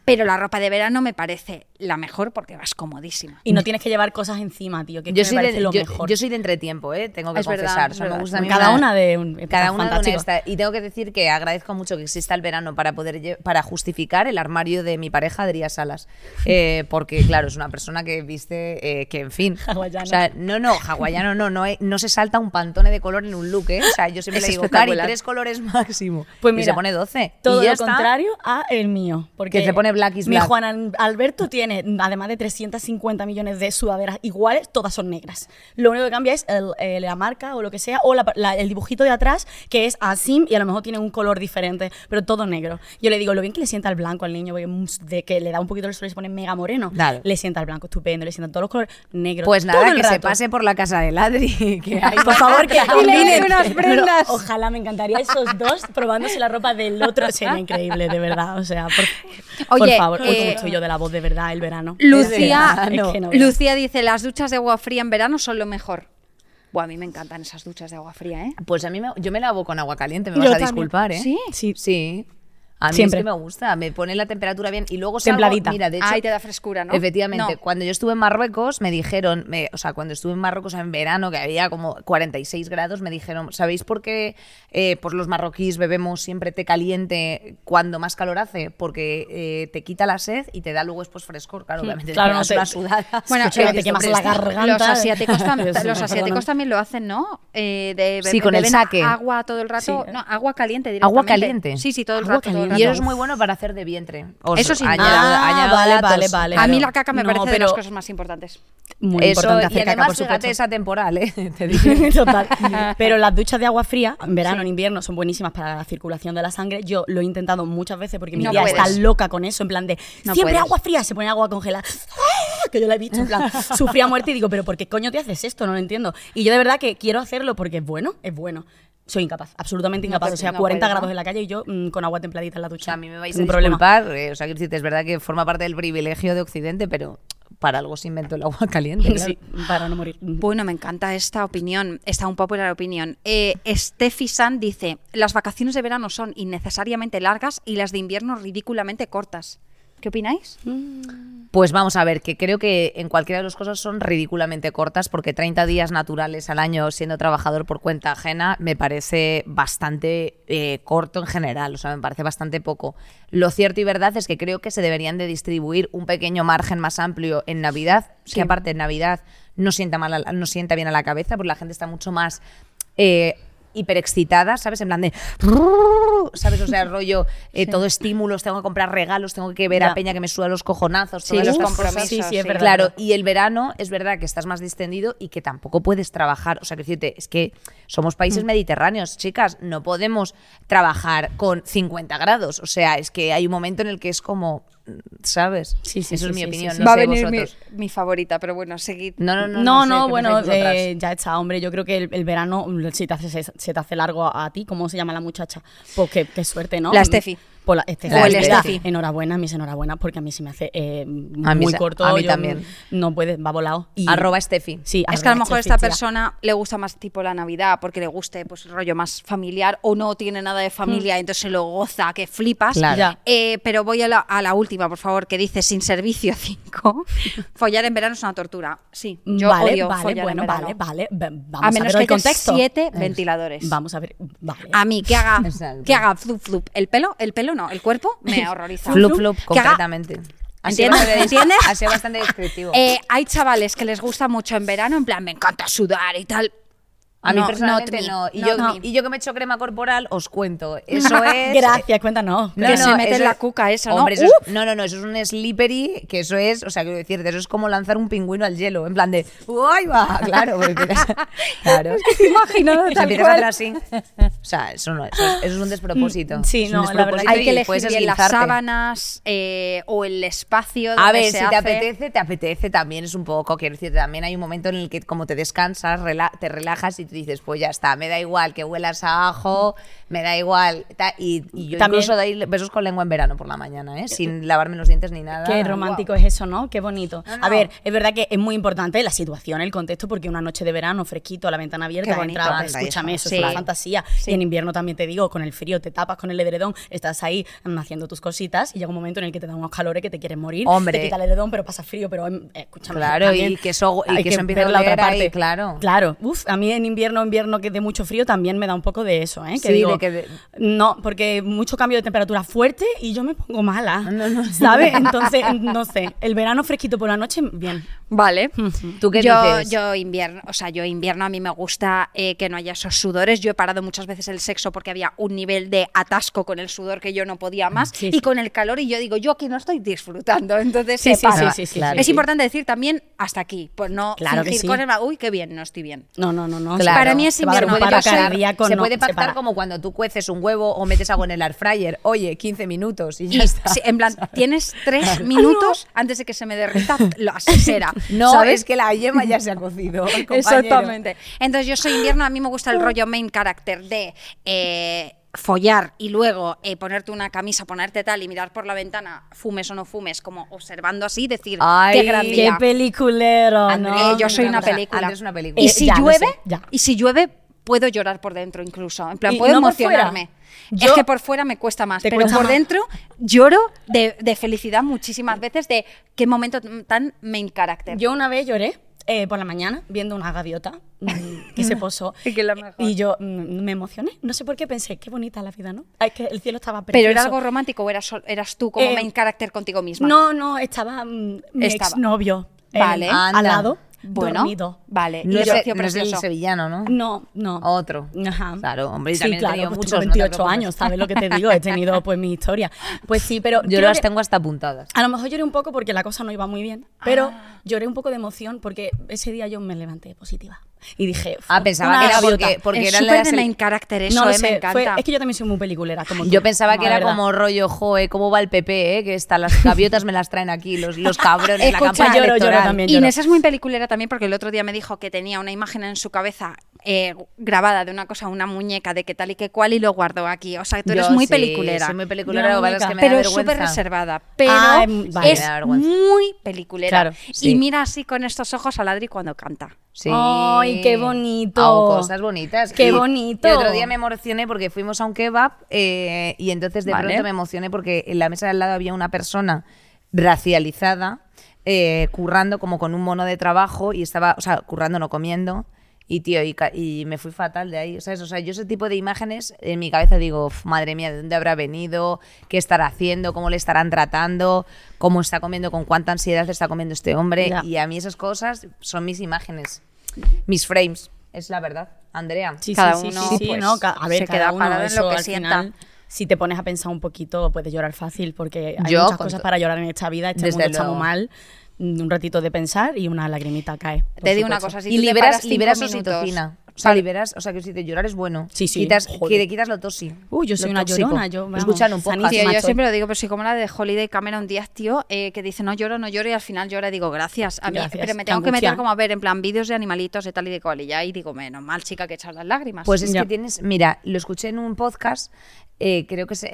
[SPEAKER 3] pero la ropa de verano me parece la mejor porque vas comodísima.
[SPEAKER 2] y no tienes que llevar cosas encima tío que, es
[SPEAKER 1] Yo
[SPEAKER 2] que
[SPEAKER 1] soy,
[SPEAKER 2] me parece
[SPEAKER 1] de,
[SPEAKER 2] lo
[SPEAKER 1] yo-
[SPEAKER 2] mejor
[SPEAKER 1] yo soy de entretiempo, ¿eh? tengo que
[SPEAKER 3] Es verdad,
[SPEAKER 1] confesar. O
[SPEAKER 3] es
[SPEAKER 1] sea, me
[SPEAKER 3] verdad.
[SPEAKER 1] gusta a mí
[SPEAKER 2] cada una de un
[SPEAKER 1] Cada una de una
[SPEAKER 2] fantástico.
[SPEAKER 1] esta. Y tengo que decir que agradezco mucho que exista el verano para poder lle- para justificar el armario de mi pareja, Adrián Salas.
[SPEAKER 2] *laughs*
[SPEAKER 1] Eh, porque, claro, es una persona que viste eh, que, en fin.
[SPEAKER 2] Hawaiano.
[SPEAKER 1] O sea, no, no, hawaiano no, no, eh, no se salta un pantone de color en un look, ¿eh? O sea, yo siempre
[SPEAKER 2] Es
[SPEAKER 1] le digo, Cari,
[SPEAKER 2] espectacular.
[SPEAKER 1] tres colores *laughs* máximo.
[SPEAKER 2] Pues
[SPEAKER 1] y
[SPEAKER 2] mira,
[SPEAKER 1] se pone 12.
[SPEAKER 2] todo
[SPEAKER 1] y ya
[SPEAKER 2] lo
[SPEAKER 1] está.
[SPEAKER 2] contrario a el mío. Porque
[SPEAKER 1] Que se pone black is
[SPEAKER 2] Mi
[SPEAKER 1] black.
[SPEAKER 2] Juan Al- Alberto tiene, además de 350 millones de sudaderas iguales, todas son negras. Lo único que cambia es el- eh, la marca o lo que sea, o la- la- el dibujito de atrás, que es Asim y a lo mejor tiene un color diferente, pero todo negro. Yo le digo, lo bien que le sienta el blanco al niño, porque mm, de que le da un poquito el sol y se pone mega moreno.
[SPEAKER 1] Claro.
[SPEAKER 2] Le sienta el blanco estupendo, le sientan todos los colores negros.
[SPEAKER 1] Pues
[SPEAKER 2] todo
[SPEAKER 1] nada,
[SPEAKER 2] el
[SPEAKER 1] que se
[SPEAKER 2] rato.
[SPEAKER 1] pase por la casa de Ladri. *laughs*
[SPEAKER 2] *laughs*
[SPEAKER 1] Que hay
[SPEAKER 2] Por favor,
[SPEAKER 1] Y
[SPEAKER 2] que
[SPEAKER 1] le
[SPEAKER 2] combinen.
[SPEAKER 1] doy unas
[SPEAKER 2] Pero
[SPEAKER 1] prendas.
[SPEAKER 2] ojalá me encantaría esos dos probándose la ropa del otro. Sería increíble, de verdad. O sea, por, por
[SPEAKER 3] Oye,
[SPEAKER 2] favor. Uy,
[SPEAKER 3] eh,
[SPEAKER 2] cómo estoy yo de la voz de verdad el verano.
[SPEAKER 3] Lucía,
[SPEAKER 2] Es que- es que no veas.
[SPEAKER 3] Lucía dice, las duchas de agua fría en verano son lo mejor. Buah, a mí me encantan esas duchas de agua fría, ¿eh?
[SPEAKER 1] Pues a mí me- yo me lavo con agua caliente, me
[SPEAKER 2] Yo
[SPEAKER 1] vas a
[SPEAKER 2] también.
[SPEAKER 1] disculpar, ¿eh?
[SPEAKER 3] ¿Sí?
[SPEAKER 1] sí. A mí
[SPEAKER 2] Siempre.
[SPEAKER 1] es que me gusta, me pone la temperatura bien y luego salgo,
[SPEAKER 2] Templadita.
[SPEAKER 1] mira, de hecho,
[SPEAKER 3] Ahí te da frescura, ¿no?
[SPEAKER 1] Efectivamente,
[SPEAKER 3] No.
[SPEAKER 1] cuando yo estuve en Marruecos me dijeron, me- o sea, cuando estuve en Marruecos en verano que había como 46 grados, me dijeron, ¿sabéis por qué eh, pues los marroquíes bebemos siempre té caliente cuando más calor hace? Porque eh, te quita la sed y te da luego después frescor, claro, obviamente.
[SPEAKER 2] Hmm, claro,
[SPEAKER 1] te
[SPEAKER 2] no
[SPEAKER 1] das
[SPEAKER 2] sé.
[SPEAKER 1] una sudada.
[SPEAKER 2] *laughs* Bueno,
[SPEAKER 1] Escucha, *laughs*
[SPEAKER 2] eh,
[SPEAKER 1] que
[SPEAKER 2] te
[SPEAKER 1] esto
[SPEAKER 2] quemas la
[SPEAKER 1] presta.
[SPEAKER 2] garganta.
[SPEAKER 3] Los asiáticos, tam-
[SPEAKER 2] Dios,
[SPEAKER 3] los
[SPEAKER 2] perdóname.
[SPEAKER 3] asiáticos también lo hacen, ¿no? Eh, de be-
[SPEAKER 1] Sí, con
[SPEAKER 3] que
[SPEAKER 1] el
[SPEAKER 3] beben
[SPEAKER 1] sake.
[SPEAKER 3] Agua todo el rato.
[SPEAKER 2] Sí, ¿eh?
[SPEAKER 3] No, agua caliente directamente.
[SPEAKER 1] Agua caliente.
[SPEAKER 3] Sí, sí, todo el
[SPEAKER 2] Agua
[SPEAKER 3] rato. todo el
[SPEAKER 2] caliente.
[SPEAKER 1] Y eso
[SPEAKER 3] rato.
[SPEAKER 1] es muy bueno para hacer de vientre. Os
[SPEAKER 3] Eso sí.
[SPEAKER 1] añado-
[SPEAKER 2] Ah,
[SPEAKER 1] añado
[SPEAKER 2] vale,
[SPEAKER 1] datos.
[SPEAKER 2] vale, vale.
[SPEAKER 3] A mí
[SPEAKER 2] Claro.
[SPEAKER 3] la caca me
[SPEAKER 2] No,
[SPEAKER 3] parece de
[SPEAKER 2] pero-
[SPEAKER 3] las cosas más importantes.
[SPEAKER 2] Muy
[SPEAKER 1] Eso,
[SPEAKER 2] importante hacer
[SPEAKER 1] y
[SPEAKER 2] caca,
[SPEAKER 1] además,
[SPEAKER 2] por supuesto.
[SPEAKER 1] fíjate, es atemporal, ¿eh? *laughs* Te
[SPEAKER 2] *laughs*
[SPEAKER 1] digo.
[SPEAKER 3] *laughs*
[SPEAKER 2] Total. Pero las duchas de agua fría, en verano, en invierno, son buenísimas para la circulación de la sangre. Yo lo he intentado muchas veces porque mi
[SPEAKER 3] No
[SPEAKER 2] tía está
[SPEAKER 3] puedes.
[SPEAKER 2] loca con eso, en plan de
[SPEAKER 3] No
[SPEAKER 2] siempre
[SPEAKER 3] puedes.
[SPEAKER 2] agua fría, se pone agua congelada. ¡Ah! Que yo la he visto, en
[SPEAKER 3] *laughs*
[SPEAKER 2] plan, sufría muerte y digo, pero ¿por qué coño te haces esto? No lo entiendo. Y yo de verdad que quiero hacerlo porque es bueno, es bueno. Soy incapaz, absolutamente
[SPEAKER 3] No
[SPEAKER 2] incapaz.
[SPEAKER 3] puedes,
[SPEAKER 2] o sea,
[SPEAKER 3] no
[SPEAKER 2] 40
[SPEAKER 3] puedes, ¿no?
[SPEAKER 2] grados en la calle y yo mm, con agua templadita en la
[SPEAKER 1] O
[SPEAKER 2] ducha.
[SPEAKER 1] sea, a mí me vais a
[SPEAKER 2] Sin problema.
[SPEAKER 1] disculpar, eh, o sea, quiero decirte, es verdad que forma parte del privilegio de Occidente, pero para algo se inventó el agua caliente. claro.
[SPEAKER 2] *laughs* Sí, para no
[SPEAKER 3] *laughs*
[SPEAKER 2] morir.
[SPEAKER 3] Bueno, me encanta esta opinión, esta un popular opinión. Eh, Steffi San dice, las vacaciones de verano son innecesariamente largas y las de invierno ridículamente cortas. ¿Qué opináis?
[SPEAKER 1] Pues vamos a ver, que creo que en cualquiera de las cosas son ridículamente cortas, porque 30 días naturales al año siendo trabajador por cuenta ajena me parece bastante eh, corto en general, o sea, me parece bastante poco. Lo cierto y verdad es que creo que se deberían de distribuir un pequeño margen más amplio en Navidad, que aparte en Navidad no sienta, mal a la- no sienta bien a la cabeza, porque la gente está mucho más... eh, hiperexcitada, ¿sabes? En plan de... ¿Sabes? O sea, rollo, eh, todo estímulos, tengo que comprar regalos, tengo que ver a
[SPEAKER 2] Ya.
[SPEAKER 1] Peña que me suda los cojonazos,
[SPEAKER 2] Sí,
[SPEAKER 1] todas
[SPEAKER 2] los
[SPEAKER 1] estas
[SPEAKER 3] compromisos,
[SPEAKER 1] cosas.
[SPEAKER 2] Sí, sí, es
[SPEAKER 3] sí.
[SPEAKER 2] verdad.
[SPEAKER 1] Claro, y el verano es verdad que estás más distendido y que tampoco puedes trabajar. O sea, quiero decirte, es que somos
[SPEAKER 2] Mm.
[SPEAKER 1] países mediterráneos, chicas, no podemos trabajar con 50 grados. O sea, es que hay un momento en el que es como, ¿sabes?
[SPEAKER 2] Sí, sí,
[SPEAKER 1] Eso
[SPEAKER 2] sí,
[SPEAKER 1] es mi
[SPEAKER 2] sí,
[SPEAKER 1] opinión,
[SPEAKER 2] sí,
[SPEAKER 1] no
[SPEAKER 2] sí.
[SPEAKER 3] Va a
[SPEAKER 1] sé
[SPEAKER 3] venir mi,
[SPEAKER 1] vosotros.
[SPEAKER 3] mi favorita, pero bueno, seguid.
[SPEAKER 1] No, no, no.
[SPEAKER 2] No, no,
[SPEAKER 1] sé qué
[SPEAKER 2] bueno,
[SPEAKER 1] pensáis vosotras.
[SPEAKER 2] eh, ya está, hombre. Yo creo que el, el verano mm, se te, hace, se, se te hace largo a, a ti. ¿Cómo se llama la muchacha? Pues qué, qué suerte, ¿no?
[SPEAKER 3] La Steffi.
[SPEAKER 2] Pues la Steffi.
[SPEAKER 1] O el
[SPEAKER 2] Mira,
[SPEAKER 3] Steffi.
[SPEAKER 2] Enhorabuena, mis enhorabuena, porque a mí se me hace eh,
[SPEAKER 1] A mí
[SPEAKER 2] muy
[SPEAKER 1] se-
[SPEAKER 2] corto.
[SPEAKER 1] a mí
[SPEAKER 2] yo,
[SPEAKER 1] también.
[SPEAKER 2] mm, No puede, va volado. Y-
[SPEAKER 1] Arroba Steffi.
[SPEAKER 2] Sí,
[SPEAKER 3] Es que a lo
[SPEAKER 2] arroba
[SPEAKER 3] mejor
[SPEAKER 2] Steffi,
[SPEAKER 3] esta
[SPEAKER 2] tía.
[SPEAKER 3] persona le gusta más tipo la Navidad porque le guste pues el rollo más familiar o no tiene nada de familia, entonces se lo goza, que flipas.
[SPEAKER 1] Claro.
[SPEAKER 2] Ya.
[SPEAKER 3] Eh, pero voy a la, a la última, por favor, que dice sin servicio *laughs* 5. follar en verano es una tortura. Sí, yo
[SPEAKER 2] vale,
[SPEAKER 3] odio
[SPEAKER 2] vale,
[SPEAKER 3] follar
[SPEAKER 2] bueno,
[SPEAKER 3] en verano.
[SPEAKER 2] vale, vale. ve- Vamos ver
[SPEAKER 3] menos
[SPEAKER 2] el
[SPEAKER 3] que haya
[SPEAKER 2] contexto.
[SPEAKER 3] siete
[SPEAKER 2] Eh,
[SPEAKER 3] ventiladores.
[SPEAKER 2] Vamos a ver, vale.
[SPEAKER 3] A mí, que haga,
[SPEAKER 1] Exacto.
[SPEAKER 3] que haga flup flup. El pelo, el pelo no, el cuerpo
[SPEAKER 1] *laughs*
[SPEAKER 3] me horroriza.
[SPEAKER 1] Flup, flup,
[SPEAKER 3] Que haga-
[SPEAKER 1] completamente. Ha sido
[SPEAKER 3] ¿Entiendes?
[SPEAKER 1] bastante-
[SPEAKER 3] ¿Entiendes?
[SPEAKER 1] Ha sido bastante descriptivo.
[SPEAKER 3] Eh, hay chavales que les gusta mucho en verano, en plan, me encanta sudar y tal.
[SPEAKER 1] A mí
[SPEAKER 3] No,
[SPEAKER 1] personalmente
[SPEAKER 3] not me,
[SPEAKER 1] no. Y,
[SPEAKER 3] not
[SPEAKER 1] yo,
[SPEAKER 3] me.
[SPEAKER 1] y yo que me echo crema corporal, os
[SPEAKER 2] *laughs*
[SPEAKER 1] cuento. Eso es.
[SPEAKER 2] Gracias, cuéntanos.
[SPEAKER 3] Que se mete en
[SPEAKER 1] eso
[SPEAKER 3] la
[SPEAKER 1] es-
[SPEAKER 3] cuca eso, ¿no?
[SPEAKER 1] Hombre, eso es-
[SPEAKER 3] ¡Uf!
[SPEAKER 1] no, no, no, eso es un slippery, que eso es, o sea, quiero decirte, eso es como lanzar un pingüino al hielo, en plan de, ¡uy,
[SPEAKER 3] *laughs*
[SPEAKER 1] va! Claro, *laughs* porque empiezas, claro.
[SPEAKER 2] Imagínalo
[SPEAKER 1] O sea, empiezas a hacer así. O sea, eso no, eso, es- eso es un despropósito.
[SPEAKER 2] Mm, sí,
[SPEAKER 1] Es
[SPEAKER 2] no,
[SPEAKER 1] un
[SPEAKER 2] la verdad
[SPEAKER 1] despropósito
[SPEAKER 2] que
[SPEAKER 3] Hay
[SPEAKER 1] y
[SPEAKER 3] que elegir
[SPEAKER 1] puedes
[SPEAKER 3] bien las
[SPEAKER 1] esguinzarte.
[SPEAKER 3] sábanas eh, o el espacio donde
[SPEAKER 1] A ver,
[SPEAKER 3] se
[SPEAKER 1] si te
[SPEAKER 3] hace.
[SPEAKER 1] apetece, te apetece también es un poco, quiero decir, también hay un momento en el que como te descansas, rela- te relajas y tú dices, pues ya está, me da igual que huelas a ajo, me da igual. ta- y, y yo
[SPEAKER 2] También-
[SPEAKER 1] incluso doy besos con lengua en verano por la mañana, ¿eh? sin lavarme los dientes ni nada.
[SPEAKER 2] Qué romántico es eso, ¿no? Qué bonito.
[SPEAKER 1] No, no.
[SPEAKER 2] A ver, es verdad que es muy importante la situación, el contexto, porque una noche de verano, fresquito, la ventana abierta,
[SPEAKER 3] Qué bonito.
[SPEAKER 2] entra,
[SPEAKER 1] Anda,
[SPEAKER 2] escúchame,
[SPEAKER 1] hija.
[SPEAKER 2] eso
[SPEAKER 3] Sí.
[SPEAKER 2] es una fantasía. Y en invierno también te digo, con el frío te tapas con el edredón, estás ahí mm, haciendo tus cositas y llega un momento en el que te dan unos calores que te quieres morir.
[SPEAKER 1] Hombre.
[SPEAKER 2] Te quita el edredón, pero pasa frío, pero mm, escúchame.
[SPEAKER 1] Claro,
[SPEAKER 2] también
[SPEAKER 1] y que eso- y
[SPEAKER 2] hay
[SPEAKER 1] que eso empieza a
[SPEAKER 2] ver la otra
[SPEAKER 1] oler ahí,
[SPEAKER 2] parte.
[SPEAKER 1] claro.
[SPEAKER 2] Claro. Uf, a mí en invierno, invierno que de mucho frío también me da un poco de eso, ¿eh? Que
[SPEAKER 1] Sí,
[SPEAKER 2] digo,
[SPEAKER 1] de que de-
[SPEAKER 2] no, porque mucho cambio de temperatura fuerte y yo me pongo mala. ¿Sabes? Entonces, no sé. El verano fresquito por la noche, bien.
[SPEAKER 3] Vale.
[SPEAKER 1] ¿Tú qué
[SPEAKER 3] yo,
[SPEAKER 1] dices?
[SPEAKER 3] Yo invierno, o sea, yo invierno a mí me gusta eh, que no haya esos sudores. Yo he parado muchas veces el sexo porque había un nivel de atasco con el sudor que yo no podía más
[SPEAKER 2] Sí,
[SPEAKER 3] y
[SPEAKER 2] sí.
[SPEAKER 3] con el calor y yo digo, yo aquí no estoy disfrutando. Entonces
[SPEAKER 2] Sí,
[SPEAKER 3] se
[SPEAKER 2] sí,
[SPEAKER 3] para.
[SPEAKER 2] sí, sí, sí,
[SPEAKER 1] Claro.
[SPEAKER 3] es
[SPEAKER 2] sí.
[SPEAKER 3] importante decir también hasta aquí, pues no
[SPEAKER 2] Claro que
[SPEAKER 3] fingir
[SPEAKER 2] sí.
[SPEAKER 3] cosas, uy, qué bien, no
[SPEAKER 2] *laughs*
[SPEAKER 3] estoy bien.
[SPEAKER 2] No, no, no, no.
[SPEAKER 1] Claro.
[SPEAKER 3] Para mí es
[SPEAKER 2] Se va a dar un
[SPEAKER 3] invierno,
[SPEAKER 2] paro
[SPEAKER 3] puede pasar-
[SPEAKER 2] cardíaco,
[SPEAKER 1] se
[SPEAKER 2] no,
[SPEAKER 1] puede pactar
[SPEAKER 2] para.
[SPEAKER 1] como cuando tú cueces un huevo o metes algo en el air fryer, oye, 15 minutos y ya está.
[SPEAKER 3] Sí, en plan, tienes tres minutos antes de que se me derrita
[SPEAKER 2] *laughs*
[SPEAKER 3] la cesera.
[SPEAKER 1] no,
[SPEAKER 3] ¿sabes?
[SPEAKER 1] es que la yema ya se ha cocido. compañero.
[SPEAKER 3] Exactamente. Entonces yo soy invierno, a mí me gusta el rollo main character de eh, follar y luego eh, ponerte una camisa, ponerte tal y mirar por la ventana, fumes o no fumes, como observando así, decir,
[SPEAKER 1] Ay,
[SPEAKER 3] qué gran
[SPEAKER 1] qué
[SPEAKER 2] Qué
[SPEAKER 3] día.
[SPEAKER 2] peliculero,
[SPEAKER 3] Andrés,
[SPEAKER 2] ¿no?
[SPEAKER 3] yo soy una
[SPEAKER 1] encanta.
[SPEAKER 3] película.
[SPEAKER 1] Andrés es una película.
[SPEAKER 3] Y
[SPEAKER 2] Eh,
[SPEAKER 3] si
[SPEAKER 2] ya, no
[SPEAKER 3] llueve,
[SPEAKER 2] sé, ya.
[SPEAKER 3] y si llueve, puedo llorar por dentro incluso. En plan,
[SPEAKER 2] Y
[SPEAKER 3] puedo
[SPEAKER 2] no por
[SPEAKER 3] emocionarme.
[SPEAKER 2] fuera.
[SPEAKER 3] es
[SPEAKER 2] Yo-
[SPEAKER 3] que por fuera me cuesta más,
[SPEAKER 2] Te
[SPEAKER 3] pero
[SPEAKER 2] cuesta
[SPEAKER 3] por
[SPEAKER 2] más.
[SPEAKER 3] dentro lloro de, de felicidad muchísimas veces de qué momento tan main character.
[SPEAKER 2] Yo una vez lloré eh, por la mañana viendo una gaviota mm,
[SPEAKER 3] *laughs*
[SPEAKER 2] que se posó.
[SPEAKER 3] Y que es la mejor.
[SPEAKER 2] Y yo mm, me emocioné. No sé por qué pensé, qué bonita la vida, ¿no? Ah, Es que el cielo estaba precioso.
[SPEAKER 3] pero era algo romántico o eras, sol- eras tú como
[SPEAKER 2] Eh,
[SPEAKER 3] main character contigo misma.
[SPEAKER 2] No, no, estaba mm, mi
[SPEAKER 3] Estaba.
[SPEAKER 2] exnovio eh,
[SPEAKER 3] Vale.
[SPEAKER 2] al
[SPEAKER 1] Anda.
[SPEAKER 2] lado,
[SPEAKER 3] Bueno,
[SPEAKER 2] dormido.
[SPEAKER 3] vale.
[SPEAKER 1] No,
[SPEAKER 3] y
[SPEAKER 1] es,
[SPEAKER 3] le pareció
[SPEAKER 1] no es el
[SPEAKER 3] precioso.
[SPEAKER 1] sevillano, ¿no?
[SPEAKER 2] No, no.
[SPEAKER 1] Otro.
[SPEAKER 2] Ajá.
[SPEAKER 1] Claro, hombre, y
[SPEAKER 2] sí,
[SPEAKER 1] también he
[SPEAKER 2] claro,
[SPEAKER 1] tenido
[SPEAKER 2] pues
[SPEAKER 1] muchos,
[SPEAKER 2] tengo
[SPEAKER 1] no te
[SPEAKER 2] 28
[SPEAKER 1] preocupes.
[SPEAKER 2] años, ¿sabes lo
[SPEAKER 1] *laughs*
[SPEAKER 2] que te digo? He tenido pues mi historia. Pues sí, pero
[SPEAKER 1] Yo
[SPEAKER 2] creo
[SPEAKER 1] las
[SPEAKER 2] que-
[SPEAKER 1] tengo hasta apuntadas.
[SPEAKER 2] A lo mejor lloré un poco porque la cosa no iba muy bien, pero
[SPEAKER 1] Ah.
[SPEAKER 2] lloré un poco de emoción porque ese día yo me levanté positiva y dije,
[SPEAKER 1] Ah, pensaba
[SPEAKER 2] una
[SPEAKER 1] que era
[SPEAKER 2] gaviota.
[SPEAKER 1] porque, porque
[SPEAKER 3] Es
[SPEAKER 1] era la
[SPEAKER 3] súper de
[SPEAKER 1] sele-
[SPEAKER 3] main character eso,
[SPEAKER 2] no lo
[SPEAKER 3] eh,
[SPEAKER 2] sé,
[SPEAKER 3] me
[SPEAKER 2] fue-
[SPEAKER 3] encanta.
[SPEAKER 2] es que yo también soy muy peliculera. Como tú,
[SPEAKER 1] Yo pensaba que
[SPEAKER 2] la
[SPEAKER 1] era
[SPEAKER 2] verdad.
[SPEAKER 1] como rollo, joe, ¿cómo va el PP? Eh? Que está, las gaviotas me las traen aquí, los, los cabrones, la
[SPEAKER 2] Escucha,
[SPEAKER 1] campaña
[SPEAKER 2] lloro, lloro
[SPEAKER 1] electoral.
[SPEAKER 2] también. yo
[SPEAKER 3] Inés
[SPEAKER 2] no.
[SPEAKER 3] es muy peliculera también porque el otro día me dijo que tenía una imagen en su cabeza eh, grabada de una cosa, una muñeca de qué tal y qué cual y lo guardó aquí. O sea, tú eres
[SPEAKER 1] Yo
[SPEAKER 3] muy
[SPEAKER 1] sí,
[SPEAKER 3] peliculera.
[SPEAKER 1] Soy muy peliculera,
[SPEAKER 2] Yo
[SPEAKER 1] lo que pasa es
[SPEAKER 2] nunca.
[SPEAKER 1] que me da
[SPEAKER 3] pero es
[SPEAKER 1] vergüenza.
[SPEAKER 3] súper reservada. Pero
[SPEAKER 2] Ah, em, vale.
[SPEAKER 3] es
[SPEAKER 1] Me da vergüenza.
[SPEAKER 3] muy peliculera.
[SPEAKER 2] Claro,
[SPEAKER 1] sí.
[SPEAKER 3] Y mira así con estos ojos al Adri cuando canta.
[SPEAKER 1] Sí.
[SPEAKER 2] Ay, qué bonito.
[SPEAKER 1] Hago cosas bonitas.
[SPEAKER 2] Qué
[SPEAKER 1] Y
[SPEAKER 2] bonito.
[SPEAKER 1] El otro día me emocioné porque fuimos a un kebab eh, y entonces de
[SPEAKER 3] Vale.
[SPEAKER 1] pronto me emocioné porque en la mesa de al lado había una persona racializada eh, currando como con un mono de trabajo y estaba, o sea, currando no comiendo. Y tío, y, ca- y me fui fatal de ahí, ¿sabes? O sea, yo ese tipo de imágenes en mi cabeza digo, "Uf, madre mía, ¿de dónde habrá venido? ¿Qué estará haciendo? ¿Cómo le estarán tratando? ¿Cómo está comiendo? ¿Con cuánta ansiedad está comiendo este hombre?
[SPEAKER 2] Ya.
[SPEAKER 1] Y a mí esas cosas son mis imágenes mis frames, es la verdad. Andrea.
[SPEAKER 2] Sí,
[SPEAKER 3] Cada
[SPEAKER 2] sí, sí,
[SPEAKER 3] uno,
[SPEAKER 2] sí, sí,
[SPEAKER 3] pues,
[SPEAKER 2] no, ca- a ver,
[SPEAKER 3] se
[SPEAKER 2] cada
[SPEAKER 3] queda
[SPEAKER 2] uno,
[SPEAKER 3] parado en
[SPEAKER 2] eso,
[SPEAKER 3] lo que
[SPEAKER 2] al
[SPEAKER 3] sienta.
[SPEAKER 2] final, si te pones a pensar un poquito, puedes llorar fácil, porque hay
[SPEAKER 1] Yo,
[SPEAKER 2] muchas
[SPEAKER 1] con
[SPEAKER 2] cosas
[SPEAKER 1] to-
[SPEAKER 2] para llorar en esta vida, este
[SPEAKER 1] Desde
[SPEAKER 2] mundo está muy
[SPEAKER 1] luego.
[SPEAKER 2] mal, mm, un ratito de pensar y una lagrimita cae. por
[SPEAKER 3] Te digo una
[SPEAKER 2] supuesto.
[SPEAKER 3] cosa, si
[SPEAKER 1] y
[SPEAKER 3] tú te paras
[SPEAKER 1] liberas,
[SPEAKER 3] cinco
[SPEAKER 1] liberas
[SPEAKER 3] minutos-
[SPEAKER 1] oxitocina. O sea, liberas, o sea, que si te llorar es bueno.
[SPEAKER 2] Sí, sí,
[SPEAKER 1] Quitas,
[SPEAKER 2] joder.
[SPEAKER 1] que le quitas lo tosi.
[SPEAKER 2] Uy, yo soy
[SPEAKER 1] lo
[SPEAKER 2] una
[SPEAKER 1] tóxico.
[SPEAKER 2] llorona, yo, vamos,
[SPEAKER 1] Escuchan un podcast.
[SPEAKER 3] Tío,
[SPEAKER 2] Macho.
[SPEAKER 3] yo siempre lo digo, pero soy como la de Holiday Cameron Díaz, tío, eh, que dice no lloro, no lloro y al final llora y digo gracias. A mí,
[SPEAKER 2] Gracias,
[SPEAKER 3] pero me
[SPEAKER 2] qué
[SPEAKER 3] tengo que
[SPEAKER 2] angustia.
[SPEAKER 3] meter como a ver en plan vídeos de animalitos de tal y de cual y ya y digo, menos mal chica que echas las lágrimas.
[SPEAKER 1] Pues es
[SPEAKER 2] Ya.
[SPEAKER 1] que tienes, mira, lo escuché en un podcast, eh, creo que se,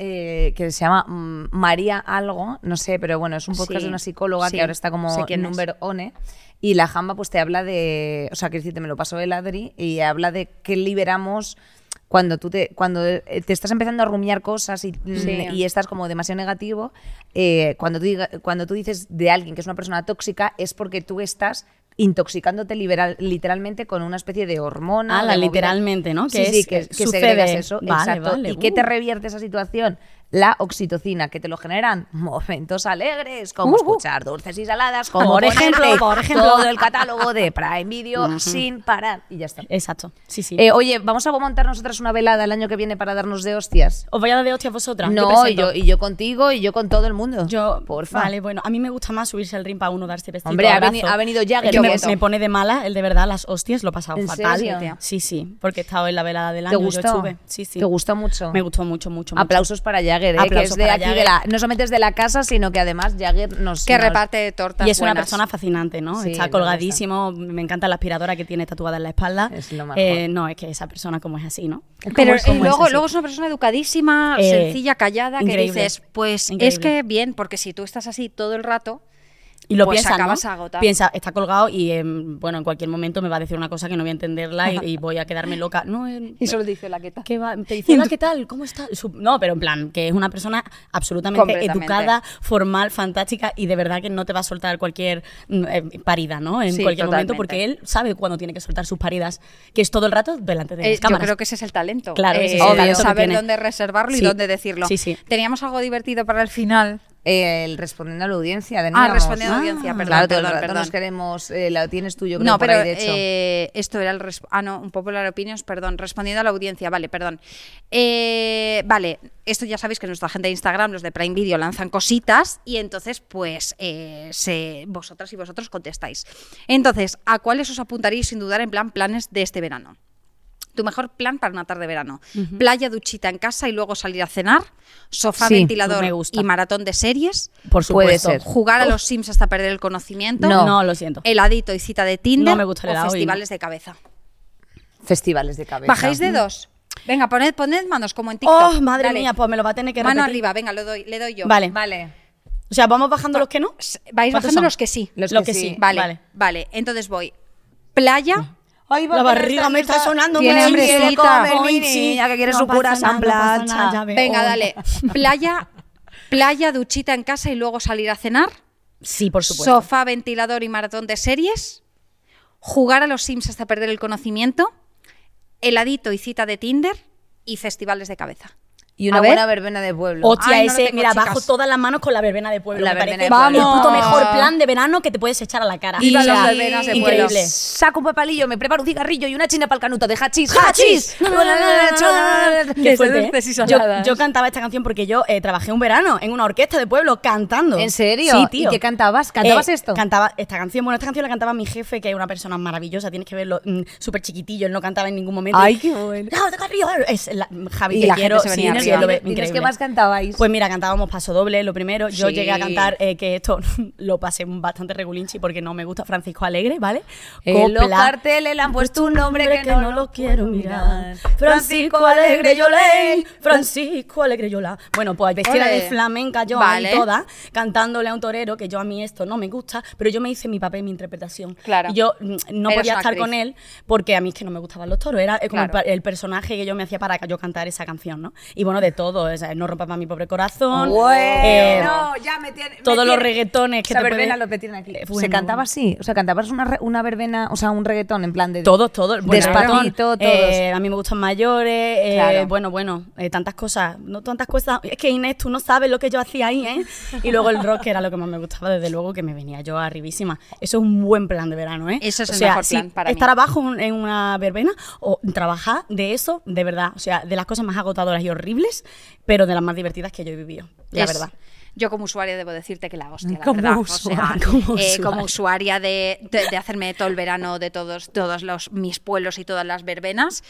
[SPEAKER 1] eh, que se llama mm, María Algo, no sé, pero bueno, es un podcast
[SPEAKER 3] Sí,
[SPEAKER 1] de una psicóloga
[SPEAKER 3] sí,
[SPEAKER 1] que ahora está
[SPEAKER 3] sé
[SPEAKER 1] como
[SPEAKER 3] quién es.
[SPEAKER 1] number one. Y la jamba pues te habla de, o sea, quiero decirte, me lo pasó el Adri y habla de que liberamos cuando tú te cuando eh, te estás empezando a rumiar cosas y, mm,
[SPEAKER 3] Sí.
[SPEAKER 1] y estás como demasiado negativo, eh, cuando, tú, diga- cuando tú dices de alguien que es una persona tóxica es porque tú estás intoxicándote liberal- literalmente con una especie de hormona
[SPEAKER 2] Ah, la
[SPEAKER 1] de movida.
[SPEAKER 2] literalmente, ¿no? Que
[SPEAKER 1] sí, sí,
[SPEAKER 2] es-
[SPEAKER 1] que,
[SPEAKER 2] eh,
[SPEAKER 1] que
[SPEAKER 2] sucede.
[SPEAKER 1] segregas eso.
[SPEAKER 2] Vale,
[SPEAKER 1] exacto.
[SPEAKER 2] vale,
[SPEAKER 1] ¿Y qué te
[SPEAKER 2] uh.
[SPEAKER 1] revierte esa situación? La oxitocina, que te lo generan momentos alegres, como
[SPEAKER 2] Uh, uh.
[SPEAKER 1] escuchar dulces y saladas, como
[SPEAKER 2] Por
[SPEAKER 1] ponerte
[SPEAKER 2] ejemplo, por ejemplo.
[SPEAKER 1] todo el catálogo de Prime Video sin parar. Y ya está.
[SPEAKER 2] Exacto, sí, sí.
[SPEAKER 1] Eh, oye, vamos a montar nosotras una velada el año que viene para darnos de hostias.
[SPEAKER 2] ¿Os voy a dar de hostias vosotras?
[SPEAKER 1] No, y
[SPEAKER 2] presento.
[SPEAKER 1] yo, y yo contigo y yo con todo el mundo.
[SPEAKER 2] Yo,
[SPEAKER 1] porfa.
[SPEAKER 2] Vale, bueno, a mí me gusta más subirse al ring para uno darse besito,
[SPEAKER 1] Hombre, ha
[SPEAKER 2] abrazo.
[SPEAKER 1] veni- ha venido Jagger,
[SPEAKER 2] Yo
[SPEAKER 1] yo
[SPEAKER 2] me,
[SPEAKER 1] voto.
[SPEAKER 2] me pone de mala, el de verdad, las hostias, lo he pasado
[SPEAKER 1] ¿En
[SPEAKER 2] fatal.
[SPEAKER 1] serio?
[SPEAKER 2] Sí, sí, porque he estado en la velada del
[SPEAKER 1] ¿Te
[SPEAKER 2] año, yo
[SPEAKER 1] gustó?
[SPEAKER 2] estuve. Sí, sí.
[SPEAKER 1] ¿Te gustó mucho?
[SPEAKER 2] Me gustó mucho, mucho, mucho.
[SPEAKER 1] Aplausos para Jagger, eh, que
[SPEAKER 2] Aplausos
[SPEAKER 1] es de
[SPEAKER 2] para
[SPEAKER 1] aquí, de
[SPEAKER 2] Jagger.
[SPEAKER 1] la, no solamente es de la casa, sino que además Jagger nos...
[SPEAKER 3] que
[SPEAKER 1] nos-
[SPEAKER 3] reparte tortas
[SPEAKER 2] Y es una
[SPEAKER 3] buenas.
[SPEAKER 2] persona fascinante, ¿no?
[SPEAKER 1] Sí,
[SPEAKER 2] Está
[SPEAKER 1] me
[SPEAKER 2] colgadísimo, me encanta la aspiradora que tiene tatuada en la espalda.
[SPEAKER 1] Es lo mejor.
[SPEAKER 2] Eh, no, es que esa persona como es así, ¿no?
[SPEAKER 3] Pero
[SPEAKER 2] Como es- como
[SPEAKER 3] eh,
[SPEAKER 2] es
[SPEAKER 3] luego,
[SPEAKER 2] así.
[SPEAKER 3] luego es una persona educadísima,
[SPEAKER 2] Eh,
[SPEAKER 3] sencilla, callada, que
[SPEAKER 2] increíble,
[SPEAKER 3] dices, pues es
[SPEAKER 2] increíble.
[SPEAKER 3] que bien, porque si tú estás así todo el rato,
[SPEAKER 2] Y lo
[SPEAKER 3] Pues
[SPEAKER 2] piensa,
[SPEAKER 3] acabas
[SPEAKER 2] ¿no?
[SPEAKER 3] agotado.
[SPEAKER 2] Piensa, está colgado y, em, bueno, en cualquier momento me va a decir una cosa que no voy a entenderla y, y voy a quedarme loca. No, em,
[SPEAKER 3] y solo te dice la que tal.
[SPEAKER 2] ¿Qué va? Te dice, hola, ¿qué tal? ¿Cómo estás? Su- No, pero en plan, que es una persona absolutamente
[SPEAKER 3] Completamente.
[SPEAKER 2] educada, formal, fantástica y de verdad que no te va a soltar cualquier mm, eh, parida, ¿no? En
[SPEAKER 3] Sí,
[SPEAKER 2] cualquier momento,
[SPEAKER 3] totalmente.
[SPEAKER 2] porque él sabe cuándo tiene que soltar sus paridas, que es todo el rato delante de las
[SPEAKER 3] Eh, yo
[SPEAKER 2] cámaras.
[SPEAKER 3] creo que ese es el talento.
[SPEAKER 2] Claro,
[SPEAKER 3] Eh,
[SPEAKER 2] ese es el
[SPEAKER 3] obvio,
[SPEAKER 2] talento que
[SPEAKER 3] saber
[SPEAKER 2] tiene.
[SPEAKER 3] dónde reservarlo
[SPEAKER 2] Sí.
[SPEAKER 3] y dónde decirlo.
[SPEAKER 2] Sí, sí.
[SPEAKER 3] Teníamos algo divertido para el final.
[SPEAKER 1] Eh, El respondiendo a la audiencia de nuevo. Ah,
[SPEAKER 3] respondiendo a la audiencia, perdón,
[SPEAKER 1] Claro, todo el
[SPEAKER 3] perdón,
[SPEAKER 1] rato
[SPEAKER 3] perdón.
[SPEAKER 1] nos queremos. eh, la tienes tú, yo creo,
[SPEAKER 3] No,
[SPEAKER 1] por
[SPEAKER 3] pero
[SPEAKER 1] ahí, de hecho.
[SPEAKER 3] eh, esto era el... resp- Ah, no, un popular opinions, perdón. Respondiendo a la audiencia, vale, perdón. Eh, vale, esto ya sabéis que nuestra gente de Instagram, los de Prime Video, lanzan cositas y entonces, pues, eh, se, vosotras y vosotros contestáis. Entonces, ¿a cuáles os apuntaréis sin dudar en plan planes de este verano? Tu mejor plan para una tarde de verano. Playa, duchita en casa y luego salir a cenar. Sofá,
[SPEAKER 1] Sí,
[SPEAKER 3] ventilador
[SPEAKER 2] me gusta.
[SPEAKER 3] y maratón de series.
[SPEAKER 2] Por
[SPEAKER 1] Puede
[SPEAKER 2] supuesto.
[SPEAKER 1] ser.
[SPEAKER 3] Jugar a los Sims hasta perder el conocimiento.
[SPEAKER 2] No. No, lo siento.
[SPEAKER 3] Heladito y cita de Tinder.
[SPEAKER 2] No me gusta el
[SPEAKER 3] o
[SPEAKER 2] helado y-
[SPEAKER 3] festivales de cabeza.
[SPEAKER 1] Festivales de cabeza. Mm.
[SPEAKER 3] Bajéis dedos. Venga, poned, poned manos como en TikTok.
[SPEAKER 2] Oh, madre
[SPEAKER 3] Dale.
[SPEAKER 2] mía, pues me lo va a tener que
[SPEAKER 3] Mano
[SPEAKER 2] repetir.
[SPEAKER 3] arriba, venga, lo doy, le doy yo.
[SPEAKER 2] Vale.
[SPEAKER 1] Vale.
[SPEAKER 2] O sea, vamos bajando los que no.
[SPEAKER 3] S- Vais
[SPEAKER 2] ¿Cuántos
[SPEAKER 3] bajando
[SPEAKER 2] son?
[SPEAKER 3] los que sí.
[SPEAKER 1] Los
[SPEAKER 2] Los
[SPEAKER 1] que
[SPEAKER 2] que
[SPEAKER 1] sí.
[SPEAKER 2] sí.
[SPEAKER 3] Vale,
[SPEAKER 2] Vale.
[SPEAKER 3] vale. Entonces voy. Playa,
[SPEAKER 1] Ay, va,
[SPEAKER 2] La
[SPEAKER 1] pero
[SPEAKER 2] barriga
[SPEAKER 1] esta-
[SPEAKER 2] me está
[SPEAKER 1] esta-
[SPEAKER 2] sonando,
[SPEAKER 1] Tiene
[SPEAKER 2] me
[SPEAKER 1] hambre,
[SPEAKER 2] quiere
[SPEAKER 1] sí,
[SPEAKER 2] comer,
[SPEAKER 1] come,
[SPEAKER 2] ay,
[SPEAKER 1] mi
[SPEAKER 2] sí.
[SPEAKER 1] niña, que quieres
[SPEAKER 2] No
[SPEAKER 1] su
[SPEAKER 2] pasa
[SPEAKER 1] curas en
[SPEAKER 2] nada, no pasa nada,
[SPEAKER 1] plancha.
[SPEAKER 2] ya veo.
[SPEAKER 3] Venga, dale.
[SPEAKER 2] *laughs*
[SPEAKER 3] Playa, playa, duchita en casa y luego salir a cenar.
[SPEAKER 2] Sí, por supuesto.
[SPEAKER 3] Sofá, ventilador y maratón de series. Jugar a los Sims hasta perder el conocimiento. Heladito y cita de Tinder. Y festivales de cabeza.
[SPEAKER 1] Y una
[SPEAKER 3] A ver.
[SPEAKER 1] buena verbena de pueblo.
[SPEAKER 2] Hostia,
[SPEAKER 3] Ay, no lo
[SPEAKER 2] ese,
[SPEAKER 3] tengo,
[SPEAKER 2] mira,
[SPEAKER 3] chicas.
[SPEAKER 2] bajo todas las manos con la verbena de pueblo.
[SPEAKER 1] La
[SPEAKER 2] me
[SPEAKER 1] verbena
[SPEAKER 2] parece
[SPEAKER 1] de pueblo.
[SPEAKER 2] el puto
[SPEAKER 3] ¡Vamos!
[SPEAKER 2] mejor plan de verano que te puedes echar a la cara.
[SPEAKER 1] Y
[SPEAKER 3] Viva
[SPEAKER 2] O sea,
[SPEAKER 3] las verbenas de
[SPEAKER 2] increíble.
[SPEAKER 3] pueblo.
[SPEAKER 1] Saco un papalillo, me preparo un cigarrillo y una china para el canuto de hachís.
[SPEAKER 2] ¡Hachís!
[SPEAKER 1] ¡Hachís!
[SPEAKER 2] Qué fuerte, ¿eh? yo, yo cantaba esta canción porque yo eh, trabajé un verano en una orquesta de pueblo cantando.
[SPEAKER 1] ¿En serio?
[SPEAKER 2] Sí, tío. Eh,
[SPEAKER 1] ¿Y qué cantabas? ¿Cantabas esto?
[SPEAKER 2] Cantaba esta canción. Bueno, esta canción la cantaba mi jefe, que es una persona maravillosa. Tienes que verlo mm, súper chiquitillo. Él no cantaba en ningún momento.
[SPEAKER 1] Ay, qué bueno.
[SPEAKER 2] ¡No, te corrió! Es la- Javi,
[SPEAKER 3] Y
[SPEAKER 2] te
[SPEAKER 3] la
[SPEAKER 2] quiero.
[SPEAKER 3] gente se venía
[SPEAKER 2] sí,
[SPEAKER 3] arriba.
[SPEAKER 2] sí, lo ve-
[SPEAKER 1] Dinos,
[SPEAKER 2] increíble.
[SPEAKER 1] ¿Qué más cantabais?
[SPEAKER 2] Pues mira, cantábamos paso doble, lo primero. Yo
[SPEAKER 3] Sí.
[SPEAKER 2] llegué a cantar eh, que esto *laughs* lo pasé bastante regulinchi porque no me gusta Francisco Alegre, ¿¿vale?
[SPEAKER 1] en los carteles le han puesto un nombre que, no, lo
[SPEAKER 2] quiero
[SPEAKER 1] puedo
[SPEAKER 2] mirar. Francisco Alegre yo ley, Francisco Alegre yo la. Bueno, pues vestida
[SPEAKER 3] Ole.
[SPEAKER 2] de flamenca yo
[SPEAKER 3] Vale.
[SPEAKER 2] ahí toda, cantándole a un torero que yo a mí esto no me gusta, pero yo me hice mi papel, mi interpretación.
[SPEAKER 3] Claro.
[SPEAKER 2] Y yo mm, no
[SPEAKER 3] Eres
[SPEAKER 2] podía
[SPEAKER 3] una
[SPEAKER 2] estar
[SPEAKER 3] actriz.
[SPEAKER 2] con él porque a mí es que no me gustaban los toros, era eh, como el
[SPEAKER 3] Claro.
[SPEAKER 2] pa- el, personaje que yo me hacía para yo cantar esa canción, ¿no? Y bueno, de todo, o sea, no rompa para mi pobre corazón. eh,
[SPEAKER 1] Bueno, ya me tiene. me
[SPEAKER 2] todos los
[SPEAKER 1] tiene-
[SPEAKER 2] reggaetones que
[SPEAKER 1] Esa
[SPEAKER 2] te
[SPEAKER 1] verbena
[SPEAKER 2] pueden-
[SPEAKER 1] lo que tienen aquí.
[SPEAKER 2] Eh,
[SPEAKER 1] Se
[SPEAKER 2] bueno,
[SPEAKER 1] cantaba
[SPEAKER 2] bueno.
[SPEAKER 1] así. O sea, cantabas una, re- una verbena, o sea, un reggaetón en plan de.
[SPEAKER 2] Todos, todos. Bueno,
[SPEAKER 1] Despacito,
[SPEAKER 2] perdón. Eh, a mí me gustan mayores. eh,
[SPEAKER 1] Claro.
[SPEAKER 2] Bueno, bueno, eh, tantas cosas. No tantas cosas. Es que Inés, tú no sabes lo que yo hacía ahí, ¿eh? Y luego el rock, que era lo que más me gustaba, desde luego, que me venía yo arribísima. Eso es un buen plan de verano, ¿eh?
[SPEAKER 3] Eso es
[SPEAKER 2] o
[SPEAKER 3] el
[SPEAKER 2] sea,
[SPEAKER 3] mejor
[SPEAKER 2] sí,
[SPEAKER 3] plan para mí.
[SPEAKER 2] estar abajo un- en una verbena o trabajar de eso, de verdad. O sea, de las cosas más agotadoras y horribles, pero de las más divertidas que yo he vivido, la
[SPEAKER 3] Es-
[SPEAKER 2] verdad.
[SPEAKER 3] Yo como usuaria debo decirte que la hostia, la
[SPEAKER 1] Como
[SPEAKER 3] verdad.
[SPEAKER 1] usuaria,
[SPEAKER 3] o sea, eh, como,
[SPEAKER 2] *laughs* como
[SPEAKER 3] usuaria.
[SPEAKER 2] usuaria.
[SPEAKER 3] de, de- de hacerme todo el verano de todos, todos los, mis pueblos y todas las verbenas,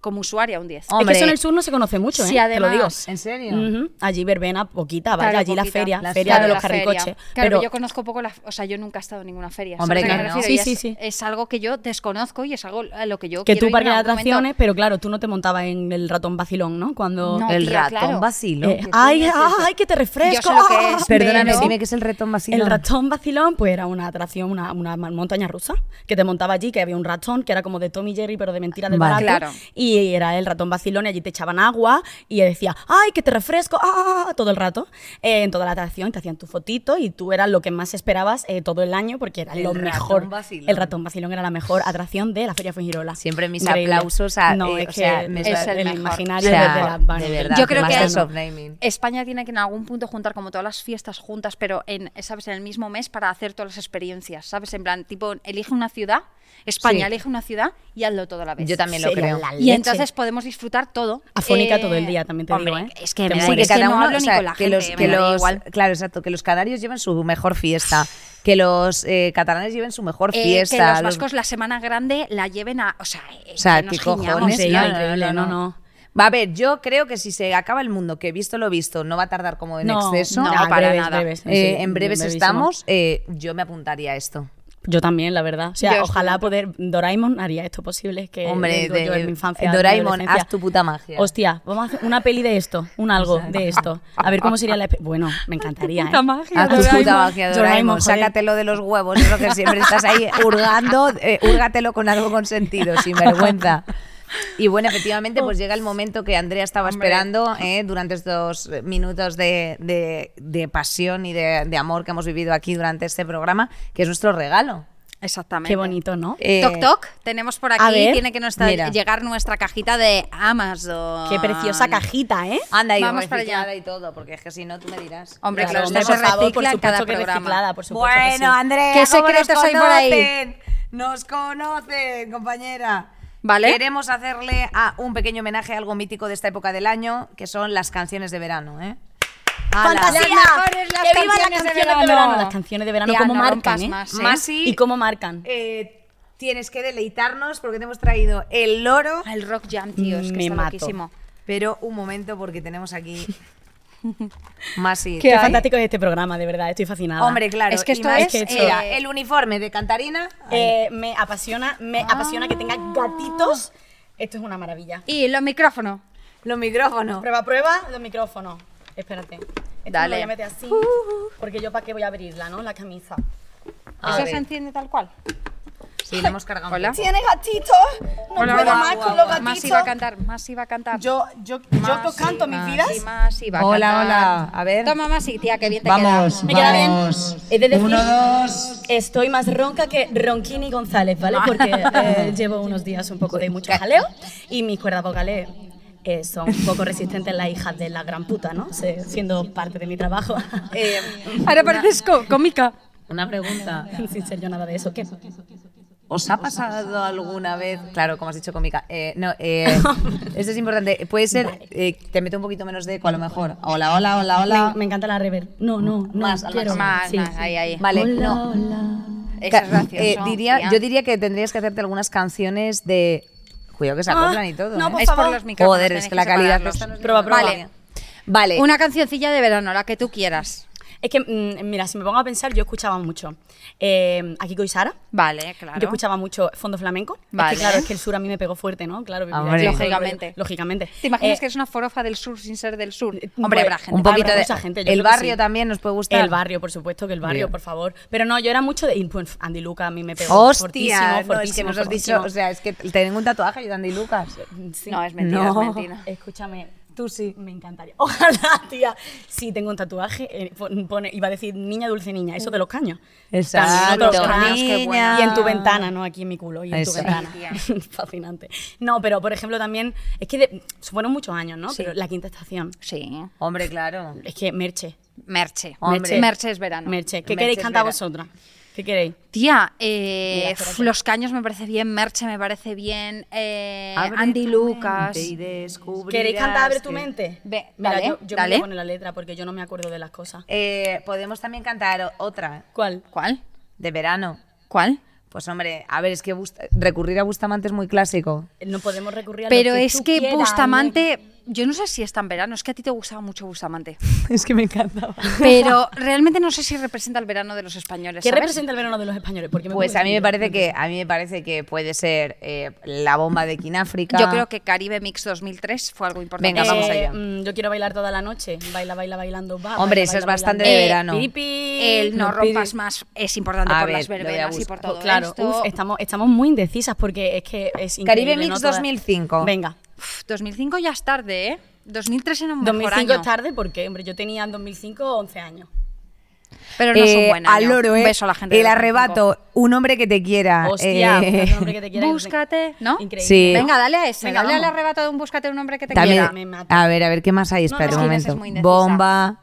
[SPEAKER 3] como usuaria un 10.
[SPEAKER 1] Oh, Hombre.
[SPEAKER 2] Es que eso en el sur no se conoce mucho, ¿eh?
[SPEAKER 3] Sí,
[SPEAKER 2] Te lo digo.
[SPEAKER 3] además,
[SPEAKER 1] ¿En serio?
[SPEAKER 2] Ujú. Allí verbena, poquita, vaya,
[SPEAKER 3] Claro,
[SPEAKER 2] allí la
[SPEAKER 3] poquita.
[SPEAKER 2] feria,
[SPEAKER 1] Las
[SPEAKER 2] feria
[SPEAKER 1] ferias,
[SPEAKER 2] de los
[SPEAKER 3] la feria.
[SPEAKER 2] carricoches.
[SPEAKER 3] Claro, pero yo conozco poco la, o sea, yo nunca he estado en ninguna feria. ¿sabes
[SPEAKER 1] Hombre,
[SPEAKER 3] a qué me
[SPEAKER 1] que no.
[SPEAKER 3] refiero?
[SPEAKER 2] Sí,
[SPEAKER 3] Y es,
[SPEAKER 2] sí, sí.
[SPEAKER 3] es algo que yo desconozco y es algo a lo que yo
[SPEAKER 2] que
[SPEAKER 3] quiero
[SPEAKER 2] tú
[SPEAKER 3] ir en
[SPEAKER 2] parques de
[SPEAKER 3] algún momento.
[SPEAKER 2] atracciones, pero claro, tú no te montabas en el ratón vacilón, ¿no? Cuando
[SPEAKER 3] No,
[SPEAKER 1] el
[SPEAKER 3] tía,
[SPEAKER 1] ratón
[SPEAKER 3] claro.
[SPEAKER 1] vacilo.
[SPEAKER 2] eh, ay, ay, que te
[SPEAKER 3] Yo
[SPEAKER 2] refresco.
[SPEAKER 3] sé lo que
[SPEAKER 2] ah.
[SPEAKER 3] es.
[SPEAKER 1] Perdóname,
[SPEAKER 3] pero-
[SPEAKER 1] dime que es el ratón vacilo.
[SPEAKER 2] El ratón vacilón, pues era una atracción, una, una ma- montaña rusa que te montaba allí, que había un ratón que era como de Tommy Jerry, pero de mentira del
[SPEAKER 1] Vale.
[SPEAKER 2] barato.
[SPEAKER 3] Claro.
[SPEAKER 2] Y era el ratón vacilón y allí te echaban agua y decía, ay, que te refresco, ah, todo el rato. Eh, en toda la atracción te hacían tu fotito y tú eras lo que más esperabas eh, todo el año porque era
[SPEAKER 1] El
[SPEAKER 2] lo
[SPEAKER 1] ratón
[SPEAKER 2] mejor.
[SPEAKER 1] vacilón.
[SPEAKER 2] El ratón vacilón era la mejor atracción de la Feria Fuengirola.
[SPEAKER 1] Siempre mis
[SPEAKER 2] Increíble.
[SPEAKER 1] aplausos a-
[SPEAKER 2] No,
[SPEAKER 1] eh,
[SPEAKER 2] es
[SPEAKER 1] o
[SPEAKER 2] que
[SPEAKER 1] sea, me-
[SPEAKER 2] es
[SPEAKER 3] el
[SPEAKER 2] el,
[SPEAKER 3] mejor.
[SPEAKER 2] imaginario
[SPEAKER 1] O sea,
[SPEAKER 2] desde la
[SPEAKER 1] de verdad,
[SPEAKER 3] Yo creo que-
[SPEAKER 2] Masters
[SPEAKER 1] of naming.
[SPEAKER 3] España tiene que en algún punto juntar como todas las fiestas juntas, pero en, sabes, en el mismo mes para hacer todas las experiencias, ¿sabes? En plan, tipo, elige una ciudad, España
[SPEAKER 1] Sí.
[SPEAKER 3] elige una ciudad y hazlo toda la vez.
[SPEAKER 1] Yo también lo
[SPEAKER 2] Sería
[SPEAKER 1] creo.
[SPEAKER 2] la
[SPEAKER 3] Y
[SPEAKER 2] leche.
[SPEAKER 3] entonces podemos disfrutar todo.
[SPEAKER 2] Afónica todo el día, también te
[SPEAKER 3] hombre,
[SPEAKER 2] digo, ¿eh?
[SPEAKER 3] Es que
[SPEAKER 2] Te
[SPEAKER 3] me da
[SPEAKER 1] Sí, que
[SPEAKER 2] mueres.
[SPEAKER 3] es que
[SPEAKER 1] cada
[SPEAKER 3] no
[SPEAKER 1] uno,
[SPEAKER 3] hablo
[SPEAKER 1] o
[SPEAKER 3] ni
[SPEAKER 1] sea,
[SPEAKER 3] con la
[SPEAKER 1] que
[SPEAKER 3] gente,
[SPEAKER 1] los,
[SPEAKER 3] me
[SPEAKER 1] que
[SPEAKER 3] da
[SPEAKER 1] los-
[SPEAKER 3] igual.
[SPEAKER 1] claro, exacto, que los canarios lleven su mejor fiesta, que los eh, catalanes lleven su mejor
[SPEAKER 3] Eh,
[SPEAKER 1] fiesta.
[SPEAKER 3] que los
[SPEAKER 1] los-
[SPEAKER 3] vascos la semana grande la lleven a. O sea, eh,
[SPEAKER 1] o sea,
[SPEAKER 3] que
[SPEAKER 1] qué
[SPEAKER 3] nos giñamos,
[SPEAKER 1] cojones,
[SPEAKER 2] Sí,
[SPEAKER 3] ¿no?
[SPEAKER 1] no,
[SPEAKER 2] increíble, no, no.
[SPEAKER 1] Va a ver, yo creo que si se acaba el mundo, que visto lo visto, no va a tardar como en exceso.
[SPEAKER 3] no,
[SPEAKER 1] Eh,
[SPEAKER 3] para nada. Eh,
[SPEAKER 1] en breves
[SPEAKER 2] brevísimo.
[SPEAKER 1] estamos, eh, yo me apuntaría a esto.
[SPEAKER 2] Yo también, la verdad. O sea,
[SPEAKER 3] Yo estoy
[SPEAKER 2] ojalá
[SPEAKER 3] dentro.
[SPEAKER 2] poder. Doraemon haría esto posible. Que
[SPEAKER 1] Hombre,
[SPEAKER 2] digo
[SPEAKER 1] de,
[SPEAKER 2] yo en mi infancia.
[SPEAKER 1] Doraemon,
[SPEAKER 2] en mi
[SPEAKER 1] haz tu
[SPEAKER 2] adolescencia.
[SPEAKER 1] puta magia.
[SPEAKER 2] Hostia, vamos a hacer una peli de esto, un algo de esto. A ver cómo sería la. exper- Bueno, me encantaría.
[SPEAKER 3] puta
[SPEAKER 2] ¿eh?
[SPEAKER 3] magia,
[SPEAKER 1] Haz tu
[SPEAKER 3] Doraemon.
[SPEAKER 1] puta magia, Doraemon.
[SPEAKER 2] Doraemon, joder.
[SPEAKER 1] Sácatelo de los huevos, es lo que siempre estás ahí hurgando, eh, húrgatelo con algo con sentido, sin vergüenza. Y bueno, efectivamente, pues llega el momento que Andrea estaba esperando eh, durante estos minutos de, de- de pasión y de, de amor que hemos vivido aquí durante este programa, que es nuestro regalo.
[SPEAKER 3] Exactamente.
[SPEAKER 2] Qué bonito, ¿no?
[SPEAKER 1] Eh,
[SPEAKER 3] toc toc, tenemos por aquí,
[SPEAKER 2] ver,
[SPEAKER 3] tiene que nuestra-
[SPEAKER 1] mira.
[SPEAKER 3] llegar nuestra cajita de Amazon.
[SPEAKER 2] Qué preciosa cajita, ¿eh?
[SPEAKER 1] Anda, y
[SPEAKER 3] Vamos para
[SPEAKER 1] reciclada
[SPEAKER 3] allá.
[SPEAKER 1] y todo, porque es que si no, tú me dirás.
[SPEAKER 3] Hombre,
[SPEAKER 1] Ya
[SPEAKER 3] claro,
[SPEAKER 1] lo
[SPEAKER 3] esto
[SPEAKER 1] hemos
[SPEAKER 3] se
[SPEAKER 2] por favor, por
[SPEAKER 3] recicla en cada
[SPEAKER 2] supuesto que
[SPEAKER 3] programa.
[SPEAKER 2] reciclada, por supuesto que sí.
[SPEAKER 1] Bueno, Andrea,
[SPEAKER 3] ¿Qué
[SPEAKER 1] ¿cómo nos
[SPEAKER 3] secretos hay por ahí?
[SPEAKER 1] conocen? Nos conocen, compañera.
[SPEAKER 3] ¿Vale?
[SPEAKER 1] Queremos hacerle a un pequeño homenaje a algo mítico de esta época del año, que son las canciones de verano, ¿eh? ¡Hala!
[SPEAKER 2] ¡Fantasía!
[SPEAKER 3] Las mejores, las
[SPEAKER 2] ¡Que vivan las
[SPEAKER 3] canciones de
[SPEAKER 2] canciones de verano!
[SPEAKER 3] verano.
[SPEAKER 2] Las canciones de verano,
[SPEAKER 3] Tía,
[SPEAKER 2] ¿cómo
[SPEAKER 3] no rompas
[SPEAKER 2] marcan? ¿eh?
[SPEAKER 3] más, ¿eh?
[SPEAKER 1] Más sí.
[SPEAKER 2] ¿Y cómo marcan?
[SPEAKER 1] Eh, tienes que deleitarnos porque te hemos traído el loro,
[SPEAKER 3] El rock jam, tío, es que
[SPEAKER 2] Me
[SPEAKER 3] está
[SPEAKER 2] mato.
[SPEAKER 3] loquísimo.
[SPEAKER 1] pero un momento porque tenemos
[SPEAKER 3] *laughs*
[SPEAKER 1] aquí Masi.
[SPEAKER 2] Qué
[SPEAKER 3] hay?
[SPEAKER 2] fantástico es este programa, de verdad, estoy fascinada.
[SPEAKER 1] Hombre, claro.
[SPEAKER 3] Es que esto
[SPEAKER 1] y más-
[SPEAKER 3] es,
[SPEAKER 2] Es que esto-
[SPEAKER 1] era el uniforme de Cantarina.
[SPEAKER 2] Eh, me apasiona, me apasiona que tenga gatitos. Esto es una maravilla.
[SPEAKER 3] Y los micrófonos.
[SPEAKER 1] Los micrófonos.
[SPEAKER 2] Prueba, prueba los micrófonos. Espérate. Esto me
[SPEAKER 3] Dale.
[SPEAKER 2] lo voy a meter así.
[SPEAKER 4] Uh-huh.
[SPEAKER 2] Porque yo para qué voy a abrirla, ¿no? La camisa.
[SPEAKER 1] A
[SPEAKER 3] ¿Eso
[SPEAKER 1] ver.
[SPEAKER 3] se enciende tal cual?
[SPEAKER 1] Sí, lo hemos cargado.
[SPEAKER 3] Hola.
[SPEAKER 4] Tiene gatito. No
[SPEAKER 3] Hola,
[SPEAKER 4] puedo
[SPEAKER 3] hola.
[SPEAKER 4] más con los
[SPEAKER 3] Más iba a
[SPEAKER 4] gatitos.
[SPEAKER 3] cantar, más iba a cantar.
[SPEAKER 4] Yo, yo, yo
[SPEAKER 3] Más
[SPEAKER 4] canto
[SPEAKER 3] iba,
[SPEAKER 4] mis vidas.
[SPEAKER 3] sí, más iba a
[SPEAKER 1] Hola,
[SPEAKER 3] cantar.
[SPEAKER 1] hola, a ver.
[SPEAKER 3] Toma, más y tía, que bien te
[SPEAKER 5] Vamos,
[SPEAKER 2] Me queda bien.
[SPEAKER 5] vamos.
[SPEAKER 2] He de decir-
[SPEAKER 5] Uno, dos.
[SPEAKER 2] Estoy más ronca que Ronquini González, ¿vale? Porque eh, llevo unos días un poco de mucho jaleo y mis cuerdas vocales eh, son un poco resistentes las hijas de la gran puta, ¿no? Se- siendo parte de mi trabajo. Eh,
[SPEAKER 3] queda. Ahora pareces co- cómica.
[SPEAKER 1] Una pregunta.
[SPEAKER 2] sin ser yo nada de eso. ¿Qué?
[SPEAKER 1] ¿Os ha pasado alguna vez? Claro, como has dicho cómica. Eh, no,
[SPEAKER 2] *laughs*
[SPEAKER 1] eh, esto es importante. Puede ser, eh, te meto un poquito menos de eco a lo mejor. Hola, hola, hola, hola.
[SPEAKER 2] Me, me encanta la rever. No, no, no.
[SPEAKER 1] Más, al
[SPEAKER 2] quiero.
[SPEAKER 1] máximo.
[SPEAKER 3] Más,
[SPEAKER 2] Sí.
[SPEAKER 3] más, ahí, ahí.
[SPEAKER 1] Vale, no.
[SPEAKER 3] Eso es
[SPEAKER 1] Ca-
[SPEAKER 3] gracioso.
[SPEAKER 1] eh, diría,
[SPEAKER 3] tía.
[SPEAKER 1] yo diría que tendrías que hacerte algunas canciones de. Cuidado que se acoplan y todo.
[SPEAKER 2] Ah, no,
[SPEAKER 1] ¿eh?
[SPEAKER 2] por
[SPEAKER 3] es por
[SPEAKER 2] favor.
[SPEAKER 3] los micrófonos.
[SPEAKER 1] Joder,
[SPEAKER 3] tenéis
[SPEAKER 1] es que la calidad.
[SPEAKER 3] separarlos.
[SPEAKER 1] esta no es
[SPEAKER 2] Prueba,
[SPEAKER 1] normal.
[SPEAKER 3] prueba.
[SPEAKER 1] Vale. Vale.
[SPEAKER 3] Una cancioncilla de verano, la que tú quieras.
[SPEAKER 2] Es que, mm, mira, si me pongo a pensar, yo escuchaba mucho eh, Akiko y Sara.
[SPEAKER 3] Vale, claro.
[SPEAKER 2] Yo escuchaba mucho fondo flamenco. Es
[SPEAKER 3] Vale.
[SPEAKER 2] que, claro, es que el sur a mí me pegó fuerte, ¿no? Claro, vivir
[SPEAKER 1] Hombre.
[SPEAKER 2] allí, todo el
[SPEAKER 3] Lógicamente.
[SPEAKER 2] rollo. Lógicamente.
[SPEAKER 3] ¿Te imaginas
[SPEAKER 2] Eh,
[SPEAKER 3] que es una forofa del sur sin ser del sur?
[SPEAKER 2] Eh, bueno,
[SPEAKER 3] Hombre, habrá gente.
[SPEAKER 1] un poquito
[SPEAKER 2] Habrá
[SPEAKER 1] de.
[SPEAKER 2] mucha gente, yo
[SPEAKER 1] el
[SPEAKER 2] creo que
[SPEAKER 1] barrio
[SPEAKER 2] sí.
[SPEAKER 1] también nos puede gustar.
[SPEAKER 2] El barrio, por supuesto, que el barrio,
[SPEAKER 1] Bien.
[SPEAKER 2] por favor. Pero no, yo era mucho de. y, pues, Andy Luca a mí me pegó. fortísimo,
[SPEAKER 1] Hostia, no, es que
[SPEAKER 2] fortísimo,
[SPEAKER 1] nos has dicho,
[SPEAKER 2] fortísimo.
[SPEAKER 1] o sea, es que tengo un tatuaje yo Andy Lucas.
[SPEAKER 2] Sí.
[SPEAKER 3] No, es mentira,
[SPEAKER 1] No.
[SPEAKER 3] es mentira.
[SPEAKER 2] Escúchame, tú sí, me encantaría. *laughs* Ojalá, tía. Sí, tengo un tatuaje. eh, pon- pone, iba a decir niña, dulce niña, eso de los caños. También
[SPEAKER 1] Exacto,
[SPEAKER 2] otro caño.
[SPEAKER 3] niña.
[SPEAKER 2] Y en tu ventana, ¿no? Aquí en mi culo. Y en tu
[SPEAKER 1] Eso.
[SPEAKER 2] ventana.
[SPEAKER 3] Tía.
[SPEAKER 2] *laughs* Fascinante. No, pero por ejemplo también. Es que de- fueron muchos años, ¿no? Pero la quinta estación.
[SPEAKER 3] Sí.
[SPEAKER 1] Hombre, claro.
[SPEAKER 2] Es que Merche.
[SPEAKER 3] Merche.
[SPEAKER 1] Hombre.
[SPEAKER 3] Merche es verano.
[SPEAKER 2] Merche. ¿Qué
[SPEAKER 1] Merche
[SPEAKER 2] queréis
[SPEAKER 1] es
[SPEAKER 2] cantar
[SPEAKER 1] verano.
[SPEAKER 2] vosotras? ¿Qué queréis?
[SPEAKER 3] Tía, eh,
[SPEAKER 2] Mira,
[SPEAKER 3] f-
[SPEAKER 2] espérate.
[SPEAKER 3] los caños me parece bien, Merche me parece bien, eh,
[SPEAKER 1] Abre
[SPEAKER 3] Andy
[SPEAKER 1] tu
[SPEAKER 3] Lucas. mm,
[SPEAKER 1] mente y descubrirás
[SPEAKER 2] ¿Queréis cantar Abre tu
[SPEAKER 1] que-
[SPEAKER 2] mente?
[SPEAKER 3] Ve,
[SPEAKER 2] Mira,
[SPEAKER 3] dale,
[SPEAKER 2] yo, yo
[SPEAKER 3] dale.
[SPEAKER 2] me voy a poner la letra porque yo no me acuerdo de las cosas.
[SPEAKER 1] Eh, podemos también cantar o- otra
[SPEAKER 2] ¿Cuál?
[SPEAKER 3] ¿Cuál?
[SPEAKER 1] de verano.
[SPEAKER 3] ¿Cuál?
[SPEAKER 1] Pues hombre, a ver, es que Bust- recurrir a Bustamante es muy clásico.
[SPEAKER 2] No podemos recurrir a lo
[SPEAKER 3] Pero es
[SPEAKER 2] tú
[SPEAKER 3] que
[SPEAKER 2] quieras,
[SPEAKER 3] Bustamante, yo no sé si es tan verano, es que a ti te gustaba mucho Bustamante.
[SPEAKER 1] *laughs* es que me encantaba.
[SPEAKER 3] Pero realmente no sé si representa el verano de los españoles.
[SPEAKER 2] ¿Qué
[SPEAKER 3] ¿sabes?
[SPEAKER 2] representa el verano de los españoles? Porque me
[SPEAKER 1] Pues
[SPEAKER 2] pongo Eh,
[SPEAKER 1] a mí me
[SPEAKER 2] vestido.
[SPEAKER 1] parece que a mí me parece que puede ser eh, la bomba de Kináfrica.
[SPEAKER 3] Yo creo que Caribe Mix 2003 fue algo importante.
[SPEAKER 1] Venga, vamos
[SPEAKER 2] Eh,
[SPEAKER 1] allá.
[SPEAKER 2] mm, yo quiero bailar toda la noche. Baila, baila, bailando. Va,
[SPEAKER 1] Hombre,
[SPEAKER 2] baila,
[SPEAKER 1] eso es
[SPEAKER 2] baila,
[SPEAKER 1] bastante
[SPEAKER 2] bailando.
[SPEAKER 1] de
[SPEAKER 3] Eh,
[SPEAKER 1] verano.
[SPEAKER 2] Piripi.
[SPEAKER 3] El no
[SPEAKER 2] Piripi.
[SPEAKER 3] rompas más es importante
[SPEAKER 1] A
[SPEAKER 3] por
[SPEAKER 1] ver,
[SPEAKER 3] las
[SPEAKER 1] lo voy a
[SPEAKER 3] verbenas y por
[SPEAKER 1] buscar.
[SPEAKER 3] todo
[SPEAKER 2] Pues Claro,
[SPEAKER 3] esto.
[SPEAKER 2] uf, estamos, estamos muy indecisas porque es que es
[SPEAKER 1] Caribe
[SPEAKER 2] increíble,
[SPEAKER 1] Mix
[SPEAKER 2] ¿no? Toda-
[SPEAKER 1] 2005.
[SPEAKER 2] Venga.
[SPEAKER 3] Uf, 2005 ya es tarde, ¿eh? 2003 era un mejor
[SPEAKER 2] 2005
[SPEAKER 3] año.
[SPEAKER 2] es tarde porque, hombre, yo tenía en 2005 11 años.
[SPEAKER 3] Pero no es un
[SPEAKER 1] Eh,
[SPEAKER 3] buen
[SPEAKER 1] al
[SPEAKER 3] año.
[SPEAKER 1] loro, eh.
[SPEAKER 3] Un beso a la gente de
[SPEAKER 1] el
[SPEAKER 3] 2005.
[SPEAKER 1] arrebato, un hombre que te quiera.
[SPEAKER 2] Hostia,
[SPEAKER 1] eh,
[SPEAKER 2] el nombre que te quiera.
[SPEAKER 3] Búscate, ¿no?
[SPEAKER 2] Increíble.
[SPEAKER 1] Sí.
[SPEAKER 3] Venga, dale a ese.
[SPEAKER 2] eh, Venga,
[SPEAKER 3] dale al
[SPEAKER 2] vamos.
[SPEAKER 3] arrebato de un búscate un hombre que te
[SPEAKER 1] también-
[SPEAKER 3] quiera.
[SPEAKER 2] Me mata.
[SPEAKER 1] a ver, a ver, ¿qué más hay? Espera
[SPEAKER 3] no,
[SPEAKER 1] un
[SPEAKER 3] es que esa es muy
[SPEAKER 1] momento.
[SPEAKER 3] indecisa.
[SPEAKER 1] Bomba,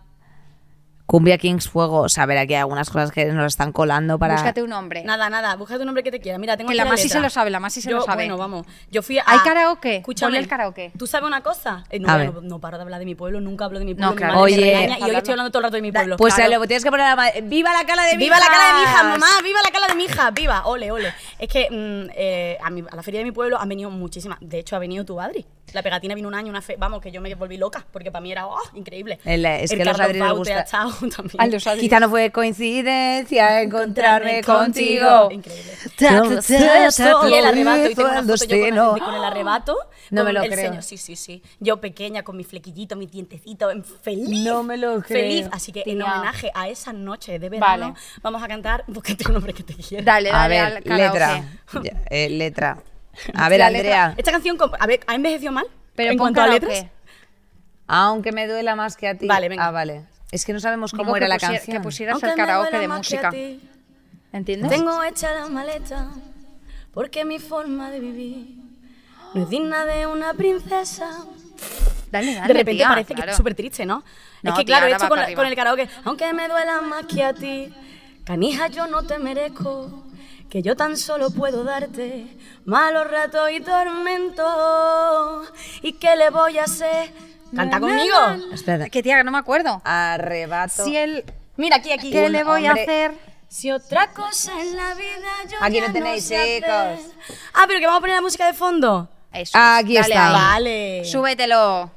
[SPEAKER 1] Cumbia Kings Fuego. O sea, a ver, aquí hay algunas cosas que nos están colando para.
[SPEAKER 3] Búscate un hombre.
[SPEAKER 2] Nada, nada, búscate un nombre que te quiera. Mira, tengo
[SPEAKER 3] Que
[SPEAKER 2] aquí
[SPEAKER 3] la Masi
[SPEAKER 2] letra.
[SPEAKER 3] se lo sabe, la Masi se
[SPEAKER 2] Yo-
[SPEAKER 3] lo sabe.
[SPEAKER 2] Bueno, vamos. Yo fui a...
[SPEAKER 3] ¿Hay karaoke?
[SPEAKER 2] Escúchame.
[SPEAKER 3] Ponle el karaoke.
[SPEAKER 2] ¿Tú sabes una cosa? Eh, no,
[SPEAKER 1] A
[SPEAKER 2] no,
[SPEAKER 1] ver.
[SPEAKER 2] no paro de hablar de mi pueblo, nunca hablo de mi pueblo. mi
[SPEAKER 3] claro.
[SPEAKER 2] madre me
[SPEAKER 1] Oye.
[SPEAKER 2] regaña y hoy estoy hablando todo el rato de mi pueblo.
[SPEAKER 1] Pues
[SPEAKER 2] Claro.
[SPEAKER 1] eh, lo tienes que poner a la ma- ¡Viva la cara de mi
[SPEAKER 2] ¡Viva la cara de mi hija, mamá! ¡Viva la cara de mi hija! ¡Viva! ¡Ole, ole! Es que mm, eh, a, mi- a la feria de mi pueblo han venido muchísimas. De hecho, ha venido tu Adri. La pegatina vino un año, una fe... Vamos, que yo me volví loca, porque para mí era oh, increíble.
[SPEAKER 1] El, eh, es que a los
[SPEAKER 2] Carlos
[SPEAKER 1] Adri les
[SPEAKER 2] Baute
[SPEAKER 1] gusta.
[SPEAKER 2] ha estado *laughs* también.
[SPEAKER 1] Quizá no fue coincidencia encontrarme contigo.
[SPEAKER 2] Increíble.
[SPEAKER 1] Todo
[SPEAKER 2] Y el arrebato, y tengo
[SPEAKER 1] fue
[SPEAKER 2] una
[SPEAKER 1] el
[SPEAKER 2] foto yo con,
[SPEAKER 1] destino.
[SPEAKER 2] el, con el arrebato.
[SPEAKER 1] No
[SPEAKER 2] con
[SPEAKER 1] me lo
[SPEAKER 2] el
[SPEAKER 1] creo.
[SPEAKER 2] ceño. Sí, sí, sí. Yo pequeña, con mi flequillito, mis dientecitos, en- feliz.
[SPEAKER 1] No me lo creo.
[SPEAKER 2] Feliz. Así que en
[SPEAKER 3] Tía.
[SPEAKER 2] homenaje a esa noche de verano, vamos a cantar Búscate un hombre que te quiera.
[SPEAKER 3] Dale,
[SPEAKER 1] A
[SPEAKER 3] dale
[SPEAKER 1] ver,
[SPEAKER 3] al karaoke.
[SPEAKER 1] letra.
[SPEAKER 2] *laughs*
[SPEAKER 1] Ya, eh, letra. A ver,
[SPEAKER 2] La letra-
[SPEAKER 1] Andrea.
[SPEAKER 2] Esta canción, com- a ver, ¿ha envejecido mal?
[SPEAKER 3] Pero
[SPEAKER 2] en
[SPEAKER 3] pon
[SPEAKER 2] cuanto a
[SPEAKER 3] karaoke.
[SPEAKER 2] letras.
[SPEAKER 1] Aunque me duela más que a ti.
[SPEAKER 2] Vale, venga.
[SPEAKER 1] Ah, vale. Es que no sabemos
[SPEAKER 3] Digo
[SPEAKER 1] cómo
[SPEAKER 3] que
[SPEAKER 1] era la
[SPEAKER 3] pusiera-
[SPEAKER 1] canción.
[SPEAKER 3] Que pusieras
[SPEAKER 2] Aunque
[SPEAKER 3] el
[SPEAKER 2] me
[SPEAKER 3] karaoke
[SPEAKER 2] duela
[SPEAKER 3] de
[SPEAKER 2] más que a
[SPEAKER 3] música.
[SPEAKER 2] ti,
[SPEAKER 3] ¿Entiendes?
[SPEAKER 2] Tengo hecha la maleta porque mi forma de vivir no es digna de una princesa.
[SPEAKER 3] Dale, dale,
[SPEAKER 2] De repente
[SPEAKER 3] tía,
[SPEAKER 2] parece que
[SPEAKER 3] claro.
[SPEAKER 2] es súper triste, ¿no?
[SPEAKER 3] No,
[SPEAKER 2] es que
[SPEAKER 3] tía,
[SPEAKER 2] claro,
[SPEAKER 3] ahora
[SPEAKER 2] esto
[SPEAKER 3] va
[SPEAKER 2] con,
[SPEAKER 3] para
[SPEAKER 2] la-
[SPEAKER 3] arriba.
[SPEAKER 2] con el karaoke, aunque me duela más que a ti, canija yo no te merezco, que yo tan solo puedo darte malos ratos y tormento. ¿Y qué le voy a hacer? Canta conmigo.
[SPEAKER 1] Espérate.
[SPEAKER 3] Que tía, que no me acuerdo.
[SPEAKER 1] Arrebato.
[SPEAKER 3] Si el...
[SPEAKER 2] Mira aquí, aquí.
[SPEAKER 3] ¿Qué le voy a
[SPEAKER 1] hombre.
[SPEAKER 3] hacer?
[SPEAKER 2] Si otra cosa en la vida yo
[SPEAKER 1] Aquí
[SPEAKER 2] ya
[SPEAKER 1] lo tenéis,
[SPEAKER 2] no sé hacer.
[SPEAKER 1] chicos.
[SPEAKER 2] Ah, pero que vamos a poner la música de fondo.
[SPEAKER 3] Eso.
[SPEAKER 1] Aquí
[SPEAKER 3] dale
[SPEAKER 1] está.
[SPEAKER 3] ahí.
[SPEAKER 2] Vale.
[SPEAKER 3] Súbetelo.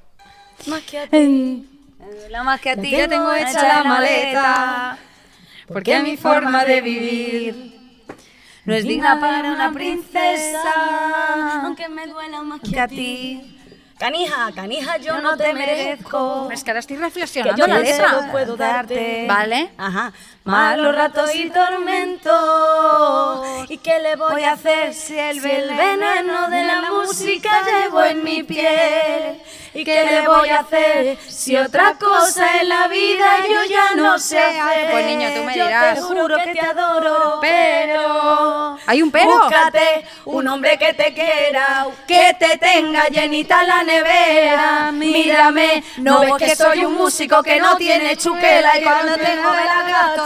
[SPEAKER 2] Más que a ti.
[SPEAKER 1] Me duela más que a ti.
[SPEAKER 2] tengo
[SPEAKER 1] Yo tengo
[SPEAKER 2] hecha
[SPEAKER 1] hecha la maleta.
[SPEAKER 3] Porque mi forma de vivir
[SPEAKER 1] No es digna para una princesa.
[SPEAKER 2] aunque me duela más
[SPEAKER 1] Que a ti.
[SPEAKER 2] Canija, canija, yo, no, te merezco.
[SPEAKER 3] Es que ahora estoy
[SPEAKER 2] Que
[SPEAKER 3] reflexionando
[SPEAKER 2] yo
[SPEAKER 3] la
[SPEAKER 2] tan
[SPEAKER 1] merezco.
[SPEAKER 3] letra.
[SPEAKER 2] solo puedo darte.
[SPEAKER 3] Vale.
[SPEAKER 2] Ajá. Malos ratos y tormentos. ¿Y qué le voy a hacer si el veneno de la música llevo en mi piel? ¿Y qué le voy a hacer si otra cosa en la vida yo ya no sé hacer?
[SPEAKER 3] Pues, niño, tú me
[SPEAKER 2] Yo
[SPEAKER 3] dirás.
[SPEAKER 2] te juro que te adoro, pero...
[SPEAKER 3] Hay un pero.
[SPEAKER 2] Búscate un hombre que te quiera, que te tenga llenita la nevera. Mírame, no ves que soy un músico que no tiene chuquela y cuando tengo el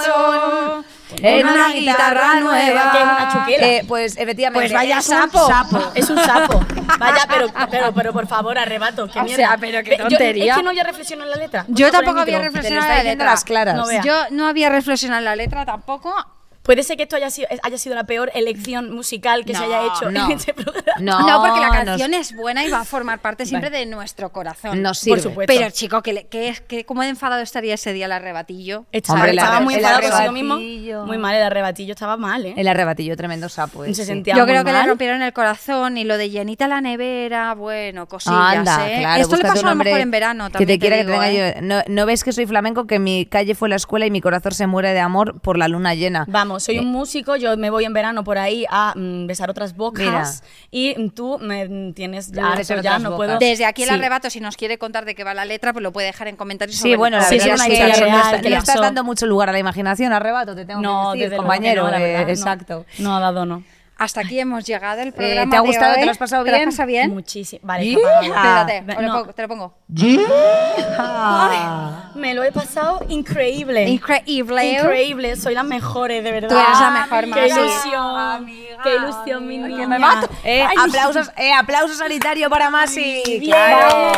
[SPEAKER 2] agacho en una guitarra nueva.
[SPEAKER 1] ¿Qué es
[SPEAKER 2] una chuquela?
[SPEAKER 1] Eh, pues efectivamente.
[SPEAKER 3] Pues vaya
[SPEAKER 1] es un
[SPEAKER 3] sapo.
[SPEAKER 2] Es un sapo. Vaya, pero, pero, pero por favor, arrebato. ¿qué
[SPEAKER 3] O
[SPEAKER 2] mierda.
[SPEAKER 3] sea, pero qué
[SPEAKER 2] Ve, yo-
[SPEAKER 3] tontería.
[SPEAKER 2] es que no había reflexionado en la letra.
[SPEAKER 3] Yo
[SPEAKER 2] Por favor,
[SPEAKER 3] tampoco
[SPEAKER 2] el
[SPEAKER 3] había
[SPEAKER 2] micro.
[SPEAKER 3] reflexionado
[SPEAKER 1] está
[SPEAKER 3] en la
[SPEAKER 1] diciendo
[SPEAKER 3] letra.
[SPEAKER 1] las claras.
[SPEAKER 2] No vea.
[SPEAKER 3] Yo no había reflexionado en la letra tampoco.
[SPEAKER 2] Puede ser que esto haya sido, haya sido la peor elección musical que se
[SPEAKER 3] No,
[SPEAKER 2] haya hecho
[SPEAKER 1] no.
[SPEAKER 2] en este programa.
[SPEAKER 1] No,
[SPEAKER 3] No, porque la
[SPEAKER 1] nos-
[SPEAKER 3] canción es buena y va a formar parte siempre de nuestro corazón.
[SPEAKER 1] Nos sirve.
[SPEAKER 2] supuesto.
[SPEAKER 3] Pero chico, que, le- que es que cómo de enfadado estaría ese día el arrebatillo.
[SPEAKER 2] Estaba,
[SPEAKER 1] Hombre,
[SPEAKER 2] estaba
[SPEAKER 1] el
[SPEAKER 2] muy
[SPEAKER 1] arre- el
[SPEAKER 2] enfadado consigo
[SPEAKER 1] arrebatillo.
[SPEAKER 2] mismo. Muy mal, el arrebatillo estaba mal, ¿eh?
[SPEAKER 1] El arrebatillo, tremendo sapo. eh,
[SPEAKER 2] Se
[SPEAKER 1] sí.
[SPEAKER 2] sentía
[SPEAKER 3] Yo
[SPEAKER 2] muy
[SPEAKER 3] creo que le
[SPEAKER 2] mal.
[SPEAKER 3] rompieron el corazón y lo de llenita la nevera, bueno, cosillas,
[SPEAKER 1] Anda,
[SPEAKER 3] ¿eh?
[SPEAKER 1] claro.
[SPEAKER 3] Esto le
[SPEAKER 1] búscate
[SPEAKER 3] pasó
[SPEAKER 1] un
[SPEAKER 3] a lo mejor
[SPEAKER 1] hombre
[SPEAKER 3] en verano
[SPEAKER 1] Que te
[SPEAKER 3] también.
[SPEAKER 1] quiera
[SPEAKER 3] digo,
[SPEAKER 1] que te
[SPEAKER 3] ¿eh?
[SPEAKER 1] tenga yo. No, no ves que soy flamenco, que mi calle fue la escuela y mi corazón se muere de amor por la luna llena.
[SPEAKER 2] Vamos,
[SPEAKER 1] Eh.
[SPEAKER 2] soy un músico, yo me voy en verano por ahí a mm, besar otras bocas y mm, tú me mm, tienes
[SPEAKER 1] A
[SPEAKER 2] ya,
[SPEAKER 1] besar
[SPEAKER 2] harto, ya
[SPEAKER 1] otras
[SPEAKER 2] no
[SPEAKER 1] bocas.
[SPEAKER 2] puedo.
[SPEAKER 3] Desde aquí el
[SPEAKER 2] Sí.
[SPEAKER 3] arrebato, si nos quiere contar de qué va la letra, pues lo puede dejar en comentarios.
[SPEAKER 1] Sí,
[SPEAKER 3] sobre-
[SPEAKER 1] bueno, la
[SPEAKER 2] Sí, es
[SPEAKER 1] verdad
[SPEAKER 2] una
[SPEAKER 1] es que,
[SPEAKER 2] historia
[SPEAKER 1] le
[SPEAKER 2] real
[SPEAKER 1] estás-
[SPEAKER 2] que
[SPEAKER 1] le estás
[SPEAKER 2] pasó.
[SPEAKER 1] dando mucho lugar a la imaginación, arrebato, te tengo
[SPEAKER 2] No,
[SPEAKER 1] que decir,
[SPEAKER 2] desde luego que
[SPEAKER 1] compañero.
[SPEAKER 2] no, la
[SPEAKER 1] eh,
[SPEAKER 2] verdad, no.
[SPEAKER 1] exacto.
[SPEAKER 2] No ha dado, no.
[SPEAKER 3] Hasta aquí hemos llegado el
[SPEAKER 1] Eh, ¿te
[SPEAKER 3] programa.
[SPEAKER 1] ha
[SPEAKER 3] de
[SPEAKER 1] gustado? ¿Te
[SPEAKER 3] hoy.
[SPEAKER 1] lo has pasado
[SPEAKER 3] ¿Te
[SPEAKER 1] bien? Ah,
[SPEAKER 3] lo has pasado bien?
[SPEAKER 2] Muchísimo. Vale,
[SPEAKER 1] ¡Hija!
[SPEAKER 2] que apagamos.
[SPEAKER 3] Espérate,
[SPEAKER 2] Ve-
[SPEAKER 3] os lo
[SPEAKER 2] no.
[SPEAKER 3] pongo- te lo pongo.
[SPEAKER 2] Me lo he pasado increíble.
[SPEAKER 3] Increíble.
[SPEAKER 2] Increíble, soy las mejores, de verdad.
[SPEAKER 3] Tú eres la mejor,
[SPEAKER 2] Qué
[SPEAKER 3] Mari.
[SPEAKER 2] ilusión, qué ilusión, mi niña.
[SPEAKER 1] me mato. Eh,
[SPEAKER 2] Ay,
[SPEAKER 1] aplausos, eh, aplauso sanitario para Masi.
[SPEAKER 2] bien.
[SPEAKER 1] Claro.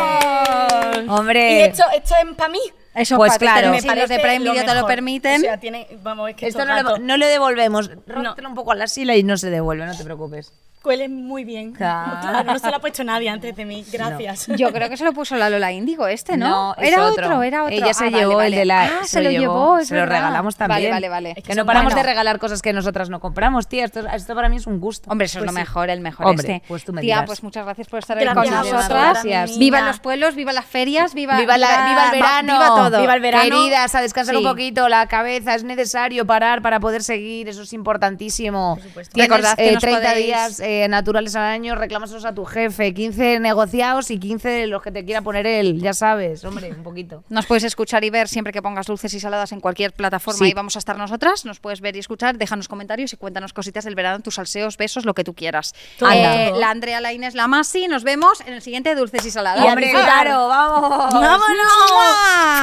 [SPEAKER 2] Y
[SPEAKER 1] Hombre,
[SPEAKER 2] esto, esto es para mí.
[SPEAKER 3] Eso
[SPEAKER 1] Pues
[SPEAKER 3] para ti,
[SPEAKER 1] claro.
[SPEAKER 3] pero si los de
[SPEAKER 2] parece
[SPEAKER 3] Prime Video te lo
[SPEAKER 2] mejor.
[SPEAKER 3] permiten.
[SPEAKER 2] O sea, tiene, vamos, es que
[SPEAKER 1] esto
[SPEAKER 2] esto
[SPEAKER 1] no lo, no lo devolvemos. Rótelo
[SPEAKER 2] No.
[SPEAKER 1] un poco a la sila y no se devuelve, no te preocupes.
[SPEAKER 2] Huele muy bien.
[SPEAKER 1] Claro.
[SPEAKER 2] Claro, no se lo ha puesto nadie antes de mí. Gracias. *laughs*
[SPEAKER 3] *laughs* Yo creo que se lo puso la Lola Índigo este, ¿no?
[SPEAKER 1] No, es
[SPEAKER 3] era
[SPEAKER 1] otro.
[SPEAKER 3] era otro.
[SPEAKER 1] Ella se
[SPEAKER 3] Ah, vale,
[SPEAKER 1] llevó
[SPEAKER 3] vale.
[SPEAKER 1] el de la.
[SPEAKER 3] Ah, se, lo llevó, es
[SPEAKER 1] se lo
[SPEAKER 3] verdad.
[SPEAKER 1] regalamos también.
[SPEAKER 3] Vale, vale, vale.
[SPEAKER 1] Que no paramos de regalar cosas que nosotras no compramos, tía. Esto, esto para mí es un gusto.
[SPEAKER 3] Hombre, eso
[SPEAKER 1] Pues
[SPEAKER 3] es lo
[SPEAKER 1] sí.
[SPEAKER 3] mejor, el mejor
[SPEAKER 1] Hombre,
[SPEAKER 3] este.
[SPEAKER 1] pues tú me
[SPEAKER 3] Tía,
[SPEAKER 1] dirás.
[SPEAKER 3] pues muchas gracias por estar
[SPEAKER 2] Gracias
[SPEAKER 3] hoy
[SPEAKER 2] a
[SPEAKER 3] con
[SPEAKER 2] vosotras,
[SPEAKER 3] nosotras.
[SPEAKER 1] gracias.
[SPEAKER 3] Viva
[SPEAKER 2] niña.
[SPEAKER 3] los pueblos, viva las ferias, viva
[SPEAKER 1] Viva, la- viva el verano.
[SPEAKER 3] Viva todo.
[SPEAKER 2] Viva el verano.
[SPEAKER 1] Queridas, a descansar
[SPEAKER 3] Sí.
[SPEAKER 1] un poquito la cabeza. Es necesario parar para poder seguir. Eso es importantísimo.
[SPEAKER 2] supuesto.
[SPEAKER 1] Tienes,
[SPEAKER 3] Recordad que
[SPEAKER 1] eh,
[SPEAKER 3] nos
[SPEAKER 1] 30
[SPEAKER 3] podéis-
[SPEAKER 1] días eh, naturales al año. Reclámasos a tu jefe. 15 negociados y 15 de los que te quiera poner él. Ya sabes, hombre, un poquito.
[SPEAKER 3] Nos puedes escuchar y ver siempre que pongas dulces y saladas en cualquier plataforma.
[SPEAKER 1] Sí.
[SPEAKER 3] Ahí vamos a estar nosotras. Nos puedes ver y escuchar. Déjanos comentarios y cuéntanos cositas del verano, tus salseos, besos, lo que tú quieras.
[SPEAKER 2] Todo.
[SPEAKER 3] Eh, la Andrea, la Inés, la Masi. Nos vemos en el siguiente Dulces y Saladas.
[SPEAKER 2] Y a
[SPEAKER 1] hombre,
[SPEAKER 2] disfrutar.
[SPEAKER 1] claro, vamos.
[SPEAKER 2] ¡Vámonos!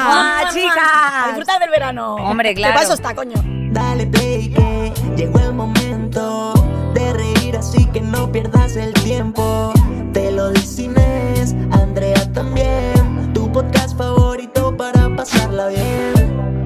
[SPEAKER 1] ¡Mua, chicas!
[SPEAKER 2] A disfrutar del verano.
[SPEAKER 1] Hombre, claro.
[SPEAKER 2] Te paso está, coño.
[SPEAKER 5] Dale play que llegó el momento de reír así que no pierdas el tiempo. Te lo dice Inés, Andrea también, tu podcast favorito para pasarla bien.